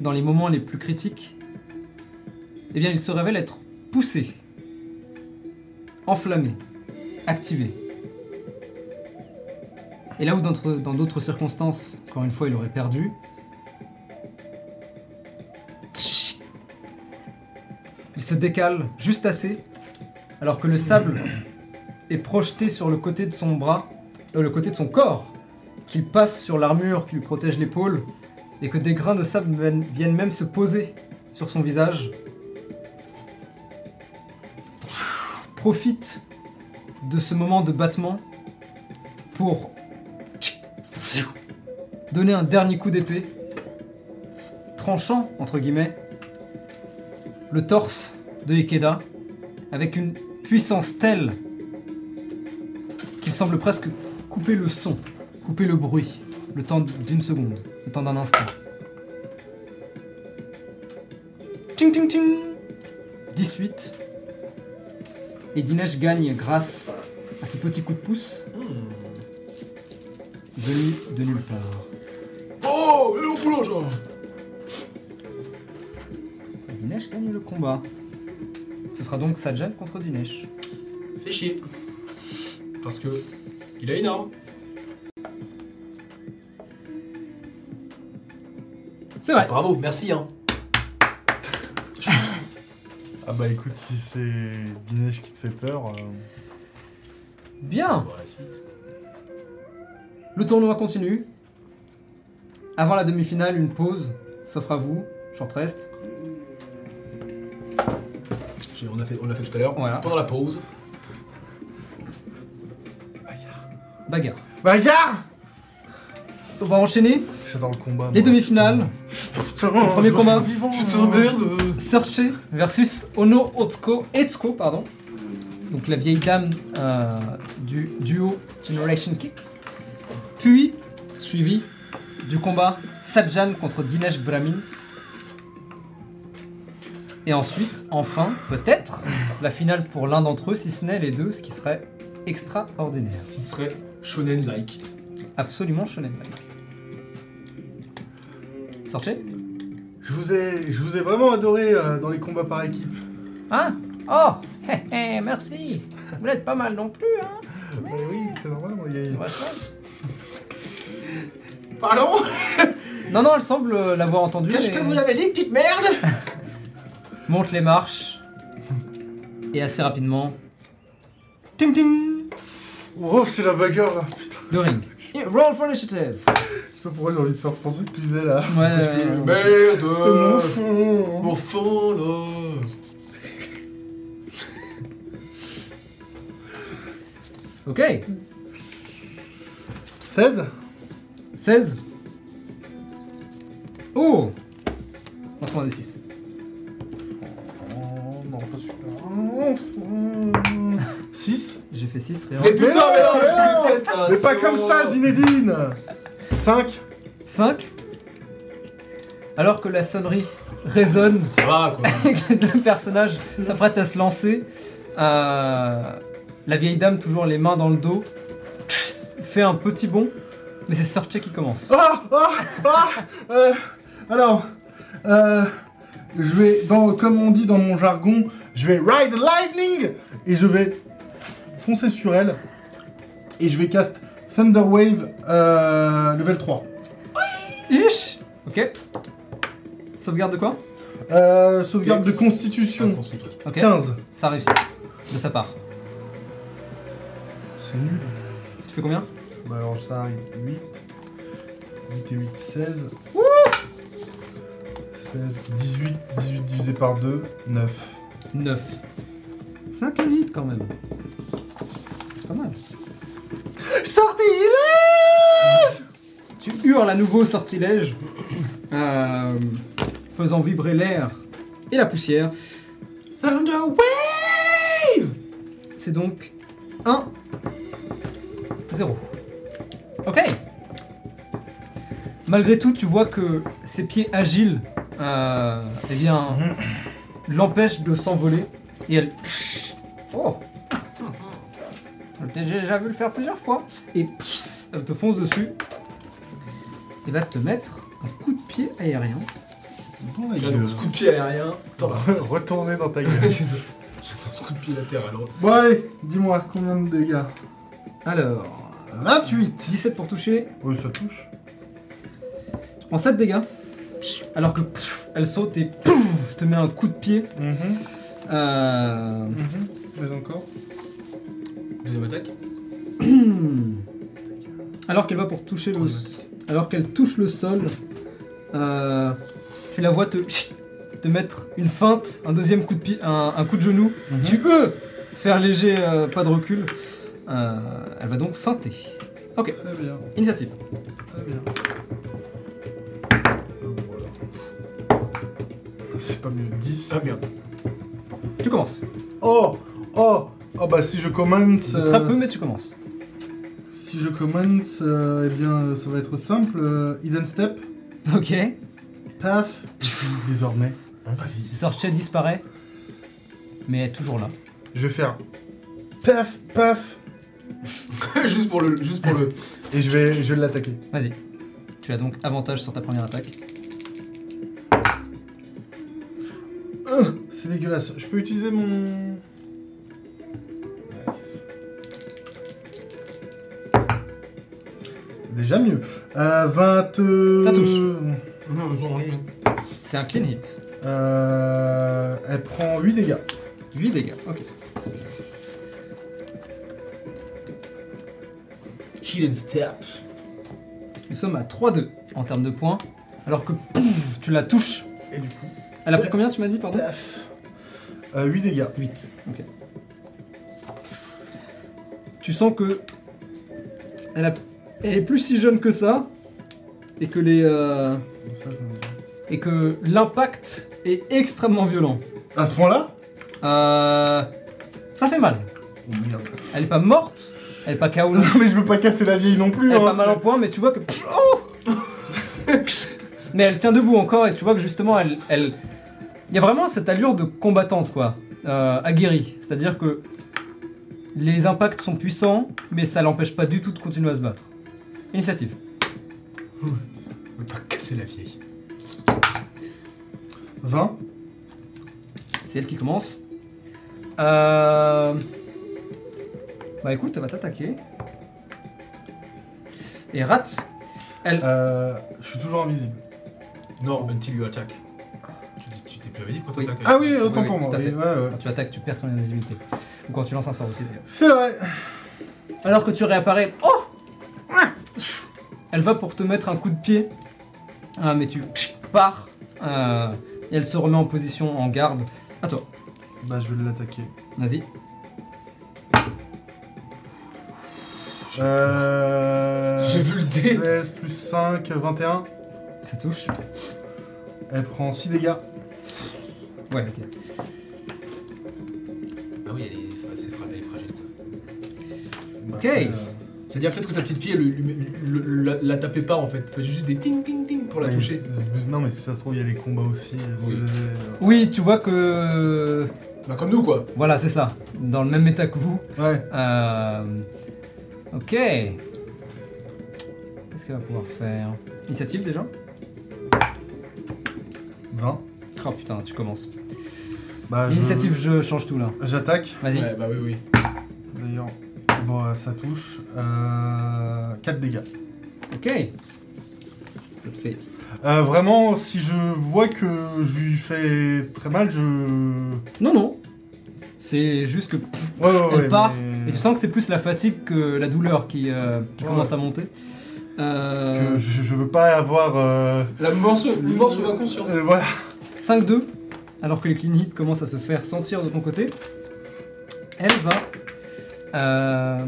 Speaker 1: dans les moments les plus critiques, eh bien il se révèle être poussé enflammé, activé. Et là où d'entre- dans d'autres circonstances, encore une fois, il aurait perdu, il se décale juste assez, alors que le sable est projeté sur le côté de son bras, euh, le côté de son corps, qu'il passe sur l'armure qui lui protège l'épaule, et que des grains de sable viennent- viennent même se poser sur son visage, profite de ce moment de battement pour donner un dernier coup d'épée, tranchant, entre guillemets, le torse de Ikeda avec une puissance telle qu'il semble presque couper le son, couper le bruit, le temps d'une seconde, le temps d'un instant. Ting ting ting 18 et Dinesh gagne grâce à ce petit coup de pouce venu de nulle part.
Speaker 5: Oh, le long boulot, genre
Speaker 1: Et Dinesh gagne le combat. Ce sera donc Sajan contre Dinesh.
Speaker 3: Fais chier. Parce que il a une arme.
Speaker 1: C'est vrai.
Speaker 3: Bravo, merci hein.
Speaker 2: Ah bah écoute, si c'est Dinesh qui te fait peur, euh,
Speaker 1: Bien
Speaker 3: Bon, la suite.
Speaker 1: Le tournoi continue. Avant la demi-finale, une pause s'offre à vous, short rest.
Speaker 3: J'ai- On l'a fait, on l'a fait tout à l'heure.
Speaker 1: Voilà.
Speaker 3: Pendant la pause.
Speaker 1: Bagarre. Ah
Speaker 2: Bagarre
Speaker 1: On va enchaîner
Speaker 2: J'adore le combat.
Speaker 1: les
Speaker 2: moi.
Speaker 1: demi-finales.
Speaker 2: Putain,
Speaker 1: Le premier
Speaker 2: je me
Speaker 1: combat.
Speaker 2: sens vivant.
Speaker 3: Putain merde
Speaker 1: Searcher versus Ono Otsuko, Etsuko, pardon. Donc la vieille dame euh, du duo Generation Kicks. Puis suivi du combat Sajan contre Dinesh Brahmins. Et ensuite, enfin, peut-être, la finale pour l'un d'entre eux, si ce n'est les deux, ce qui serait extraordinaire.
Speaker 3: Ce serait shonen-like.
Speaker 1: Absolument shonen like. Sortez
Speaker 2: Je vous ai, je vous ai vraiment adoré euh, dans les combats par équipe.
Speaker 1: Ah Hein Oh hé, hé, Merci Vous n'êtes pas mal non plus, hein
Speaker 2: Mais oui, c'est normal, mon gars.
Speaker 3: Pardon
Speaker 1: Non, non, elle semble euh, l'avoir entendu.
Speaker 3: Qu'est-ce
Speaker 1: mais-
Speaker 3: que vous avez dit, petite merde
Speaker 1: Monte les marches. Et assez rapidement. Ting ting
Speaker 2: Oh, c'est la bagarre là. Putain,
Speaker 1: Le ring. Roll for initiative.
Speaker 2: je sais pas pourquoi j'ai envie de faire François Cluzet là.
Speaker 1: Ouais,
Speaker 3: Parce que
Speaker 1: euh,
Speaker 2: Mon
Speaker 3: Merde
Speaker 2: fond.
Speaker 3: Mon fond, là
Speaker 1: Ok.
Speaker 2: 16
Speaker 1: 16. Oh Lancement de 6.
Speaker 2: Oh non, pas celui-là. 6
Speaker 1: J'ai fait 6, rien.
Speaker 3: Mais putain, mais non, mais
Speaker 2: Mais
Speaker 3: je
Speaker 2: non,
Speaker 3: vous déteste là
Speaker 2: Mais
Speaker 3: c'est
Speaker 2: pas comme
Speaker 3: vraiment-
Speaker 2: ça, Zinedine 5
Speaker 1: 5. Alors que la sonnerie résonne
Speaker 3: Ça va quoi
Speaker 1: et que les deux personnages s'apprêtent à se lancer, euh, la vieille dame, toujours les mains dans le dos, fait un petit bond, mais c'est Sorche qui commence.
Speaker 2: Ah Ah Ah Euh, Alors, euh, je vais, dans, comme on dit dans mon jargon, je vais ride lightning et je vais foncer sur elle et je vais cast Thunder Wave euh, level 3.
Speaker 1: Ish Ok. Sauvegarde de quoi
Speaker 2: Euh, sauvegarde de
Speaker 3: Dex.
Speaker 2: constitution.
Speaker 1: Ok.
Speaker 2: 15.
Speaker 1: Ça réussit. De sa part.
Speaker 2: C'est nul.
Speaker 1: Tu fais combien
Speaker 2: Bah alors ça arrive 8. 8 et 8, 16. 16, 18, 18 divisé par 2, 9.
Speaker 1: 9. 5 minutes quand même. C'est pas mal.
Speaker 2: Sortilège
Speaker 1: Tu hurles à nouveau sortilège, euh, faisant vibrer l'air et la poussière. Thunder Wave C'est donc 1, 0. Ok Malgré tout, tu vois que ses pieds agiles euh, eh bien, l'empêchent de s'envoler et elle. Oh Je t'ai déjà vu le faire plusieurs fois Et elle te fonce dessus il va te mettre un coup de pied aérien.
Speaker 3: J'annonce coup de pied aérien. Attends là.
Speaker 2: Retourner dans ta
Speaker 3: C'est
Speaker 2: gueule.
Speaker 3: ça. J'annonce coup de pied latéral.
Speaker 5: hein.
Speaker 3: alors.
Speaker 2: bon allez, dis-moi combien de dégâts
Speaker 1: Alors,
Speaker 2: 28
Speaker 1: 17 pour toucher,
Speaker 2: Oui, ça touche.
Speaker 1: tu prends 7 dégâts. Alors que pff, elle saute et pouf, te met un coup de pied. Euh,
Speaker 2: Mais encore
Speaker 3: Deuxième attaque.
Speaker 1: alors qu'elle va pour toucher le,
Speaker 3: Troisième
Speaker 1: alors qu'elle touche le sol, euh, tu la vois te, te mettre une feinte, un deuxième coup de pied, un, un coup de genou. Tu peux faire léger euh, pas de recul. Euh, elle va donc feinter. Ok,
Speaker 2: Très bien,
Speaker 1: initiative.
Speaker 2: très bien. Euh, voilà. C'est pas mieux, 10.
Speaker 3: Ah merde.
Speaker 1: Tu commences.
Speaker 2: Oh Oh Oh bah si je commence...
Speaker 1: De Très
Speaker 2: euh,
Speaker 1: peu, mais tu commences.
Speaker 2: Si je commence, euh, eh bien euh, ça va être simple. euh, hidden Step,
Speaker 1: Ok.
Speaker 2: paf, désormais.
Speaker 1: Sorchet disparaît, mais elle est toujours là.
Speaker 2: Je vais faire paf, paf,
Speaker 3: juste pour le. Juste pour le.
Speaker 2: et je vais, je vais l'attaquer.
Speaker 1: Vas-y. Tu as donc avantage sur ta première attaque.
Speaker 2: Euh, C'est dégueulasse. Je peux utiliser mon... Déjà mieux. Euh, 20... euh,
Speaker 1: Ça touche.
Speaker 3: Non, j'en ai rien.
Speaker 1: C'est un clean hit.
Speaker 2: Euh, elle prend 8 dégâts.
Speaker 1: 8 dégâts. Ok.
Speaker 3: Kill and step.
Speaker 1: Nous sommes à 3-2 en termes de points. Alors que pouf, tu la touches.
Speaker 2: Et du coup,
Speaker 1: Elle a pris combien, tu m'as dit, pardon
Speaker 2: paf. Euh, 8 dégâts.
Speaker 1: 8. Ok. Tu sens que. Elle, a- elle est plus si jeune que ça. Et que les. euh,
Speaker 2: Ça, je-
Speaker 1: Et que l'impact est extrêmement violent.
Speaker 2: À ce point-là
Speaker 1: Euh. Ça fait mal.
Speaker 2: Oh, merde.
Speaker 1: Elle est pas morte, elle est pas KO, non
Speaker 2: Non, mais je veux pas casser la vieille non plus.
Speaker 1: elle est
Speaker 2: hein,
Speaker 1: pas mal
Speaker 2: c'est-
Speaker 1: en point, mais tu vois que. Oh mais elle tient debout encore et tu vois que justement elle. elle... Il y a vraiment cette allure de combattante quoi, euh, aguerrie. C'est-à-dire que les impacts sont puissants, mais ça l'empêche pas du tout de continuer à se battre. Initiative.
Speaker 3: Ne pas casser la vieille.
Speaker 2: 20.
Speaker 1: C'est elle qui commence. Euh... Bah écoute, elle va t'attaquer. Et rate. Elle.
Speaker 2: Euh, je suis toujours invisible.
Speaker 5: Non, until you attack. Tu dis, tu t'es plus invisible quand
Speaker 1: Oui.
Speaker 5: t'attaques.
Speaker 2: Ah oui,
Speaker 1: oui,
Speaker 2: autant
Speaker 1: oui,
Speaker 2: pour
Speaker 1: tout
Speaker 2: moi.
Speaker 1: à
Speaker 2: oui,
Speaker 1: fait.
Speaker 2: ouais, ouais.
Speaker 1: Quand tu attaques, tu perds ton invisibilité. Ou quand tu lances un sort aussi d'ailleurs.
Speaker 2: C'est vrai.
Speaker 1: Alors que tu réapparais. Oh Elle va pour te mettre un coup de pied. Ah, mais tu pars. Euh, et elle se remet en position en garde. À toi.
Speaker 2: Bah, je vais l'attaquer.
Speaker 1: Vas-y.
Speaker 2: Euh,
Speaker 5: J'ai vu le dé.
Speaker 2: 16 plus 5, 21.
Speaker 1: Ça touche
Speaker 2: Elle prend 6 dégâts.
Speaker 1: Ouais, ok.
Speaker 5: Ah oui, elle est, assez fra-
Speaker 2: Ah.
Speaker 5: elle est fragile. quoi.
Speaker 1: Ok.
Speaker 2: Euh,
Speaker 5: C'est-à-dire peut-être que sa petite fille, elle, lui- lui- lui- la, la tapait pas en fait. Fait juste des ting ting ting pour la
Speaker 2: mais-
Speaker 5: toucher.
Speaker 2: Euh, Non, mais si ça se trouve, il y a les combats aussi. c'est-
Speaker 5: Oui.
Speaker 1: Oui, tu vois que.
Speaker 5: Bah comme nous quoi.
Speaker 1: Voilà, c'est ça. Dans le même état que vous.
Speaker 2: Ouais.
Speaker 1: Euh, Ok. Qu'est-ce qu'elle va pouvoir faire Initiative déjà
Speaker 2: 20.
Speaker 1: Oh putain, tu commences.
Speaker 2: Bah, je-
Speaker 1: Initiative, Ah, je change tout là.
Speaker 2: J'attaque.
Speaker 1: Vas-y.
Speaker 5: Ouais, bah oui, oui.
Speaker 2: D'ailleurs. Bon, euh, ça touche. Euh, 4 dégâts.
Speaker 1: Ok. Ça te fait.
Speaker 2: Euh, vraiment, si je vois que je lui fais très mal, je.
Speaker 1: Non, non. C'est juste que.
Speaker 2: Ouais, ouais,
Speaker 1: Elle
Speaker 2: ouais,
Speaker 1: part,
Speaker 2: mais-
Speaker 1: Et tu sens que c'est plus la fatigue que la douleur qui, euh, qui
Speaker 2: Ouais.
Speaker 1: commence à monter. Euh,
Speaker 2: que je, je veux pas avoir. euh,
Speaker 3: La morceau, une morceau d'inconscience.
Speaker 2: euh, voilà.
Speaker 1: 5-2. Alors que les clean hits commencent à se faire sentir de ton côté. Elle va. euh,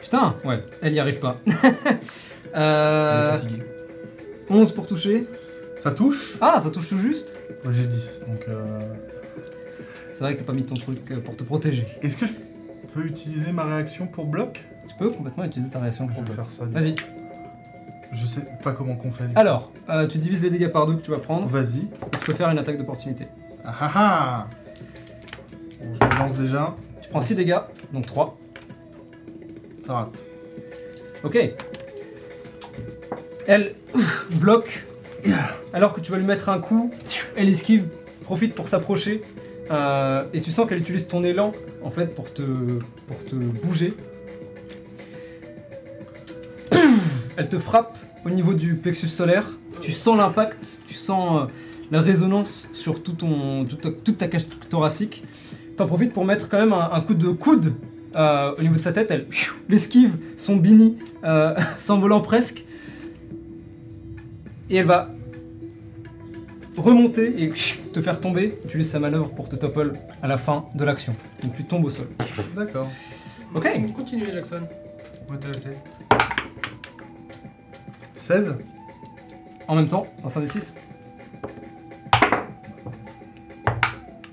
Speaker 1: Putain, ouais, elle y arrive pas.
Speaker 5: Elle est
Speaker 1: Euh,
Speaker 5: fatiguée.
Speaker 1: 11 pour toucher.
Speaker 2: Ça touche
Speaker 1: Ah, ça touche tout juste.
Speaker 2: Moi, J'ai 10. Donc, euh,
Speaker 1: C'est vrai que t'as pas mis ton truc euh, pour te protéger.
Speaker 2: est-ce que je peux utiliser ma réaction pour bloc
Speaker 1: Tu peux complètement utiliser ta réaction
Speaker 2: Je
Speaker 1: pour
Speaker 2: vais
Speaker 1: le
Speaker 2: faire ça. du
Speaker 1: Vas-y.
Speaker 2: coup. Je sais pas comment qu'on fait.
Speaker 1: Alors, euh, tu divises les dégâts par deux que tu vas prendre.
Speaker 2: Vas-y.
Speaker 1: Tu peux faire une attaque d'opportunité.
Speaker 2: Ah ah ah Bon, Je me lance déjà.
Speaker 1: Tu prends 6 dégâts, donc 3.
Speaker 2: Ça rate.
Speaker 1: Ok. Elle ouf, bloque. Alors que tu vas lui mettre un coup, elle esquive, profite pour s'approcher. euh, et tu sens qu'elle utilise ton élan en fait pour te, pour te bouger. Pouf Elle te frappe au niveau du plexus solaire. Tu sens l'impact, tu sens euh, la résonance sur tout ton, toute ta- toute ta cage thoracique. T'en profites pour mettre quand même un, un coup de coude euh, au niveau de sa tête. Elle pfiou, l'esquive, son bini euh, s'envolant presque. Et elle va remonter et pfiou, te faire tomber. Tu laisses sa manœuvre pour te topple à la fin de l'action. Donc tu tombes au sol.
Speaker 2: D'accord.
Speaker 1: Ok.
Speaker 5: Continuez Jackson. Moi t'as
Speaker 2: 16
Speaker 1: En même temps, dans 5 des 6,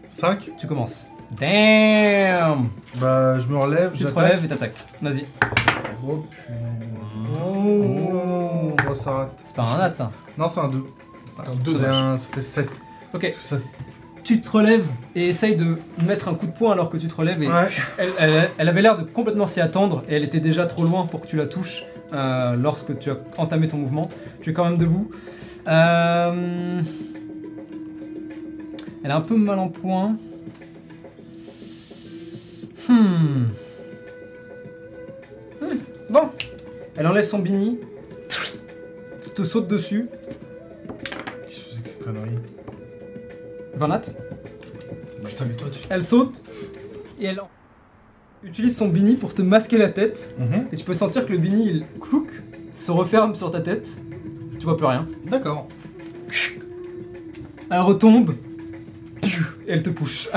Speaker 2: 5
Speaker 1: tu commences. Damn
Speaker 2: Bah, je me relève,
Speaker 1: Tu te
Speaker 2: j'attaque.
Speaker 1: relèves et t'attaques. Vas-y.
Speaker 2: Oh putain. Oh, oh, ça rate.
Speaker 1: C'est pas un nat ça.
Speaker 2: Non, c'est un 2.
Speaker 5: C'est un
Speaker 2: C'est
Speaker 5: 2
Speaker 2: un. Ça fait 7.
Speaker 1: Ok. Tu te relèves et essaye de mettre un coup de poing alors que tu te relèves et
Speaker 2: Ouais.
Speaker 1: Elle, elle- elle avait l'air de complètement s'y attendre et elle était déjà trop loin pour que tu la touches euh, lorsque tu as entamé ton mouvement. Tu es quand même debout. Euh, Elle a un peu mal en point. Hmm. Hmm. Bon. Elle enlève son bini. Te saute dessus.
Speaker 2: Qu'est-ce que c'est que ces conneries
Speaker 1: Vanat.
Speaker 5: Putain, mais toi tu.
Speaker 1: Elle saute. Et elle en- utilise son bini pour te masquer la tête.
Speaker 2: Mhm.
Speaker 1: Et tu peux sentir que le bini, il clouc, se referme sur ta tête. Tu vois plus rien.
Speaker 2: D'accord.
Speaker 1: Elle retombe. Piou Et elle te pousse.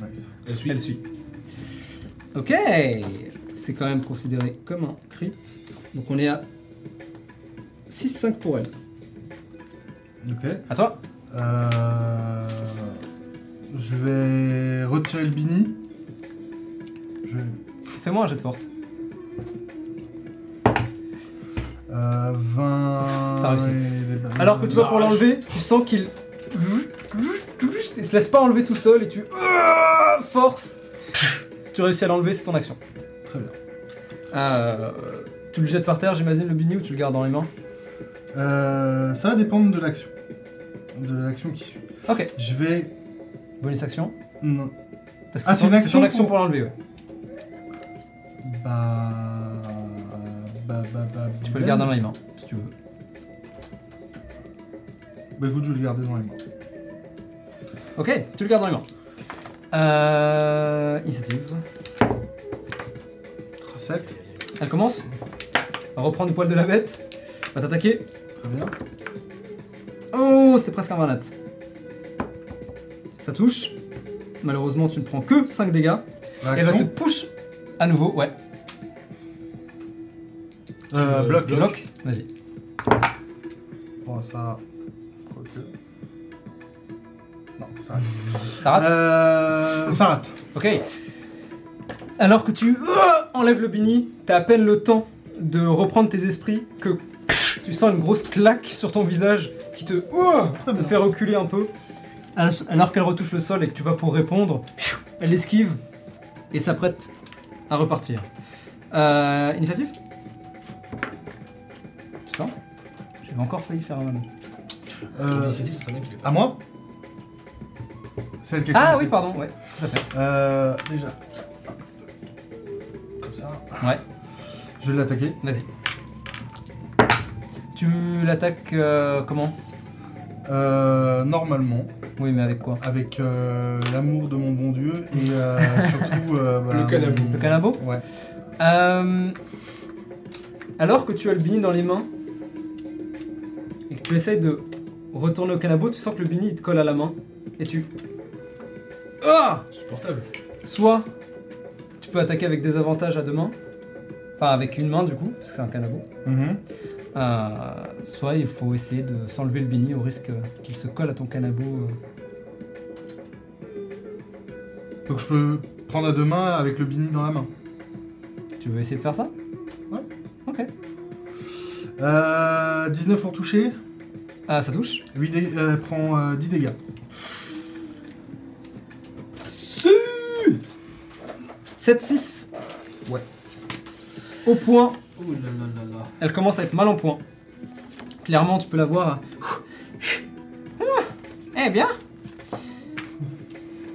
Speaker 2: Nice.
Speaker 5: Elle suit.
Speaker 1: Elle suit. Ok. C'est quand même considéré comme un crit. Donc on est à 6-5 pour elle.
Speaker 2: Ok.
Speaker 1: À toi.
Speaker 2: Euh, je vais retirer le bini. Je...
Speaker 1: Fais-moi un jet de force.
Speaker 2: Euh, 20...
Speaker 1: Ça réussit.
Speaker 2: et-
Speaker 1: Alors que tu vas pour
Speaker 5: Lâche.
Speaker 1: l'enlever, tu sens qu'il. Il se laisse pas enlever tout seul et tu. euh, Force Tu réussis à l'enlever, c'est ton action.
Speaker 2: Très bien.
Speaker 1: Euh, tu le jettes par terre, j'imagine, le bini, ou tu le gardes dans les mains
Speaker 2: Euh, ça va dépendre de l'action. De l'action qui suit.
Speaker 1: Ok.
Speaker 2: Je vais...
Speaker 1: Bonus action
Speaker 2: Non.
Speaker 1: Parce que
Speaker 2: Ah,
Speaker 1: c'est
Speaker 2: c'est
Speaker 1: son-
Speaker 2: une
Speaker 1: c'est son
Speaker 2: action
Speaker 1: action
Speaker 2: pour-
Speaker 1: pour l'enlever, ouais.
Speaker 3: Bah. Bah, bah, bah.
Speaker 1: Tu peux le garder dans les mains, si tu veux.
Speaker 2: Bah écoute, je vais le garder dans les mains.
Speaker 1: Ok, tu le gardes dans les mains. Euh. Initiative.
Speaker 2: 7,
Speaker 1: Elle commence à reprendre le poil de la bête. Va t'attaquer.
Speaker 2: très bien.
Speaker 1: Oh, c'était presque un 20 nat. Ça touche. Malheureusement, tu ne prends que 5 dégâts. Elle va te
Speaker 2: Réaction.
Speaker 1: push à nouveau, ouais.
Speaker 2: Euh,
Speaker 3: Euh,
Speaker 2: bloc.
Speaker 3: bloc.
Speaker 1: Bloc, vas-y.
Speaker 2: Bon, ça. Quoique. Non, ça rate.
Speaker 1: Ça rate
Speaker 2: Euh, ça rate.
Speaker 1: Ok. Alors que tu euh, enlèves le bini, t'as à peine le temps de reprendre tes esprits que tu sens une grosse claque sur ton visage qui te, euh, te fait reculer un peu. Alors- Alors qu'elle retouche le sol et que tu vas pour répondre, elle esquive et s'apprête à repartir. Euh, initiative Putain, j'avais encore failli faire un.
Speaker 2: Euh,
Speaker 5: L'initiative, ça serait bien que tu les fasses.
Speaker 2: à moi Celle qui a
Speaker 1: Ah
Speaker 2: commencé.
Speaker 1: oui, pardon, ouais, tout à fait.
Speaker 2: Euh, déjà. Comme ça.
Speaker 1: Ouais.
Speaker 2: Je vais l'attaquer.
Speaker 1: Vas-y. Tu l'attaques euh, comment
Speaker 2: Euh, normalement,
Speaker 1: Oui, mais avec quoi
Speaker 2: avec euh, l'amour de mon bon Dieu et euh, surtout. euh, bah,
Speaker 3: Le canabo.
Speaker 2: mon-
Speaker 1: Le canabo
Speaker 2: Ouais.
Speaker 1: Euh, alors que tu as le bini dans les mains et que tu essayes de retourner au canabo, tu sens que le bini il te colle à la main et tu. Ah
Speaker 5: Supportable.
Speaker 1: Soit tu peux attaquer avec des avantages à deux mains, enfin avec une main du coup, parce que c'est un canabo.
Speaker 2: Mhm.
Speaker 1: Euh, soit il faut essayer de s'enlever le bini au risque euh, qu'il se colle à ton canabo. euh.
Speaker 2: Donc je peux prendre à deux mains avec le bini dans la main.
Speaker 1: Tu veux essayer de faire ça
Speaker 2: Ouais.
Speaker 1: Ok.
Speaker 2: Euh, 19 pour toucher.
Speaker 1: Ah, ça touche
Speaker 2: 8 dé- euh, prend euh, 10 dégâts.
Speaker 1: Si 7-6 Ouais. Au point,
Speaker 3: Oh là là là là.
Speaker 1: elle commence à être mal en point. Clairement, tu peux la voir. Eh bien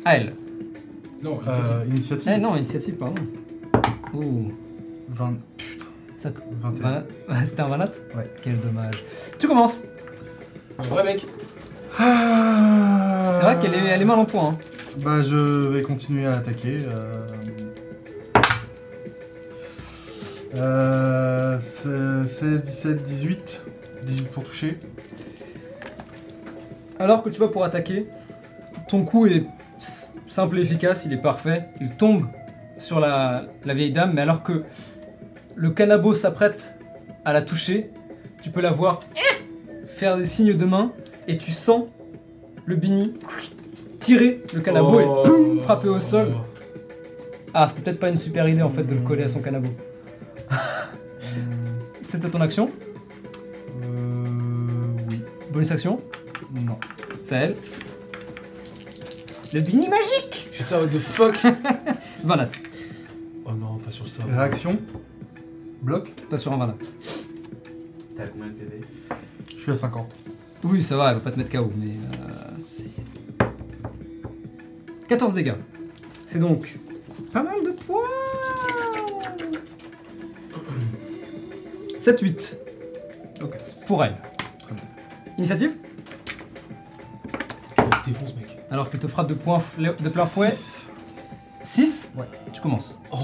Speaker 1: À elle.
Speaker 5: Non, l'initiative.
Speaker 2: Euh, initiative.
Speaker 1: Eh non, initiative, pardon. Ouh.
Speaker 2: 20,
Speaker 1: Ça,
Speaker 2: 21.
Speaker 1: vingt- C'était un vanat
Speaker 2: Ouais.
Speaker 1: Quel dommage. Tu commences
Speaker 3: Un vrai mec.
Speaker 2: Ah.
Speaker 1: C'est vrai qu'elle est, elle est mal en point. hein.
Speaker 2: Bah je vais continuer à attaquer. euh. Euh, se- 16, 17, 18. 18 pour toucher.
Speaker 1: Alors que tu vas pour attaquer, ton coup est s- simple et efficace, il est parfait. Il tombe sur la, la vieille dame, mais alors que le canabo s'apprête à la toucher, tu peux la voir faire des signes de main et tu sens le bini tirer le canabo
Speaker 3: Oh.
Speaker 1: et boum, frapper au sol. Ah, c'était peut-être pas une super idée en fait de le coller à son canabo. C'était ton action
Speaker 2: Euh, oui.
Speaker 1: Bonus action
Speaker 2: Non.
Speaker 1: C'est à elle. Le bini magique
Speaker 3: Putain, what the fuck.
Speaker 1: 20 lattes.
Speaker 3: oh non, pas sur ça.
Speaker 2: Réaction. Bloc.
Speaker 1: Pas sur un 20 lattes.
Speaker 4: T'as combien de PV
Speaker 2: Je suis à 50.
Speaker 1: Oui, ça va, elle va pas te mettre KO, mais. euh, 14 dégâts. C'est donc pas mal de points 7-8.
Speaker 2: Ok.
Speaker 1: Pour elle.
Speaker 2: Très bien.
Speaker 1: Initiative
Speaker 5: Je te défonce, mec.
Speaker 1: Alors qu'elle te frappe de, point fle- de plein fouet. 6
Speaker 2: Ouais.
Speaker 1: Tu commences.
Speaker 3: Oh.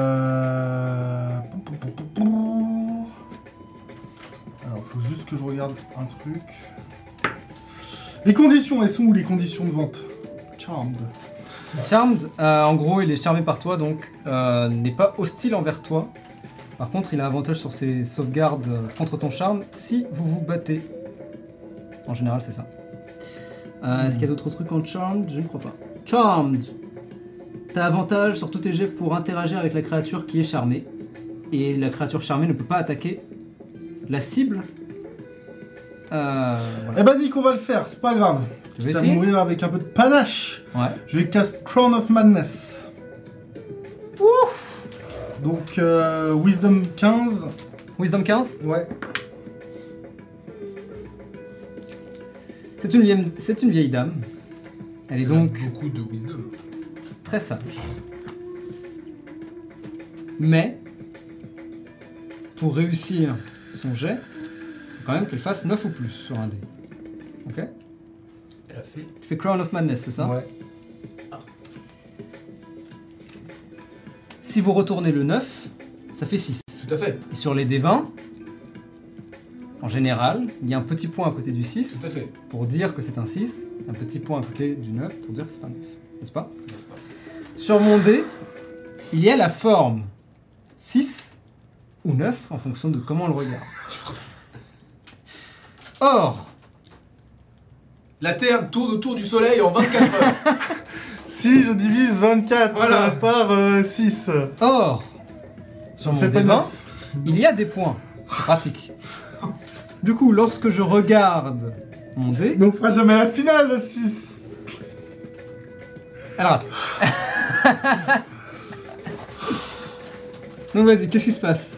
Speaker 2: Euh... pou, pou, pou, pou, pou. Alors, faut juste que je regarde un truc. Les conditions, elles sont où les conditions de vente Charmed.
Speaker 1: Charmed, euh, en gros, il est charmé par toi, donc euh, n'est pas hostile envers toi. Par contre, il a avantage sur ses sauvegardes euh, contre ton charme si vous vous battez. En général, c'est ça. Euh, Est-ce qu'il y a d'autres trucs en Charmed Je ne crois pas. Charmed T'as avantage sur tous tes jets pour interagir avec la créature qui est charmée. Et la créature charmée ne peut pas attaquer la cible. Euh, voilà.
Speaker 2: Eh ben, Nick, on va le faire, c'est pas grave.
Speaker 1: Tu veux
Speaker 2: Quitte à
Speaker 1: essayer
Speaker 2: mourir avec un peu de panache.
Speaker 1: Ouais.
Speaker 2: Je vais cast Crown of Madness.
Speaker 1: Ouf
Speaker 2: Donc, euh, Wisdom 15.
Speaker 1: Wisdom 15
Speaker 2: Ouais.
Speaker 1: C'est une, vieille- c'est une vieille dame Elle est donc
Speaker 3: Beaucoup de wisdom.
Speaker 1: très sage. Mais, pour réussir son jet, faut quand même qu'elle fasse 9 ou plus sur un dé. Ok
Speaker 3: Elle a fait.
Speaker 1: Tu fais Crown of Madness, c'est ça
Speaker 2: Ouais.
Speaker 1: Si vous retournez le 9, ça fait 6.
Speaker 3: Tout à fait,
Speaker 1: Et sur les D20, en général, il y a un petit point à côté du 6
Speaker 3: tout à fait.
Speaker 1: pour dire que c'est un 6, un petit point à côté du 9 pour dire que c'est un 9. N'est-ce pas
Speaker 3: N'est-ce pas
Speaker 1: Sur mon dé, il y a la forme 6 ou 9 en fonction de comment on le regarde. Or,
Speaker 3: La Terre tourne autour du Soleil en 24 heures.
Speaker 2: Si je divise 24
Speaker 3: Voilà.
Speaker 2: euh, par euh, 6,
Speaker 1: or, sur
Speaker 2: On
Speaker 1: mon
Speaker 2: fait pas
Speaker 1: dé
Speaker 2: de Oh,
Speaker 1: 20, il y a des points. C'est pratique. Du coup, lorsque je regarde mon dé,
Speaker 2: mais on fera jamais la finale, 6
Speaker 1: elle rate. Donc vas-y, qu'est-ce qui se passe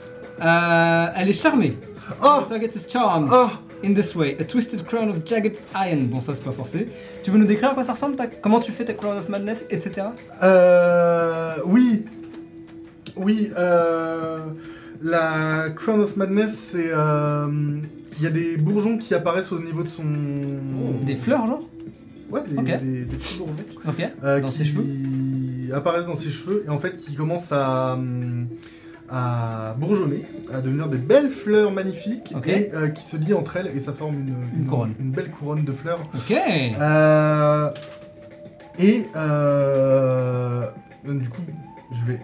Speaker 1: Euh, Elle est charmée.
Speaker 2: Oh
Speaker 1: The target is charmed.
Speaker 2: Oh
Speaker 1: In this way, a twisted crown of jagged iron. Bon, ça c'est pas forcé. Tu veux nous décrire à quoi ça ressemble ta- Comment tu fais ta crown of madness, etc.
Speaker 2: Euh, oui. Oui, euh, la Crown of Madness, c'est... euh, Il y a des bourgeons qui apparaissent au niveau de son... Hmm.
Speaker 1: Des fleurs, genre
Speaker 2: Ouais, des,
Speaker 1: Ok.
Speaker 2: des- des petits bourgeons.
Speaker 1: Ok.
Speaker 2: euh,
Speaker 1: Dans
Speaker 2: qui
Speaker 1: ses
Speaker 2: apparaissent dans ses cheveux et en fait qui commencent à, hum, à bourgeonner, à devenir des belles fleurs magnifiques
Speaker 1: Ok.
Speaker 2: et euh, qui se lient entre elles et ça forme une,
Speaker 1: Une couronne.
Speaker 2: une belle couronne de fleurs.
Speaker 1: Ok.
Speaker 2: Euh, et euh, du coup, je vais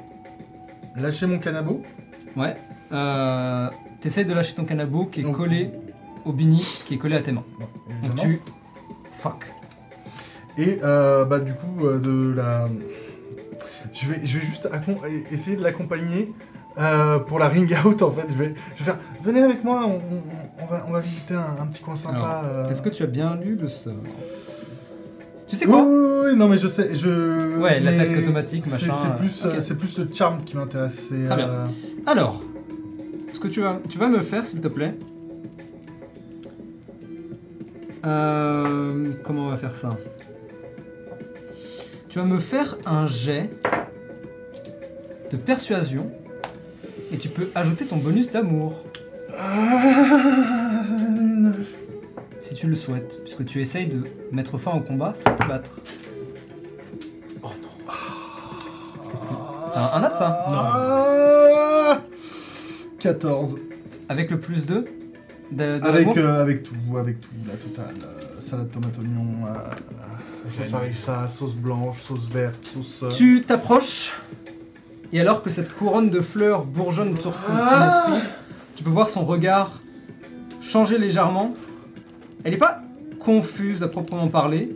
Speaker 2: lâcher mon canabo.
Speaker 1: Ouais. Euh, T'essayes de lâcher ton canabo qui est
Speaker 2: Donc-
Speaker 1: collé au bini, qui est collé à tes mains.
Speaker 2: Bon,
Speaker 1: Donc
Speaker 2: évidemment.
Speaker 1: tu. Fuck.
Speaker 2: Et euh, bah du coup euh, de la, je vais, je vais juste accom- e- essayer de l'accompagner euh, pour la ring out en fait. Je vais, je vais faire, venez avec moi, on, on- on va, on va visiter un, un petit coin sympa. euh.
Speaker 1: Est-ce que tu as bien lu le sort Tu sais
Speaker 2: Oui,
Speaker 1: quoi
Speaker 2: oui, oui, non mais je sais, je.
Speaker 1: Ouais, l'attaque
Speaker 2: mais
Speaker 1: automatique,
Speaker 2: c'est-
Speaker 1: machin,
Speaker 2: C'est
Speaker 1: euh,
Speaker 2: plus, euh,
Speaker 1: ok.
Speaker 2: c'est plus le charme qui m'intéresse. c'est,
Speaker 1: Très bien.
Speaker 2: euh,
Speaker 1: Alors, ce que tu vas, tu vas me faire, s'il te plaît. Euh, comment on va faire ça Tu vas me faire un jet de persuasion et tu peux ajouter ton bonus d'amour si tu le souhaites, puisque tu essayes de mettre fin au combat sans te battre.
Speaker 3: Oh non.
Speaker 1: C'est un, un nat, ça
Speaker 2: Ah 14.
Speaker 1: Avec le plus 2 de, de l'amour
Speaker 2: Avec, euh, avec tout, avec tout, la totale. euh, salade tomate oignon, euh, euh,
Speaker 3: J'ai
Speaker 2: sauce harissa, sauce blanche, sauce verte, sauce. euh,
Speaker 1: Tu t'approches, et alors que cette couronne de fleurs bourgeonne autour de ton ton esprit, tu peux voir son regard changer légèrement. Elle n'est pas confuse à proprement parler.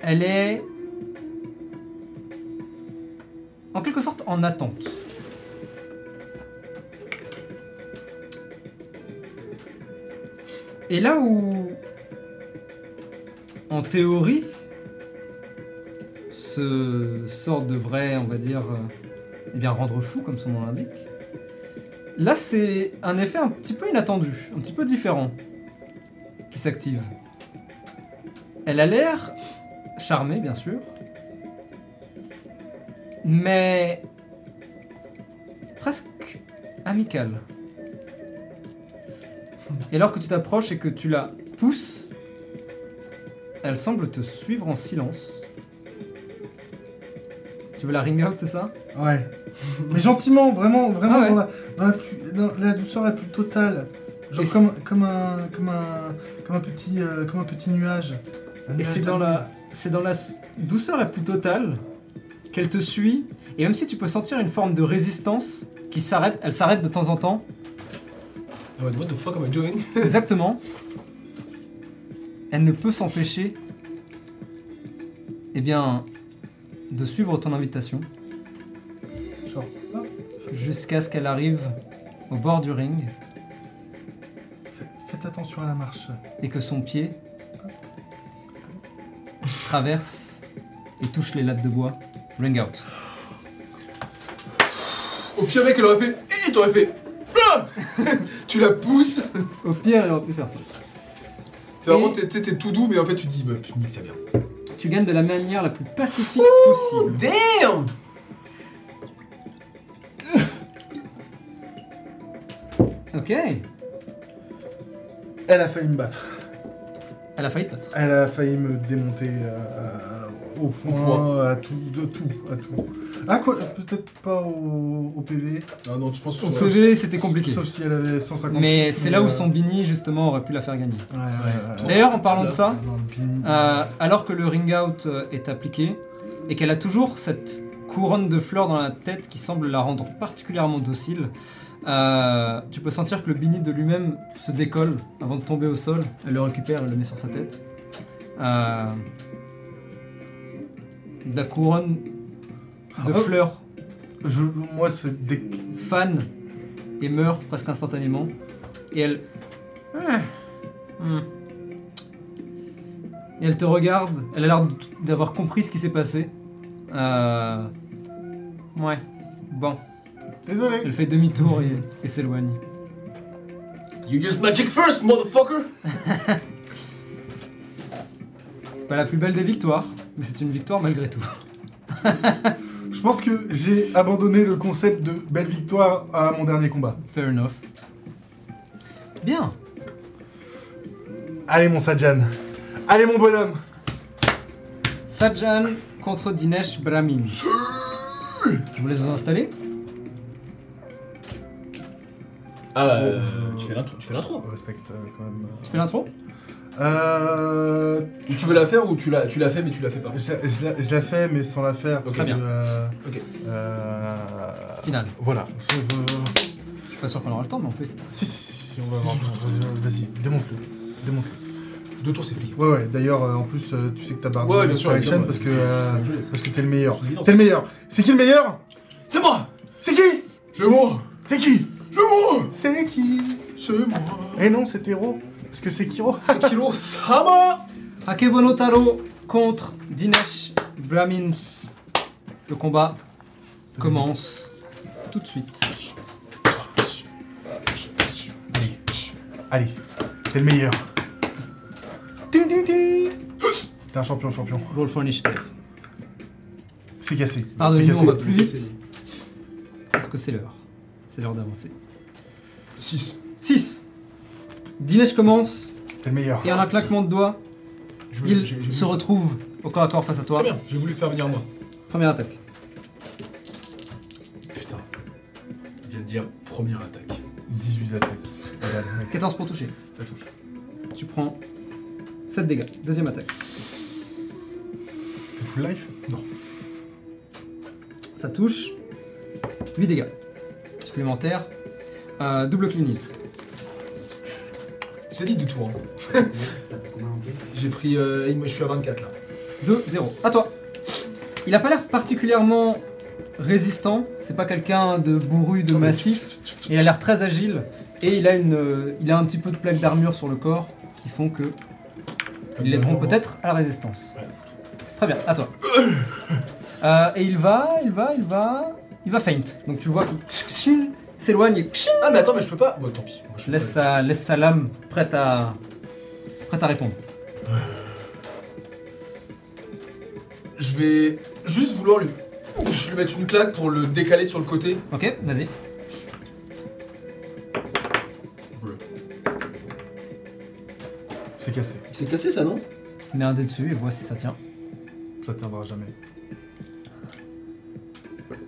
Speaker 1: Elle est en quelque sorte en attente. Et là où, en théorie, ce sort devrait, on va dire, euh, eh bien rendre fou, comme son nom l'indique. Là, c'est un effet un petit peu inattendu, un petit peu différent, qui s'active. Elle a l'air charmée, bien sûr, mais presque amicale. Et alors que tu t'approches et que tu la pousses, elle semble te suivre en silence. Tu veux la ring out, c'est ça
Speaker 2: Ouais. Mais gentiment, vraiment, vraiment
Speaker 1: Ah ouais.
Speaker 2: dans, la, dans la plus- dans la douceur la plus totale. Genre
Speaker 1: Et c'est-
Speaker 2: comme, comme un comme un comme un petit euh, comme un petit nuage. Un
Speaker 1: Et
Speaker 2: nuage
Speaker 1: c'est dans
Speaker 2: d'amour.
Speaker 1: la, c'est dans la s- douceur la plus totale qu'elle te suit. Et même si tu peux sentir une forme de résistance qui s'arrête, elle s'arrête de temps en temps.
Speaker 3: En mode, Ah what the fuck am I doing
Speaker 1: Exactement. Elle ne peut s'empêcher, eh bien, de suivre ton invitation
Speaker 2: Genre, hop,
Speaker 1: jusqu'à ce qu'elle arrive au bord du ring
Speaker 2: faites, faites attention à la marche.
Speaker 1: et que son pied traverse et touche les lattes de bois. Ring out.
Speaker 3: Au pire, mec, elle aurait fait.
Speaker 5: eh,
Speaker 3: Et t'aurais fait. Ah tu la pousses.
Speaker 1: Au pire, elle aurait pu faire ça.
Speaker 3: C'est vraiment,
Speaker 1: Et-
Speaker 3: t'es- t'es t'es tout doux, mais en fait, tu te dis, bah, nique ça bien.
Speaker 1: tu gagnes de la manière la plus pacifique possible.
Speaker 5: Damn
Speaker 1: Ok.
Speaker 2: Elle a failli me battre.
Speaker 1: Elle a failli te battre.
Speaker 2: Elle a failli me démonter euh, euh, au point, à tout, de tout, à tout. Ah quoi, peut-être pas au, au PV.
Speaker 3: Ah non, je pense que
Speaker 1: Au
Speaker 3: je-
Speaker 1: PV, c'était compliqué.
Speaker 2: Sauf si elle avait 150.
Speaker 1: Mais c'est là où son bini, justement, aurait pu la faire gagner.
Speaker 2: euh, Ouais, ouais, ouais.
Speaker 1: D'ailleurs, en parlant de ça,
Speaker 2: Dans le pini.
Speaker 1: Euh, alors que le ring out euh, est appliqué et qu'elle a toujours cette couronne de fleurs dans la tête qui semble la rendre particulièrement docile, euh, tu peux sentir que le bini de lui-même se décolle avant de tomber au sol. Elle le récupère et le met sur sa tête. Euh, la couronne de
Speaker 2: Oh.
Speaker 1: fleurs Euh,
Speaker 2: Je- moi, c'est dès que-
Speaker 1: fan et meurt presque instantanément. Et elle. Ah. Hmm. Et elle te regarde, elle a l'air de- d'avoir compris ce qui s'est passé. Euh... Ouais, bon.
Speaker 2: Désolé.
Speaker 1: Elle fait demi-tour et, et s'éloigne.
Speaker 5: You use magic first, motherfucker
Speaker 1: C'est pas la plus belle des victoires, mais c'est une victoire malgré tout.
Speaker 2: Je pense que j'ai abandonné le concept de belle victoire à mon dernier combat.
Speaker 1: Fair enough. Bien.
Speaker 2: Allez, mon Sajan. Allez, mon bonhomme.
Speaker 1: Sajan contre Dinesh Brahmin. Je vous laisse vous installer.
Speaker 3: Ah,
Speaker 2: euh,
Speaker 3: tu fais l'intro. Tu fais l'intro.
Speaker 2: On respecte euh, quand même.
Speaker 1: Tu fais l'intro
Speaker 2: Euh.
Speaker 5: Ou tu veux la faire ou tu l'as tu l'as fait mais tu l'as fait pas
Speaker 2: Je, la- je la, je la fais, mais sans la faire.
Speaker 5: Ok.
Speaker 2: parce que,
Speaker 1: Très bien.
Speaker 2: euh,
Speaker 5: Ok.
Speaker 2: euh,
Speaker 1: Final.
Speaker 2: voilà. C'est- euh,
Speaker 1: Je suis pas sûr qu'on aura le temps, mais on peut essayer.
Speaker 2: Si, si, si, on va avoir. Vas-y, démonte-le. Démonte-le.
Speaker 5: Deux tours c'est plié.
Speaker 2: Ouais, ouais, d'ailleurs, euh, en plus, euh, tu sais que t'as barré
Speaker 5: Ouais, bien sûr,
Speaker 2: la
Speaker 5: évidemment,
Speaker 2: chaîne parce que,
Speaker 5: c'est-
Speaker 2: euh,
Speaker 5: c'est un jeu, ça.
Speaker 2: parce que t'es le meilleur.
Speaker 5: C'est évident.
Speaker 2: T'es le meilleur. C'est qui le meilleur
Speaker 5: C'est moi
Speaker 2: C'est qui
Speaker 5: C'est moi
Speaker 2: C'est qui
Speaker 5: C'est moi
Speaker 2: C'est qui
Speaker 5: C'est moi
Speaker 2: Eh non, c'est Tero. Parce que c'est Kiro.
Speaker 5: C'est Kiro Sama
Speaker 1: Akebono Taro contre Dinesh Brahmins. Le combat commence tout de suite.
Speaker 2: Allez, t'es le meilleur. Ting, ting, ting. T'es un champion, champion.
Speaker 1: Roll for initiative.
Speaker 2: C'est cassé. C'est
Speaker 1: Pardonnez-nous,
Speaker 2: cassé.
Speaker 1: on va plus vite. Parce que c'est l'heure. C'est l'heure d'avancer.
Speaker 5: 6.
Speaker 1: 6. Dinesh commence
Speaker 2: T'es le meilleur.
Speaker 1: et en un claquement de doigts, il se retrouve au corps à corps face à toi.
Speaker 5: Très bien, j'ai voulu faire venir moi.
Speaker 1: Première attaque.
Speaker 5: Putain. Je viens de dire première attaque.
Speaker 2: 18 attaques. Voilà, le mec.
Speaker 1: 14 pour toucher.
Speaker 5: Ça touche.
Speaker 1: Tu prends 7 dégâts. Deuxième attaque.
Speaker 2: T'es full life
Speaker 1: Ça touche. 8 dégâts. Supplémentaires. Euh, double clean hit.
Speaker 5: C'est dit du tour. J'ai pris. euh, moi, je suis à 24 là.
Speaker 1: 2-0. À toi. Il a pas l'air particulièrement résistant. C'est pas quelqu'un de bourru,
Speaker 2: Ah,
Speaker 1: de massif. Il a l'air très agile. Et il a, une, euh, il a un petit peu de plaques d'armure sur le corps qui font que. Ils l'aideront peut-être à la résistance. Très bien, à toi. Euh, et il va, il va, il va. Il va feint. Donc tu le vois qu'il s'éloigne et
Speaker 5: Ah, mais attends, mais je peux pas. Bon, tant pis. Moi, je peux
Speaker 1: laisse
Speaker 5: pas.
Speaker 1: sa, laisse sa lame prête à, prête à répondre.
Speaker 5: Je vais juste vouloir lui. Je lui mettre une claque pour le décaler sur le côté.
Speaker 1: Ok, vas-y.
Speaker 2: C'est cassé.
Speaker 8: C'est cassé ça, non
Speaker 1: Mets un dé dessus et vois si ça tient.
Speaker 2: Ça tiendra jamais.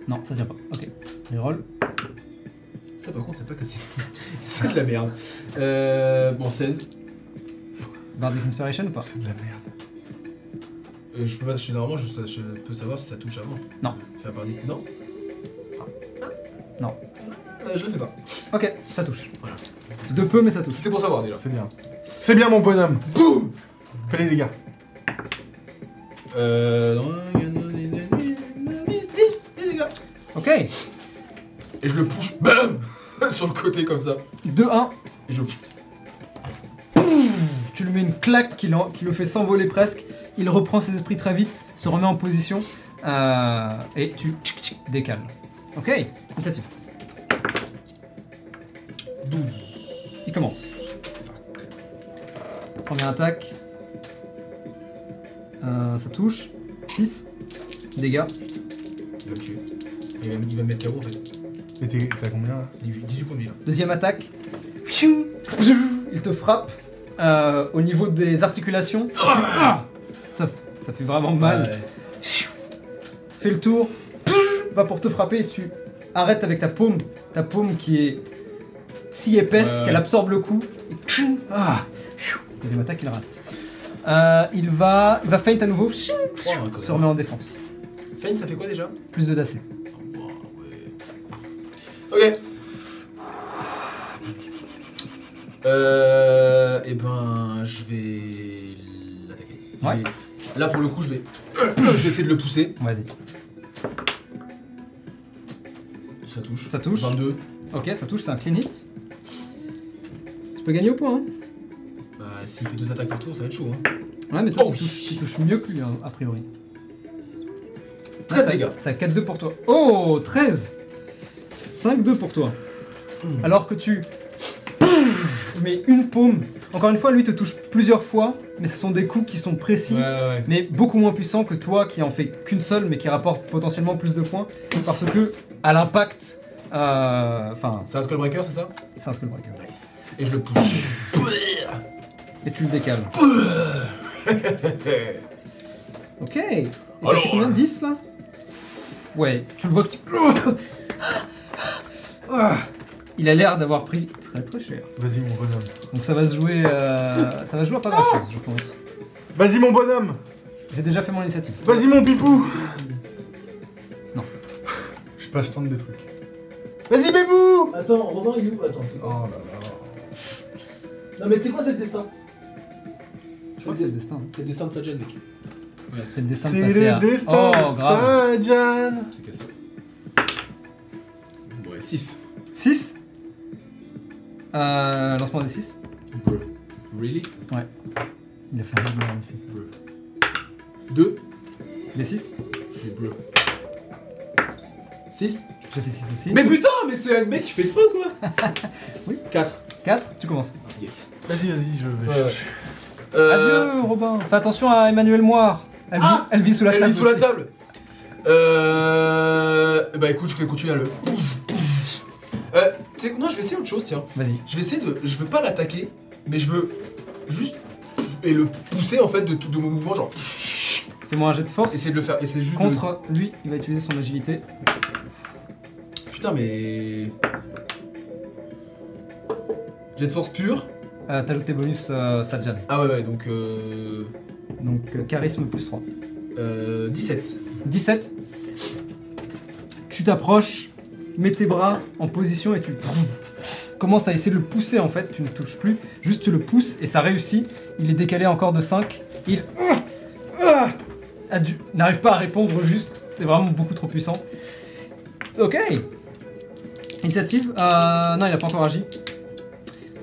Speaker 1: Non, ça tient pas. Ok. Reroll.
Speaker 5: Ça, par contre, c'est pas cassé. c'est de la merde. Euh, bon, 16.
Speaker 1: Bardic Inspiration ou pas
Speaker 2: C'est de la merde.
Speaker 5: Euh, je peux pas toucher normalement, je, je peux savoir si ça touche avant.
Speaker 1: Non.
Speaker 5: Faire par des- Non
Speaker 1: Non.
Speaker 5: Euh, je le fais pas.
Speaker 1: Ok, ça touche. De peu, mais ça touche.
Speaker 5: C'était pour savoir déjà.
Speaker 2: C'est bien. C'est bien, mon bonhomme.
Speaker 5: Boum
Speaker 2: Fais les dégâts.
Speaker 5: Euh. non, non, non, non, non, non, 10 les gars
Speaker 1: Ok.
Speaker 5: Et je le push, Bah BAM Sur le côté comme ça.
Speaker 1: 2-1.
Speaker 5: Et je.
Speaker 1: Tu lui mets une claque qui, l'en- qui le fait s'envoler presque. Il reprend ses esprits très vite, se remet en position. euh, et tu tchic, tchic, décales. Ok, initiative. 12. Il commence. Première attaque. Euh, ça touche. 6 dégâts.
Speaker 5: Ok. Il va, il va me mettre KO en fait.
Speaker 2: Et t'es- t'as combien là
Speaker 5: 18 points de vie là.
Speaker 1: Deuxième attaque. Pfiou Il te frappe euh, au niveau des articulations. Ça, ça fait vraiment mal.
Speaker 5: Ouais.
Speaker 1: Fais le tour. Va pour te frapper et tu arrêtes avec ta paume. Ta paume qui est si épaisse
Speaker 5: Ouais.
Speaker 1: qu'elle absorbe le coup. Et tchou Ah Deuxième attaque, il rate. Euh, il va, il va feint à nouveau. Tchou
Speaker 5: Trois, hein, quand même.
Speaker 1: Se remet en défense.
Speaker 3: Fane, ça fait quoi déjà
Speaker 1: Plus de dacé.
Speaker 3: Ok. Euh. Et ben, je vais l'attaquer. Il
Speaker 1: Ouais.
Speaker 3: est- Là, pour le coup, je vais. Je vais essayer de le pousser.
Speaker 1: Vas-y.
Speaker 5: Ça touche.
Speaker 1: Ça touche.
Speaker 5: 22.
Speaker 1: Ok, ça touche, c'est un clean hit. Tu peux gagner au point. Hein.
Speaker 5: Bah, s'il fait deux attaques par tour, ça va être chaud. Hein.
Speaker 1: Ouais, mais toi,
Speaker 3: Oh
Speaker 1: tu,
Speaker 3: oui.
Speaker 1: touches, tu touches mieux que lui, hein, a priori.
Speaker 3: 13
Speaker 1: Ça-
Speaker 3: dégâts.
Speaker 1: Ça 4-2 pour toi. Oh, 13 5-2 pour toi. Alors que tu mets une paume. Encore une fois, lui te touche plusieurs fois, mais ce sont des coups qui sont précis,
Speaker 5: ouais.
Speaker 1: mais beaucoup moins puissants que toi qui en fais qu'une seule, mais qui rapporte potentiellement plus de points, parce que à l'impact, euh, enfin,
Speaker 3: C'est un skull breaker, c'est ça
Speaker 1: c'est un skullbreaker.
Speaker 3: Nice. Et je le pousse.
Speaker 1: Et tu le décales. Ok. Et t'as
Speaker 5: Alors,
Speaker 1: fait combien 10 là Ouais, tu le vois qui. Ah. Il a l'air d'avoir pris très très cher.
Speaker 2: Vas-y mon bonhomme.
Speaker 1: Donc ça va se jouer, euh, ça va se jouer à pas grand chose, je pense.
Speaker 2: Vas-y mon bonhomme
Speaker 1: J'ai déjà fait mon initiative.
Speaker 2: Vas-y mon pipou
Speaker 1: Non.
Speaker 2: Je sais pas, je tente des trucs. Vas-y bébou
Speaker 9: Attends, Robin, il est où Attends, c'est quoi
Speaker 5: Oh là là.
Speaker 9: Non, mais c'est quoi, c'est le destin
Speaker 1: Je crois que c'est le destin. hein.
Speaker 9: C'est le destin de Sajan, mec.
Speaker 1: C'est le destin. de
Speaker 2: C'est
Speaker 1: passer à-
Speaker 2: le destin
Speaker 1: Oh grave.
Speaker 2: Sajan
Speaker 5: C'est cassé. Ouais, 6.
Speaker 1: 6 euh, Lancement des 6.
Speaker 3: Really
Speaker 1: Il a fait un double aussi.
Speaker 3: 2,
Speaker 1: Des 6
Speaker 3: 6.
Speaker 1: J'ai fait 6 aussi.
Speaker 3: Mais putain, mais c'est un mec, tu fais exprès ou quoi
Speaker 1: Oui.
Speaker 3: 4.
Speaker 1: 4, tu commences.
Speaker 3: Yes.
Speaker 2: Vas-y, vas-y, je vais
Speaker 3: Ouais, ouais.
Speaker 2: chercher.
Speaker 3: Euh,
Speaker 1: Adieu Robin. Fais attention à Emmanuel Moire. Elle, vit-
Speaker 3: Ah
Speaker 1: elle vit sous la
Speaker 3: Elle
Speaker 1: table.
Speaker 3: est sous la
Speaker 1: aussi.
Speaker 3: table. Euh. Bah écoute, je vais continuer à le. Pouf, pouf. Euh, tu sais quoi, non, je vais essayer autre chose, tiens.
Speaker 1: Vas-y.
Speaker 3: Je vais essayer de. Je veux pas l'attaquer, mais je veux juste. Et le pousser en fait de tout de mon mouvement, genre.
Speaker 1: Fais-moi un jet de force.
Speaker 3: Essayer de le faire. Essayer juste de-
Speaker 1: Contre lui, il va utiliser son agilité.
Speaker 3: Putain, mais. J'ai de force pure.
Speaker 1: Euh, T'ajoutes tes bonus, euh, ça jam.
Speaker 3: Ah ouais, ouais, donc. Euh,
Speaker 1: Donc euh, charisme plus 3.
Speaker 3: euh, 17.
Speaker 1: 17. Tu t'approches, mets tes bras en position et tu commences à essayer de le pousser en fait. Tu ne touches plus, juste tu le pousses et ça réussit. Il est décalé encore de 5. Il a dû- n'arrive pas à répondre juste. C'est vraiment beaucoup trop puissant. Ok. Initiative. Euh, non, il n'a pas encore agi.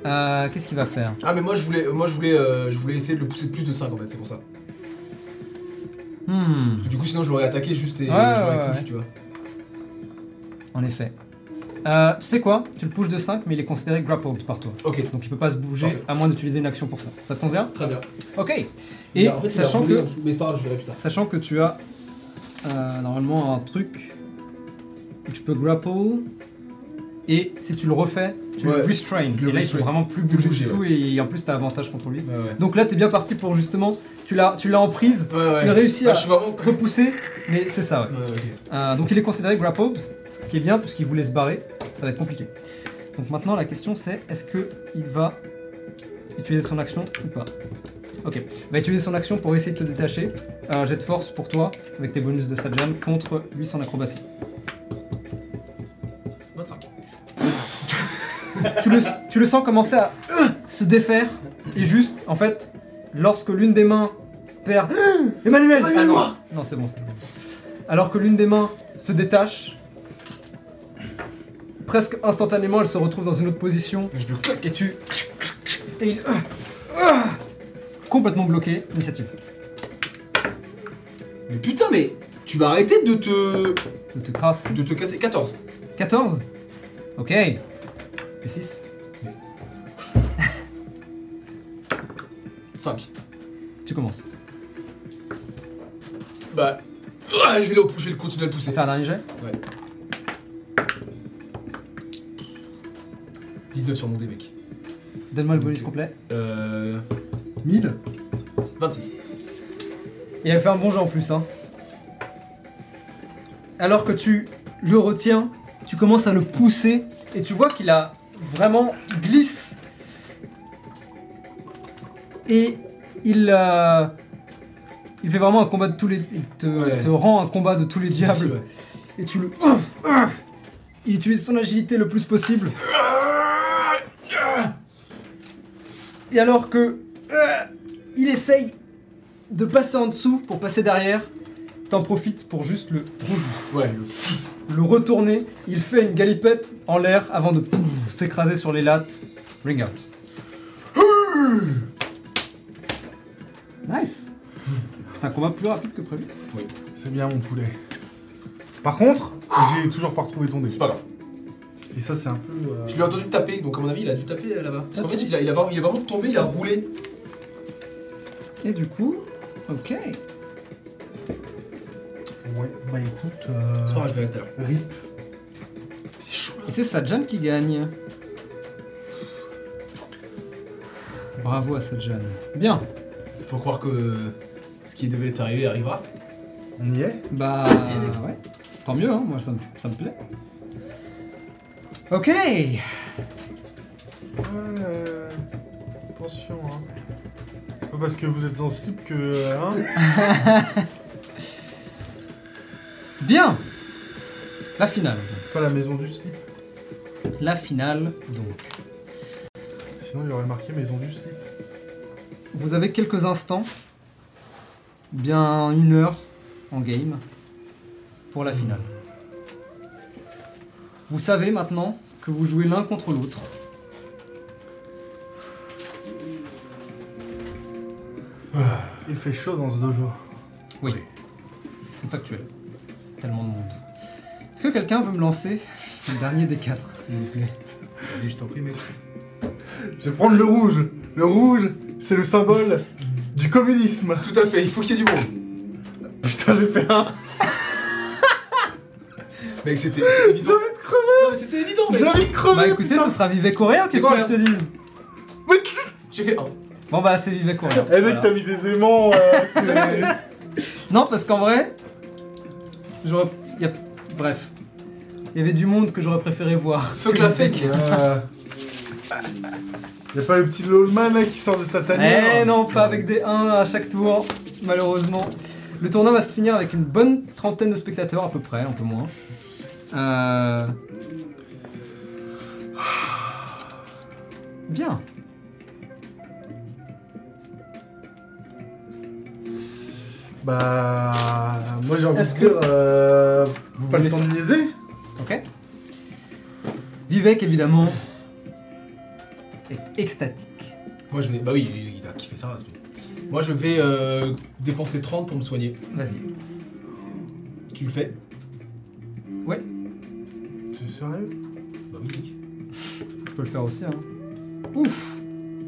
Speaker 1: Euh, Qu'est-ce qu'il va faire
Speaker 3: Ah, mais moi je voulais. Moi je voulais. euh, je voulais essayer de le pousser de plus de 5 en fait, c'est pour ça.
Speaker 1: Hmm.
Speaker 3: Parce que du coup, sinon je l'aurais attaqué juste et
Speaker 1: Ouais,
Speaker 3: j'aurais
Speaker 1: ouais,
Speaker 3: couché,
Speaker 1: ouais.
Speaker 3: tu vois.
Speaker 1: En effet. Euh, tu sais quoi Tu le pushes de 5, mais il est considéré grappled par toi.
Speaker 3: Ok,
Speaker 1: Donc il peut pas se bouger
Speaker 3: Parfait.
Speaker 1: à moins d'utiliser une action pour ça. Ça te convient
Speaker 9: Très bien.
Speaker 1: Ok.
Speaker 9: Il
Speaker 1: Et
Speaker 9: a- en fait, il a
Speaker 1: sachant,
Speaker 9: roulé
Speaker 1: que,
Speaker 9: en dessous, Mais c'est pas grave, je verrai plus tard.
Speaker 1: sachant que tu as euh, normalement un truc où tu peux grapple et si tu le refais, tu
Speaker 3: Ouais.
Speaker 1: le restrain.
Speaker 3: Je le
Speaker 1: et là, il peut
Speaker 3: restrain.
Speaker 1: vraiment plus bouger,
Speaker 3: bouger,
Speaker 1: du tout et en plus t'as avantage contre lui.
Speaker 3: ouais, ouais.
Speaker 1: Donc là, t'es bien parti pour justement, tu l'as, tu l'as en prise,
Speaker 3: Ouais, ouais.
Speaker 1: il a réussi
Speaker 3: Ah,
Speaker 1: à
Speaker 3: je suis vraiment.
Speaker 1: repousser, mais c'est ça. Ouais.
Speaker 3: Ouais, ok.
Speaker 1: Euh, donc il est considéré grappled, ce qui est bien puisqu'il voulait se barrer, ça va être compliqué. Donc maintenant la question c'est est-ce que il va utiliser son action ou pas Ok, il va utiliser son action pour essayer de te détacher. Euh, jet de force pour toi avec tes bonus de Sajam contre lui son acrobatie.
Speaker 3: 25.
Speaker 1: tu, le, tu le sens commencer à euh, se défaire et juste en fait lorsque l'une des mains perd Emmanuel Ah non, non c'est bon c'est bon. alors que l'une des mains se détache presque instantanément elle se retrouve dans une autre position
Speaker 3: Je le claque.
Speaker 1: et tu et il euh, euh, complètement bloqué initiative
Speaker 3: Mais putain, mais. Tu vas arrêter de te.
Speaker 1: je te crasse
Speaker 3: de te casser. 14.
Speaker 1: 14 ok et 6
Speaker 3: 5.
Speaker 1: tu commences
Speaker 3: Bah. ah, je, vais le, je vais le continuer à le pousser.
Speaker 1: Faire un dernier jet
Speaker 3: 19 sur mon dé, mec.
Speaker 1: Donne-moi le bonus
Speaker 3: Ok.
Speaker 1: complet.
Speaker 3: Euh.
Speaker 1: 1000
Speaker 3: 26.
Speaker 1: Il a fait un bon jeu en plus, hein. Alors que tu le retiens, tu commences à le pousser et tu vois qu'il a vraiment il glisse. Et il euh, il fait vraiment un combat de tous les il te,
Speaker 3: Ouais.
Speaker 1: il te rend un combat de tous les
Speaker 3: Difficile,
Speaker 1: diables
Speaker 3: ouais.
Speaker 1: et tu le il utilise son agilité le plus possible. Et alors que euh, il essaye de passer en dessous pour passer derrière, t'en profites pour juste le,
Speaker 3: Ouais, le
Speaker 1: le retourner. Il fait une galipette en l'air avant de pouf, s'écraser sur les lattes. Ring out. Nice. C'est un combat plus rapide que prévu.
Speaker 2: C'est bien mon poulet. Par contre, j'ai toujours pas retrouvé ton dé.
Speaker 3: C'est pas grave.
Speaker 2: Et ça, c'est un peu. euh,
Speaker 3: Je l'ai entendu taper, donc à mon avis, il a dû taper euh, là-bas. Parce qu'en fait, il a, il, a, vraiment- il a vraiment tombé, il a roulé.
Speaker 1: Et du coup, ok.
Speaker 2: Ouais, bah écoute. euh,
Speaker 3: C'est pas grave, je verrai tout à l'heure.
Speaker 2: Rip.
Speaker 3: C'est chaud.
Speaker 1: Et c'est Sadjan qui gagne. Bravo à Sadjan. Bien.
Speaker 3: Il faut croire que ce qui devait arriver arrivera.
Speaker 2: On y est
Speaker 1: Bah ouais, tant mieux, hein, moi ça me, ça me plaît. Ok,
Speaker 2: Ouais. euh, Attention, hein. C'est pas parce que vous êtes en slip que. euh, hein
Speaker 1: bien. La finale.
Speaker 2: c'est pas la maison du slip.
Speaker 1: La finale donc.
Speaker 2: Sinon, il y aurait marqué maison du slip.
Speaker 1: Vous avez quelques instants, bien une heure en game pour la finale. Vous savez maintenant que vous jouez l'un contre l'autre.
Speaker 2: Il fait chaud dans ce dojo.
Speaker 1: Oui. C'est factuel. Tellement de monde. Est-ce que quelqu'un veut me lancer le dernier des quatre, s'il vous plaît
Speaker 2: Oh,
Speaker 3: Vas-y, je t'en prie, mec.
Speaker 2: Je vais prendre le rouge. Le rouge, c'est le symbole du communisme.
Speaker 3: Tout à fait, il faut qu'il y ait du monde.
Speaker 2: Putain, j'ai fait un.
Speaker 3: Mec, c'était c'était évident.
Speaker 2: J'ai envie de crever.
Speaker 3: Non, mais c'était évident,
Speaker 2: J'ai
Speaker 3: mec.
Speaker 2: envie de crever.
Speaker 1: Bah écoutez,
Speaker 2: putain.
Speaker 1: ce sera Vivek coréen, qu'est-ce que je te dise
Speaker 3: J'ai fait 1.
Speaker 1: Bon bah c'est Vivek coréen.
Speaker 2: Eh mec, t'as mis des aimants. euh, c'est-
Speaker 1: Non parce qu'en vrai, j'aurais... y a- Bref. Il y avait du monde que j'aurais préféré voir.
Speaker 3: Fuck la fake.
Speaker 2: Y'a pas le petit Lolman là qui sort de sa tanière
Speaker 1: Eh non, pas avec des 1 à chaque tour, malheureusement. Le tournoi va se finir avec une bonne trentaine de spectateurs à peu près, un peu moins. Euh... Bien.
Speaker 2: Bah. Moi j'ai envie de
Speaker 1: Est-ce
Speaker 2: dire. euh,
Speaker 1: Vous
Speaker 2: pas le
Speaker 1: voulez-
Speaker 2: temps de niaiser
Speaker 1: Ok. Vivek évidemment est extatique.
Speaker 3: Moi, je vais. Bah oui, il- il a kiffé ça, celui Moi, je vais euh, dépenser 30 pour me soigner.
Speaker 1: Vas-y.
Speaker 3: Tu le fais
Speaker 2: T'es sérieux
Speaker 3: Bah oui, mec.
Speaker 1: Je peux le faire aussi. Hein. Ouf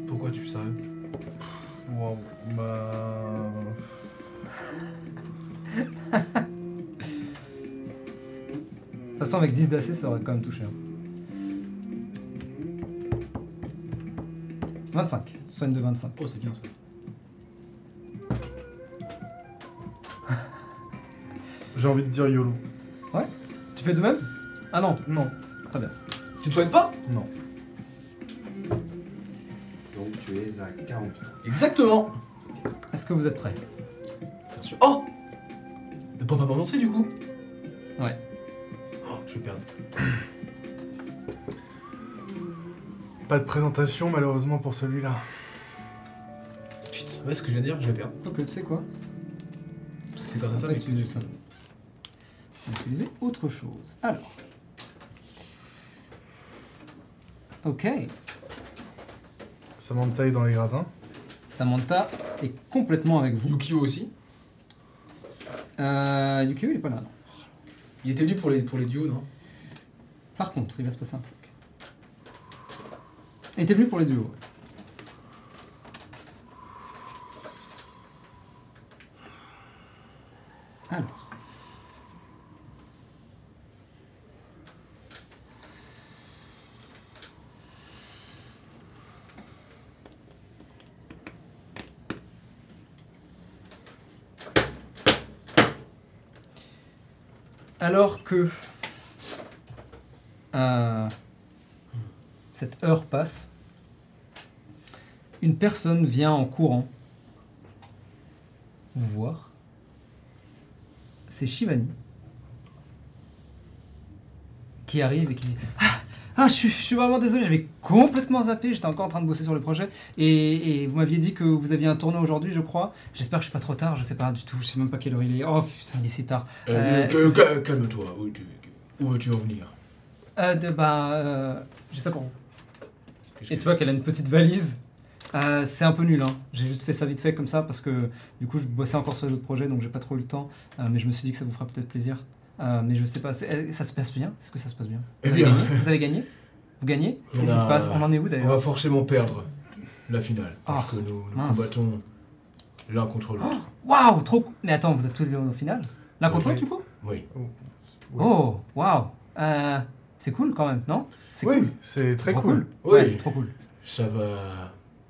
Speaker 3: Pourquoi tu es sérieux
Speaker 2: Wow, bah.
Speaker 1: De toute façon, avec 10 d'AC, ça aurait quand même touché. hein. 25. Soigne de 25.
Speaker 3: Oh, c'est bien ça.
Speaker 2: J'ai envie de dire YOLO.
Speaker 1: Tu fais de même Ah non.
Speaker 2: Non.
Speaker 3: Tu te soignes pas
Speaker 4: Donc tu es à 40.
Speaker 3: Exactement
Speaker 1: Est-ce que vous êtes prêts
Speaker 3: Bien sûr. Oh Mais pas m'annoncer du coup
Speaker 1: Ouais.
Speaker 3: Oh, je vais perdre.
Speaker 2: Pas de présentation malheureusement pour celui-là.
Speaker 3: Putain, ouais, ce que je viens de dire, je vais perdre.
Speaker 1: Donc, tu sais quoi
Speaker 3: C'est grâce à ça,
Speaker 1: On va
Speaker 3: mec. que
Speaker 1: utiliser
Speaker 3: tu-
Speaker 1: ça. On va utiliser autre chose. Alors. Ok.
Speaker 2: Ça monte taille dans les gradins.
Speaker 1: Samantha est complètement avec vous.
Speaker 3: Yukio aussi.
Speaker 1: Euh, Yukio, il est pas là. non.
Speaker 3: Il était venu pour les, pour les duos, non
Speaker 1: Par contre, il va se passer un truc. Il était venu pour les duos. ouais. alors que euh, cette heure passe, une personne vient en courant vous voir. C'est Shivani qui arrive et qui dit ah, je suis, je suis vraiment désolé, j'avais complètement zappé, j'étais encore en train de bosser sur le projet. Et, et vous m'aviez dit que vous aviez un tournoi aujourd'hui, je crois. J'espère que je suis pas trop tard, je sais pas du tout, je sais même pas quelle heure il est. Oh putain, il est si tard.
Speaker 5: Euh,
Speaker 1: Euh,
Speaker 5: que-
Speaker 1: est-ce que
Speaker 5: que- Calme-toi, où, tu- où veux-tu en venir
Speaker 1: Euh, de- bah, euh, j'ai ça pour vous.
Speaker 5: Qu'est-ce
Speaker 1: Et
Speaker 5: que-
Speaker 1: tu vois qu'elle a une petite valise. Euh, c'est un peu nul, hein. J'ai juste fait ça vite fait comme ça parce que du coup je bossais encore sur les autres projets donc j'ai pas trop eu le temps. Euh, mais je me suis dit que ça vous fera peut-être plaisir. Euh, mais je sais pas, c'est- euh, ça se passe bien Est-ce que ça se passe bien
Speaker 5: Eh
Speaker 1: vous avez,
Speaker 5: bien.
Speaker 1: gagné vous avez gagné Vous gagnez
Speaker 5: On
Speaker 1: Qu'est-ce qui
Speaker 5: a-
Speaker 1: se passe On en est où
Speaker 5: On
Speaker 1: d'ailleurs
Speaker 5: va forcément perdre la finale, parce
Speaker 1: Ah,
Speaker 5: que nous, nous
Speaker 1: mince. Ah.
Speaker 5: combattons l'un contre l'autre.
Speaker 1: Waouh, trop cou- Mais attends, vous êtes tous les deux au final L'un contre
Speaker 5: Oui.
Speaker 1: l'autre, du coup
Speaker 5: Oui.
Speaker 2: Oui.
Speaker 1: Oh, waouh Euh, C'est cool quand même, non C'est
Speaker 2: Oui,
Speaker 1: cool.
Speaker 2: c'est très
Speaker 1: Trop
Speaker 2: cool.
Speaker 5: Oui.
Speaker 1: Ouais, c'est trop cool.
Speaker 5: Ça va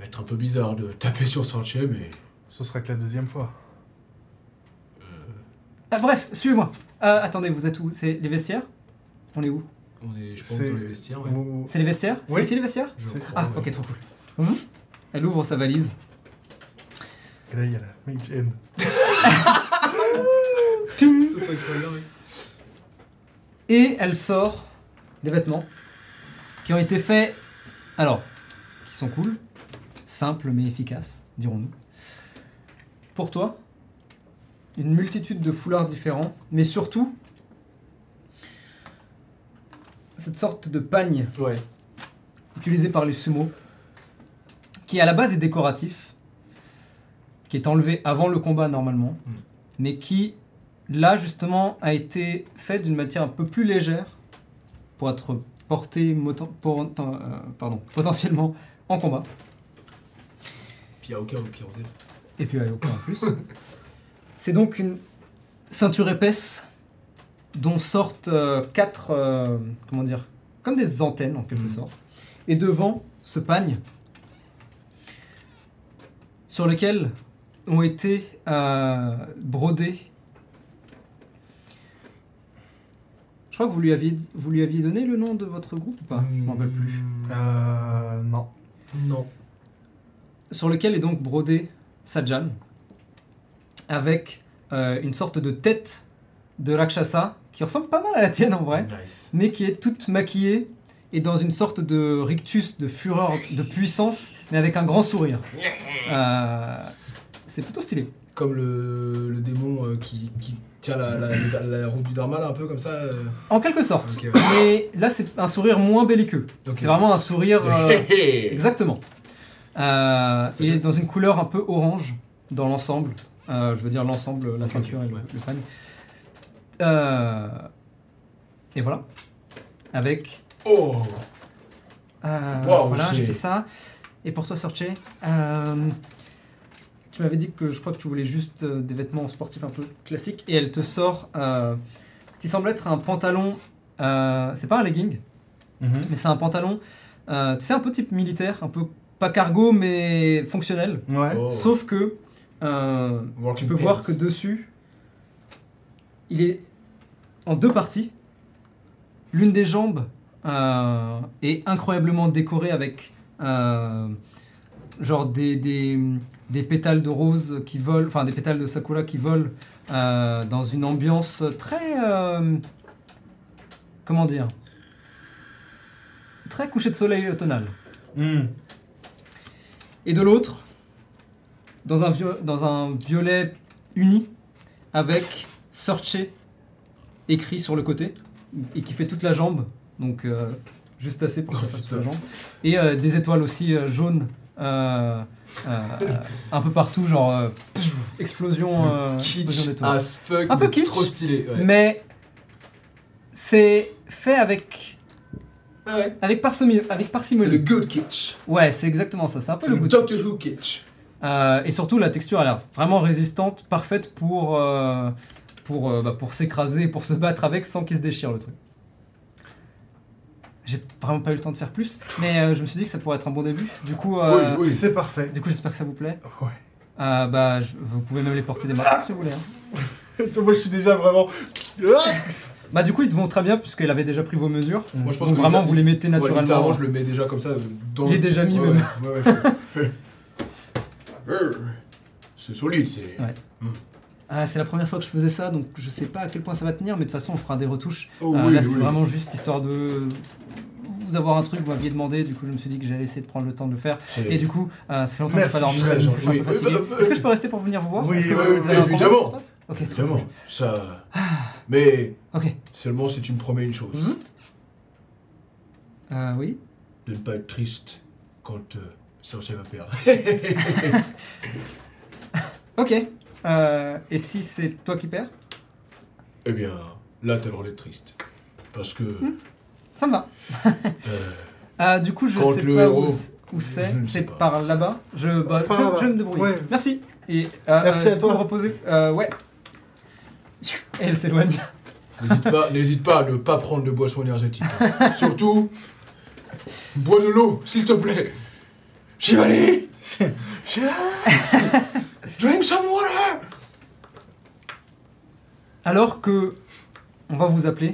Speaker 5: être un peu bizarre de taper sur Sanchez, mais
Speaker 2: Ce sera que la deuxième fois.
Speaker 1: Ah, bref, suivez-moi. Euh, attendez, vous êtes où C'est les vestiaires On est où
Speaker 5: on est, je pense,
Speaker 2: C'est-
Speaker 5: dans les vestiaires. ouais.
Speaker 2: On-
Speaker 1: C'est les vestiaires C'est
Speaker 2: Oui.
Speaker 1: ici les vestiaires
Speaker 5: Je
Speaker 2: c'est-
Speaker 5: crois,
Speaker 1: Ah,
Speaker 5: ouais.
Speaker 1: ok, trop cool. Zzt. Elle ouvre sa valise.
Speaker 2: Et là, il y a la Mage Hand.
Speaker 1: Tchoum.
Speaker 3: Ce serait extraordinaire, oui.
Speaker 1: Et elle sort des vêtements qui ont été faits, alors, qui sont cool, simples mais efficaces, dirons-nous. Pour toi, une multitude de foulards différents, mais surtout, cette sorte de pagne
Speaker 3: Ouais.
Speaker 1: utilisé par les sumo, qui à la base est décoratif, qui est enlevé avant le combat normalement,
Speaker 5: Mm.
Speaker 1: mais qui là justement a été fait d'une matière un peu plus légère pour être porté moten- pour- euh, pardon, potentiellement en combat.
Speaker 5: Puis à aucun ou Pyrodé.
Speaker 1: Et puis Ayoka en plus. C'est donc une ceinture épaisse dont sortent euh, quatre, euh, comment dire, comme des antennes en quelque
Speaker 5: Mhm.
Speaker 1: sorte. Et devant ce pagne, sur lequel ont été euh, brodés. Je crois que vous lui aviez, vous lui aviez donné le nom de votre groupe ou pas Je m'en rappelle plus
Speaker 2: Euh. Non.
Speaker 5: Hmm, Non.
Speaker 1: sur lequel est donc brodé Sajan, avec euh, une sorte de tête de Rakshasa qui ressemble pas mal à la tienne en vrai,
Speaker 5: Nice.
Speaker 1: mais qui est toute maquillée et dans une sorte de rictus, de fureur, de puissance, mais avec un grand sourire. Euh, c'est plutôt stylé.
Speaker 3: Comme le, le démon euh, qui, qui tient la, la, la- la route du Dharma, là, un peu comme ça. euh.
Speaker 1: En quelque sorte.
Speaker 3: Ok, ouais.
Speaker 1: Mais là, c'est un sourire moins belliqueux.
Speaker 3: Ok.
Speaker 1: C'est vraiment un sourire. euh,
Speaker 5: Hé, hé.
Speaker 1: Exactement. Euh,
Speaker 3: C'est
Speaker 1: il est
Speaker 3: bien,
Speaker 1: dans
Speaker 3: ça.
Speaker 1: une couleur un peu orange dans l'ensemble. Euh, je veux dire l'ensemble, la
Speaker 5: Ok,
Speaker 1: ceinture
Speaker 5: ok,
Speaker 1: et le,
Speaker 5: ouais.
Speaker 1: le pagne. Euh, et voilà. Avec.
Speaker 5: Oh
Speaker 1: euh,
Speaker 5: Wow,
Speaker 1: voilà,
Speaker 5: c'est-
Speaker 1: j'ai fait ça. Et pour toi, Sorche, euh, tu m'avais dit que je crois que tu voulais juste euh, des vêtements sportifs un peu classiques. Et elle te sort euh, ce qui semble être un pantalon. euh, c'est pas un legging, mais c'est un pantalon. euh, tu sais, un peu type militaire, un peu pas cargo mais fonctionnel.
Speaker 2: Ouais.
Speaker 5: Oh.
Speaker 1: Sauf que euh, tu
Speaker 5: Working
Speaker 1: peux voir
Speaker 5: pants.
Speaker 1: que dessus, il est en deux parties. L'une des jambes euh, est incroyablement décorée avec euh, genre des, des, des pétales de rose qui volent, enfin des pétales de sakura qui volent euh, dans une ambiance très. euh, comment dire Très couché de soleil automnal.
Speaker 2: Mhm.
Speaker 1: Et de l'autre, dans un, vio- dans un violet uni, avec Sorche écrit sur le côté, et qui fait toute la jambe, donc euh, juste assez pour que ça fasse toute la jambe. Et euh, des étoiles aussi euh, jaunes, euh, euh, un peu partout, genre euh, pff, explosion, euh, explosion
Speaker 3: Kitsch Ah,
Speaker 1: d'étoiles.
Speaker 3: as fuck.
Speaker 1: Un peu
Speaker 3: mais
Speaker 1: kitsch.
Speaker 3: Trop stylé. Ouais.
Speaker 1: Mais c'est fait avec,
Speaker 3: Ah ouais.
Speaker 1: avec parcimonie. Avec
Speaker 3: C'est le
Speaker 1: parcimonie.
Speaker 3: good kitsch.
Speaker 1: Ouais, c'est exactement ça, c'est un peu
Speaker 3: C'est
Speaker 1: le
Speaker 3: le
Speaker 1: goût de-
Speaker 3: Doctor Who kitsch.
Speaker 1: Euh, et surtout, la texture a l'air vraiment résistante, parfaite pour, euh, pour, euh, bah, pour s'écraser, pour se battre avec sans qu'il se déchire le truc. J'ai vraiment pas eu le temps de faire plus, mais euh, je me suis dit que ça pourrait être un bon début. Du coup, euh,
Speaker 2: Oui, c'est parfait.
Speaker 1: du coup j'espère que ça vous plaît.
Speaker 2: Ouais.
Speaker 1: Euh, bah,
Speaker 5: Ah
Speaker 1: je- vous pouvez même les porter des marques si vous voulez. hein.
Speaker 2: Moi, je suis déjà vraiment. Ah
Speaker 1: Bah du coup ils te vont très bien puisqu'il avait déjà pris vos mesures.
Speaker 5: Moi, je pense
Speaker 1: Donc
Speaker 5: que
Speaker 1: vraiment
Speaker 5: littér-
Speaker 1: vous les mettez
Speaker 5: ouais,
Speaker 1: naturellement.
Speaker 5: littéralement, je le mets déjà comme ça euh, dans
Speaker 1: Il est déjà mis,
Speaker 5: Ouais,
Speaker 1: même.
Speaker 5: ouais, ouais, ouais, je- Euh, C'est solide, c'est.
Speaker 1: Ouais. Ah c'est la première fois que je faisais ça donc je sais pas à quel point ça va tenir mais de toute façon on fera des retouches.
Speaker 5: Oh,
Speaker 1: Ah,
Speaker 5: oui,
Speaker 1: là c'est
Speaker 5: oui.
Speaker 1: vraiment juste histoire de vous avoir un truc que vous m'aviez demandé du coup je me suis dit que j'allais essayer de prendre le temps de le faire.
Speaker 5: C'est-
Speaker 1: Et du coup euh, ça fait longtemps que je
Speaker 2: Merci,
Speaker 1: pas dormi.
Speaker 5: très
Speaker 1: Je suis un
Speaker 5: gentil.
Speaker 1: peu fatigué.
Speaker 5: Oui, euh,
Speaker 1: Est-ce que je peux rester pour venir vous voir
Speaker 2: Oui,
Speaker 1: Est-ce que
Speaker 2: oui,
Speaker 1: vous-
Speaker 2: oui,
Speaker 1: vous avez un problème
Speaker 5: évidemment.
Speaker 1: qui se passe Ok, très bien. Ah.
Speaker 5: Évidemment, ça. Mais
Speaker 1: Ok.
Speaker 5: seulement si tu me promets une chose
Speaker 1: Zut. Euh, oui.
Speaker 5: de ne pas être triste quand euh, Cersei va perdre.
Speaker 1: Ok. Euh, et si c'est toi qui perds
Speaker 5: eh bien, là, t'as le droit d'être triste. Parce que.
Speaker 1: Mhm. Ça me va.
Speaker 5: euh,
Speaker 1: Ah, du coup, je
Speaker 5: Contre
Speaker 1: sais
Speaker 5: le
Speaker 1: pas
Speaker 5: héros.
Speaker 1: où, c- où
Speaker 5: Je
Speaker 1: c'est.
Speaker 5: ne sais
Speaker 1: C'est
Speaker 5: pas.
Speaker 1: par là-bas. Je, bah,
Speaker 2: Par
Speaker 1: je-
Speaker 2: là-bas.
Speaker 1: je me débrouille.
Speaker 2: Ouais.
Speaker 1: Merci. Et, euh,
Speaker 2: Merci
Speaker 1: euh,
Speaker 2: à
Speaker 1: du
Speaker 2: toi.
Speaker 1: coup, reposez. Euh, ouais. Et elle s'éloigne.
Speaker 5: N'hésite pas, n'hésite pas à ne pas prendre de boisson énergétique. hein. Surtout, bois de l'eau, s'il te plaît. Chivali Drink some water
Speaker 1: Alors que on va vous appeler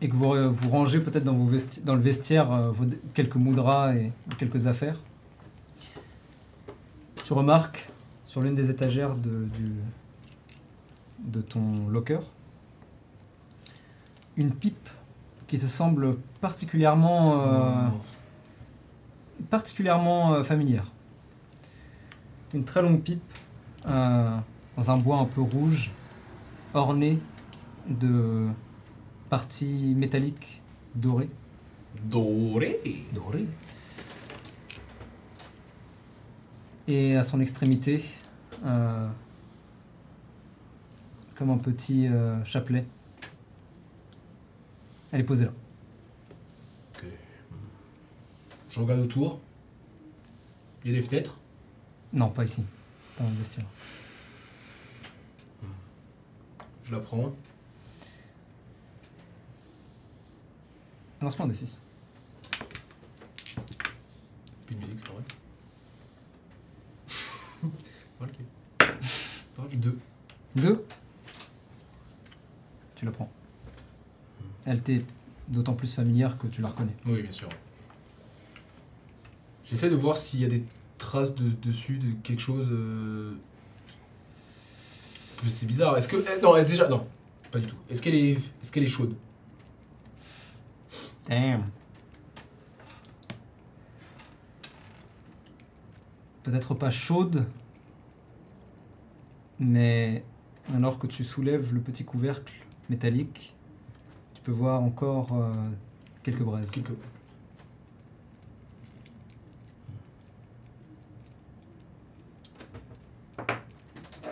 Speaker 1: et que vous euh, vous rangez peut-être dans, vos vesti- dans le vestiaire euh, vos- quelques moudras et quelques affaires, tu remarques sur l'une des étagères de, du- de ton locker une pipe qui te semble particulièrement,
Speaker 5: Oh.
Speaker 1: euh, particulièrement euh, familière. Une très longue pipe euh, dans un bois un peu rouge, orné de parties métalliques dorées.
Speaker 5: Doré
Speaker 1: Dorées Et à son extrémité, euh, comme un petit euh, chapelet. Elle est posée là.
Speaker 5: Je regarde autour. Il y a des fenêtres.
Speaker 1: Non, pas ici. Pas dans le vestiaire.
Speaker 5: Je la prends.
Speaker 1: Lancement des 6.
Speaker 5: Plus de musique, c'est vrai. ok. Parle deux.
Speaker 1: 2. Tu la prends. Elle t'est d'autant plus familière que tu la reconnais.
Speaker 5: Oui, bien sûr. J'essaie de voir s'il y a des traces de, dessus, de quelque chose. euh, C'est bizarre. Est-ce que. eh, Non, elle est déjà. Non, pas du tout. Est-ce qu'elle est... Est, qu'elle est chaude
Speaker 1: Damn. Peut-être pas chaude, mais alors que tu soulèves le petit couvercle métallique, tu peux voir encore euh, quelques braises.
Speaker 5: Quelque-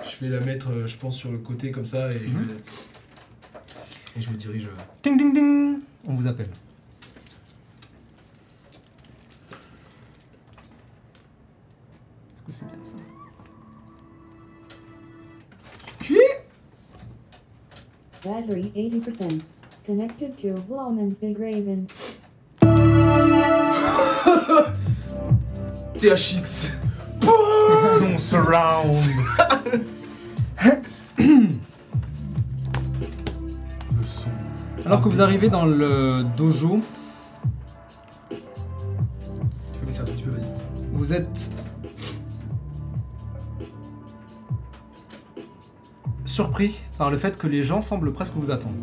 Speaker 5: Je vais la mettre, euh, je pense, sur le côté comme ça et, je,
Speaker 1: Mhm.
Speaker 5: vais- et je me dirige. euh,
Speaker 1: Ding ding ding On vous appelle. Est-ce que c'est bien ça
Speaker 10: Battery 80%. Connected to Blauman's Big Raven.
Speaker 3: THX.
Speaker 2: Son surround. Le son.
Speaker 1: Alors que vous arrivez dans le dojo,
Speaker 3: Tu peux baisser un tout petit peu, Valise.
Speaker 1: Vous êtes surpris par le fait que les gens semblent presque vous attendre.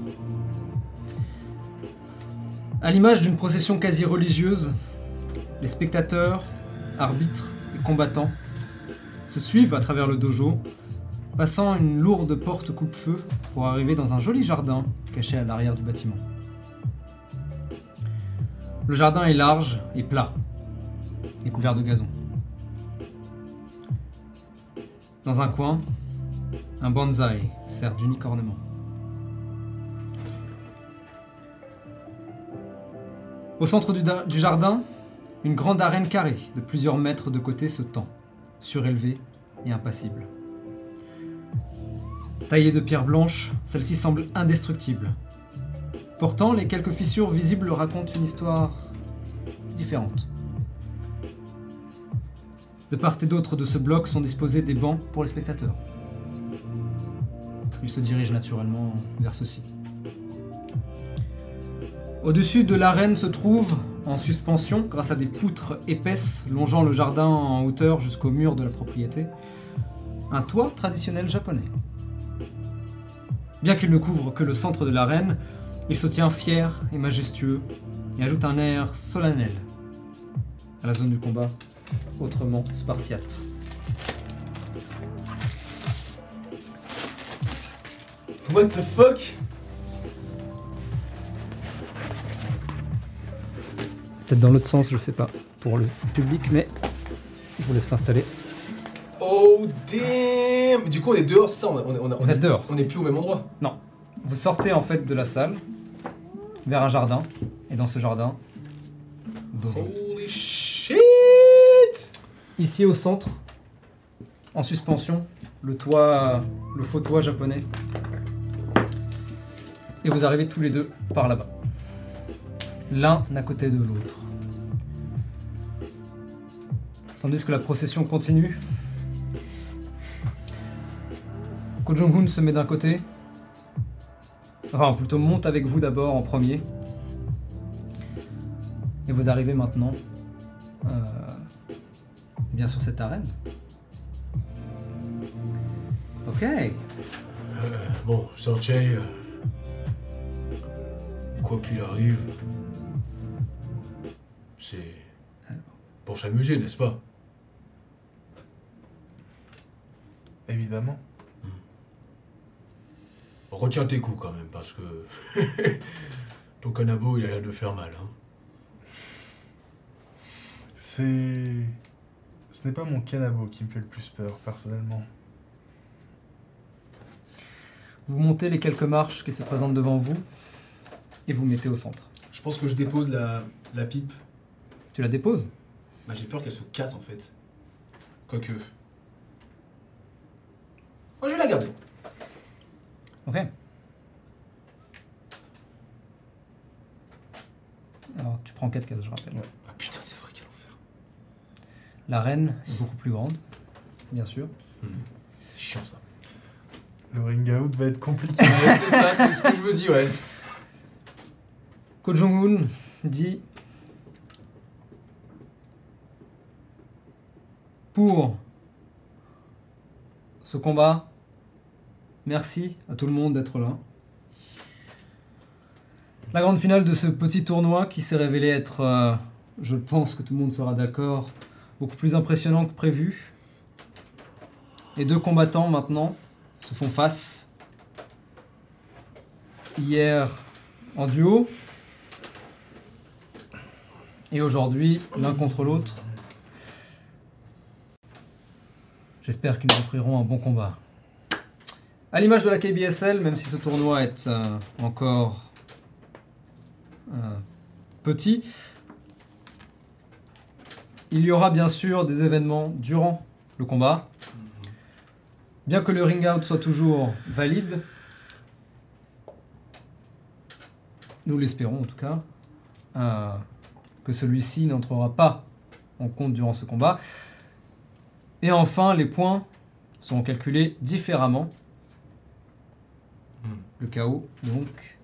Speaker 1: À l'image d'une procession quasi religieuse, les spectateurs, arbitres et combattants se suivent à travers le dojo, passant une lourde porte coupe-feu pour arriver dans un joli jardin caché à l'arrière du bâtiment. Le jardin est large et plat et couvert de gazon. Dans un coin, un bonsaï sert d'unique ornement. Au centre du, da- du jardin, une grande arène carrée de plusieurs mètres de côté se tend, surélevée et impassible. Taillée de pierre blanche, celle-ci semble indestructible. Pourtant, les quelques fissures visibles racontent une histoire différente. De part et d'autre de ce bloc sont disposés des bancs pour les spectateurs. Il se dirige naturellement vers ceci. Au-dessus de l'arène se trouve, en suspension, grâce à des poutres épaisses longeant le jardin en hauteur jusqu'au mur de la propriété, un toit traditionnel japonais. Bien qu'il ne couvre que le centre de l'arène, il se tient fier et majestueux et ajoute un air solennel à la zone du combat, autrement spartiate.
Speaker 3: What the fuck
Speaker 1: Peut-être dans l'autre sens, je sais pas, pour le public, mais je vous laisse l'installer.
Speaker 3: Oh damn Du coup, on est dehors, c'est ça On, on, on, on,
Speaker 1: Vous êtes dehors.
Speaker 3: on est plus au même endroit.
Speaker 1: Vous sortez en fait de la salle vers un jardin, et dans ce jardin,
Speaker 3: Mmh.
Speaker 1: Dojo.
Speaker 3: Holy shit
Speaker 1: Ici au centre, en suspension, le toit, le faux toit japonais. Et vous arrivez tous les deux par là-bas. L'un à côté de l'autre. Tandis que la procession continue, Ko Jong-un se met d'un côté, enfin plutôt monte avec vous d'abord en premier. Et vous arrivez maintenant euh, Bien sur cette arène. Ok.
Speaker 5: Bon, Sorchay, euh, quoi qu'il arrive, c'est pour s'amuser, n'est-ce pas
Speaker 2: Évidemment.
Speaker 5: Retiens tes coups quand même, parce que ton canabo, il a l'air de faire mal. Hein.
Speaker 2: C'est. Ce n'est pas mon canabo qui me fait le plus peur, personnellement.
Speaker 1: Vous montez les quelques marches qui se présentent devant vous et vous mettez au centre.
Speaker 3: Je pense que je dépose la, la pipe.
Speaker 1: Tu la déposes
Speaker 3: Bah, j'ai peur qu'elle se casse en fait. Quoique. Oh, je vais la garder.
Speaker 1: Ok. Alors tu prends 4 cases, je rappelle.
Speaker 3: Ah putain, c'est vrai, quel enfer.
Speaker 1: L'arène est beaucoup plus grande, bien sûr.
Speaker 3: C'est chiant ça.
Speaker 2: Le ring out va être compliqué.
Speaker 3: Ouais, c'est ça, c'est ce que je me dis, ouais.
Speaker 1: Ko Jong-un dit Pour ce combat, merci à tout le monde d'être là. La grande finale de ce petit tournoi qui s'est révélé être, euh, je pense que tout le monde sera d'accord, beaucoup plus impressionnant que prévu. Les deux combattants maintenant se font face. Hier en duo, et aujourd'hui, l'un contre l'autre. J'espère qu'ils nous offriront un bon combat. À l'image de la KBSL, même si ce tournoi est euh, encore euh, petit, il y aura bien sûr des événements durant le combat. Bien que le ring out soit toujours valide, nous l'espérons en tout cas, euh, que celui-ci n'entrera pas en compte durant ce combat. Et enfin, les points sont calculés différemment.
Speaker 5: Hmm.
Speaker 1: Le KO, donc,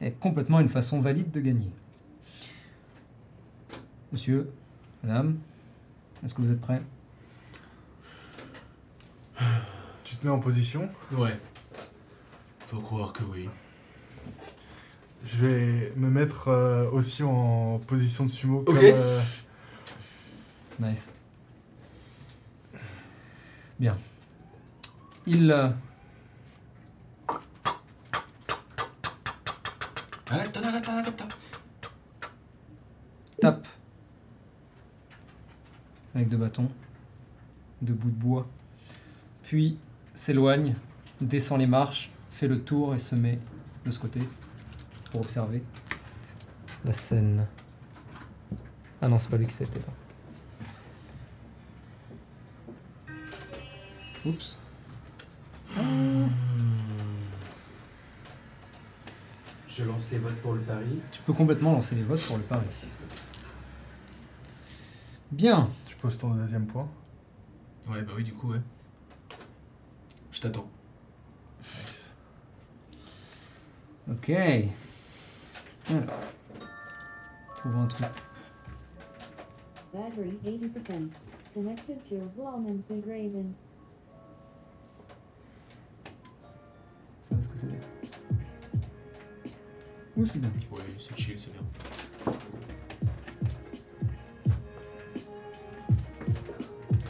Speaker 1: est complètement une façon valide de gagner. Monsieur, madame, est-ce que vous êtes prêts
Speaker 2: tu te mets en position.
Speaker 5: Ouais. Faut croire que oui.
Speaker 2: Je vais me mettre euh, aussi en position de sumo.
Speaker 3: Ok.
Speaker 2: comme, euh,
Speaker 1: Nice. Bien. Il... euh, tape avec deux bâtons, deux bouts de bois, puis s'éloigne, descend les marches, fait le tour et se met de ce côté pour observer la scène. Ah non, c'est pas lui qui s'est éteint. Oups.
Speaker 11: Je lance les votes pour le pari.
Speaker 1: Tu peux complètement lancer les votes pour le pari. Bien.
Speaker 2: Tu poses ton deuxième point.
Speaker 3: Ouais, bah oui, du coup, ouais. Je t'attends.
Speaker 1: Ok. Alors. Trouvons un truc.
Speaker 10: Battery 80%. Connected to Blauman's Graven.
Speaker 1: Ça, est-ce que c'est bien Ouh, c'est bien.
Speaker 5: Ouais, c'est chill, c'est bien.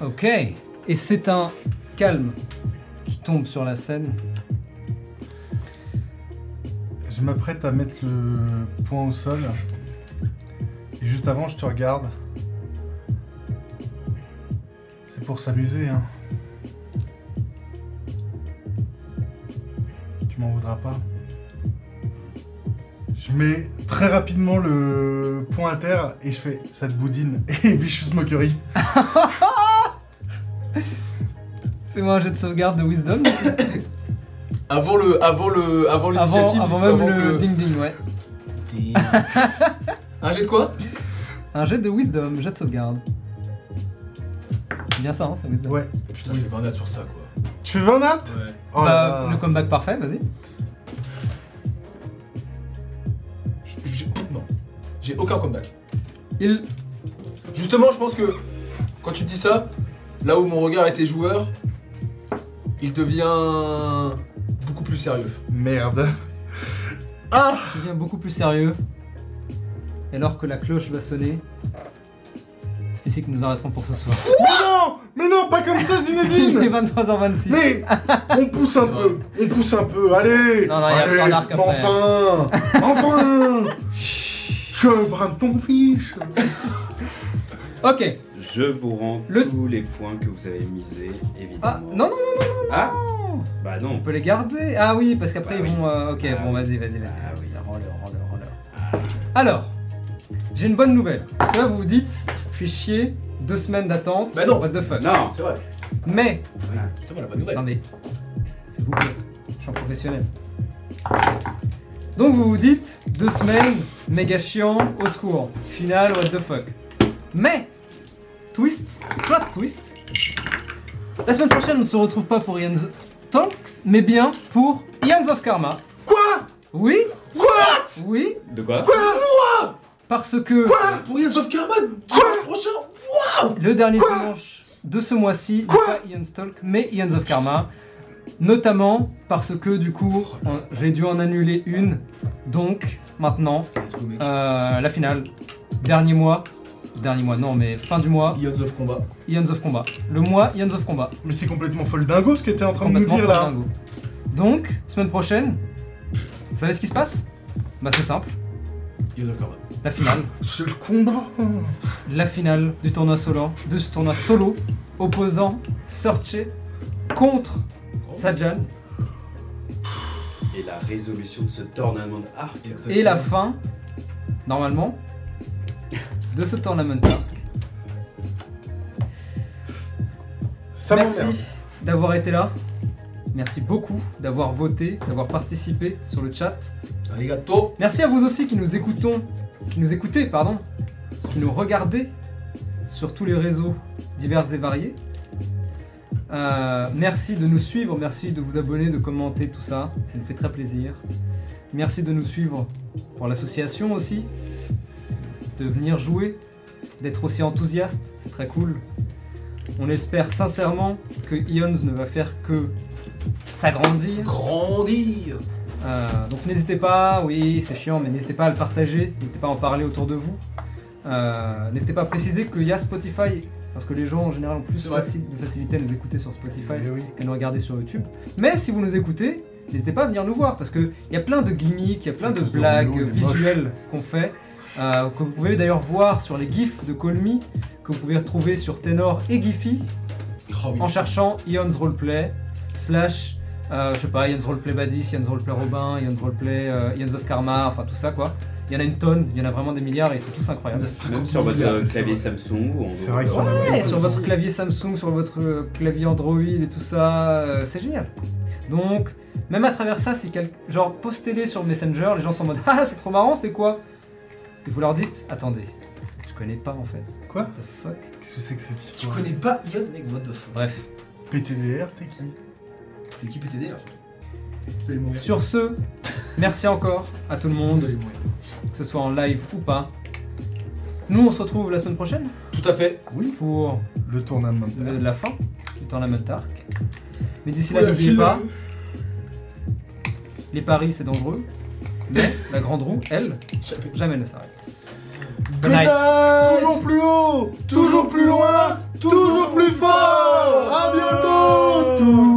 Speaker 1: Ok. Et c'est un calme qui tombe sur la scène.
Speaker 2: Je m'apprête à mettre le point au sol. Et juste avant, je te regarde. C'est pour s'amuser, hein. Tu m'en voudras pas. Je mets très rapidement le point à terre et je fais ça te boudine et vicious mockery.
Speaker 1: Fais-moi un jet de sauvegarde de Wisdom.
Speaker 3: Avant le, avant le, avant
Speaker 1: avant,
Speaker 3: l'initiative.
Speaker 1: avant
Speaker 3: du coup,
Speaker 1: même
Speaker 3: avant
Speaker 1: le
Speaker 3: que
Speaker 1: ding ding, ouais.
Speaker 3: Un jet de quoi
Speaker 1: Un jet de Wisdom, jet de sauvegarde. C'est bien ça, hein, c'est Wisdom.
Speaker 2: Ouais.
Speaker 5: Putain, je vais 20 nats sur ça, quoi.
Speaker 2: Tu fais 20 nattes
Speaker 5: Ouais.
Speaker 2: Oh là
Speaker 1: Bah,
Speaker 2: là.
Speaker 1: le comeback parfait, vas-y.
Speaker 3: Je- je- Non. J'ai aucun comeback.
Speaker 1: Il.
Speaker 3: Justement, je pense que quand tu dis ça, là où mon regard était joueur, il devient beaucoup plus sérieux.
Speaker 2: Merde. Ah
Speaker 1: devient beaucoup plus sérieux. Et alors que la cloche va sonner, c'est ici que nous arrêterons pour ce soir.
Speaker 2: Mais non Mais non, pas comme ça,
Speaker 1: Il est
Speaker 2: Zinedine
Speaker 1: 23h26.
Speaker 2: Mais on pousse un peu, on pousse un peu, allez
Speaker 1: Non, non, il y a
Speaker 2: allez,
Speaker 1: plein d'arcs
Speaker 2: mais
Speaker 1: après.
Speaker 2: Enfin Enfin Je suis un brin de ton fiche
Speaker 1: Ok.
Speaker 4: Je vous rends
Speaker 1: Le-
Speaker 4: tous les points que vous avez misés, évidemment.
Speaker 1: Ah, non, non, non, non,
Speaker 4: Ah
Speaker 1: non.
Speaker 4: Bah
Speaker 1: On
Speaker 4: non.
Speaker 1: peut les garder. Ah oui, parce qu'après
Speaker 4: Bah
Speaker 1: ils
Speaker 4: oui.
Speaker 1: vont. euh, ok,
Speaker 4: Ah
Speaker 1: bon,
Speaker 4: oui.
Speaker 1: vas-y, vas-y, vas-y.
Speaker 4: Ah oui.
Speaker 1: Rends-leur, rends-leur, rends-leur. Alors, j'ai une bonne nouvelle. Parce que là, vous vous dites, fichier, deux semaines d'attente.
Speaker 3: Bah non.
Speaker 1: What the fuck.
Speaker 4: Non
Speaker 3: C'est vrai.
Speaker 1: Mais
Speaker 3: Justement, la bonne nouvelle.
Speaker 1: Non mais, s'il vous plaît, je suis un professionnel. Donc vous vous dites, deux semaines, méga chiant, au secours, finale, what the fuck. Mais, twist, plot twist, la semaine prochaine on ne se retrouve pas pour Ian's Talks, mais bien pour Ian's of Karma.
Speaker 2: Quoi
Speaker 1: Oui What Oui,
Speaker 4: De quoi
Speaker 1: parce que
Speaker 3: Pour Yann of Karma, dimanche prochain
Speaker 1: le dernier dimanche de ce mois-ci, n'est pas Ian's Talk, mais Ian's of Karma. Notamment parce que du coup, on- j'ai dû en annuler une. Donc, maintenant,
Speaker 3: Let's go, mec.
Speaker 1: euh, la finale. Dernier mois. Dernier mois, non, mais fin du mois,
Speaker 3: Ions of Combat.
Speaker 1: Ian's of Combat. Le mois, Ian's of Combat.
Speaker 2: Mais c'est complètement folle dingo ce que t'es en train de nous dire là
Speaker 1: dingo. Donc, semaine prochaine, vous savez ce qui se passe Bah, c'est simple.
Speaker 3: Ions of Karma.
Speaker 1: La finale.
Speaker 2: C'est le combat
Speaker 1: la finale du tournoi solo, de ce tournoi solo opposant Sorche contre Sajan
Speaker 4: Et la résolution de ce tournament arc.
Speaker 1: et la fin, normalement, de ce tournament arc.
Speaker 2: Ça m'emmerde.
Speaker 1: Merci d'avoir été là. Merci beaucoup d'avoir voté, d'avoir participé sur le chat.
Speaker 3: Arigato.
Speaker 1: Merci à vous aussi qui nous écoutons, qui nous écoutez, pardon, qui nous regardez sur tous les réseaux divers et variés. Euh, merci de nous suivre, merci de vous abonner, de commenter tout ça, ça nous fait très plaisir. Merci de nous suivre pour l'association aussi, de venir jouer, d'être aussi enthousiaste, c'est très cool. On espère sincèrement que Ions ne va faire que s'agrandir.
Speaker 3: Grandir.
Speaker 1: Euh, donc n'hésitez pas, oui c'est chiant, mais n'hésitez pas à le partager, n'hésitez pas à en parler autour de vous. Euh, n'hésitez pas à préciser qu'il y a Spotify, parce que les gens en général ont plus
Speaker 3: C'est vrai.
Speaker 1: faci- de facilité à nous écouter sur Spotify
Speaker 2: Mais Eh oui.
Speaker 1: qu'à nous regarder sur YouTube. Mais si vous nous écoutez, n'hésitez pas à venir nous voir, parce qu'il y a plein de gimmicks, il y a plein de
Speaker 2: tous dans
Speaker 1: blagues
Speaker 2: le lot, les moches.
Speaker 1: visuelles qu'on fait, euh, que vous pouvez d'ailleurs voir sur les gifs de Call Me, que vous pouvez retrouver sur Tenor et Giphy
Speaker 3: Oh, oui.
Speaker 1: en cherchant Ion's Roleplay, slash, euh, je sais pas, Ion's Roleplay Badis, Ion's Roleplay Robin, Ion's Roleplay, euh, Ion's of Karma, enfin tout ça quoi. Il y en a une tonne, il y en a vraiment des milliards et ils sont tous incroyables.
Speaker 4: Même sur votre euh, clavier Samsung ou en-
Speaker 2: C'est vrai qu'il y en a beaucoup.
Speaker 1: Ouais, sur votre clavier Samsung, sur votre euh, clavier Android et tout ça, euh, c'est génial. Donc, même à travers ça, c'est quel... genre postez-les sur Messenger, les gens sont en mode Ah, c'est trop marrant, c'est quoi Et vous leur dites Attendez, je connais pas en fait.
Speaker 2: Quoi
Speaker 1: What the fuck
Speaker 2: Qu'est-ce que c'est que cette
Speaker 3: Tu
Speaker 2: histoire
Speaker 3: connais pas Ions, mec, what the fuck
Speaker 1: Bref.
Speaker 2: PTDR, t'es qui
Speaker 3: T'es qui PTDR surtout T'es les mauvais.
Speaker 1: Sur ce, Merci encore à tout le monde, que ce soit en live ou pas. Nous, on se retrouve la semaine prochaine
Speaker 3: Tout à fait.
Speaker 2: Oui,
Speaker 1: pour
Speaker 2: le tournament.
Speaker 1: le- la fin du tournament d'Arc. Mais d'ici là,
Speaker 2: Ouais,
Speaker 1: n'oubliez
Speaker 2: file.
Speaker 1: pas, les paris, c'est dangereux, mais la grande roue, elle, jamais ne s'arrête. Good night.
Speaker 3: Ah,
Speaker 2: Toujours plus haut, toujours plus loin, toujours plus fort. À bientôt. Tout-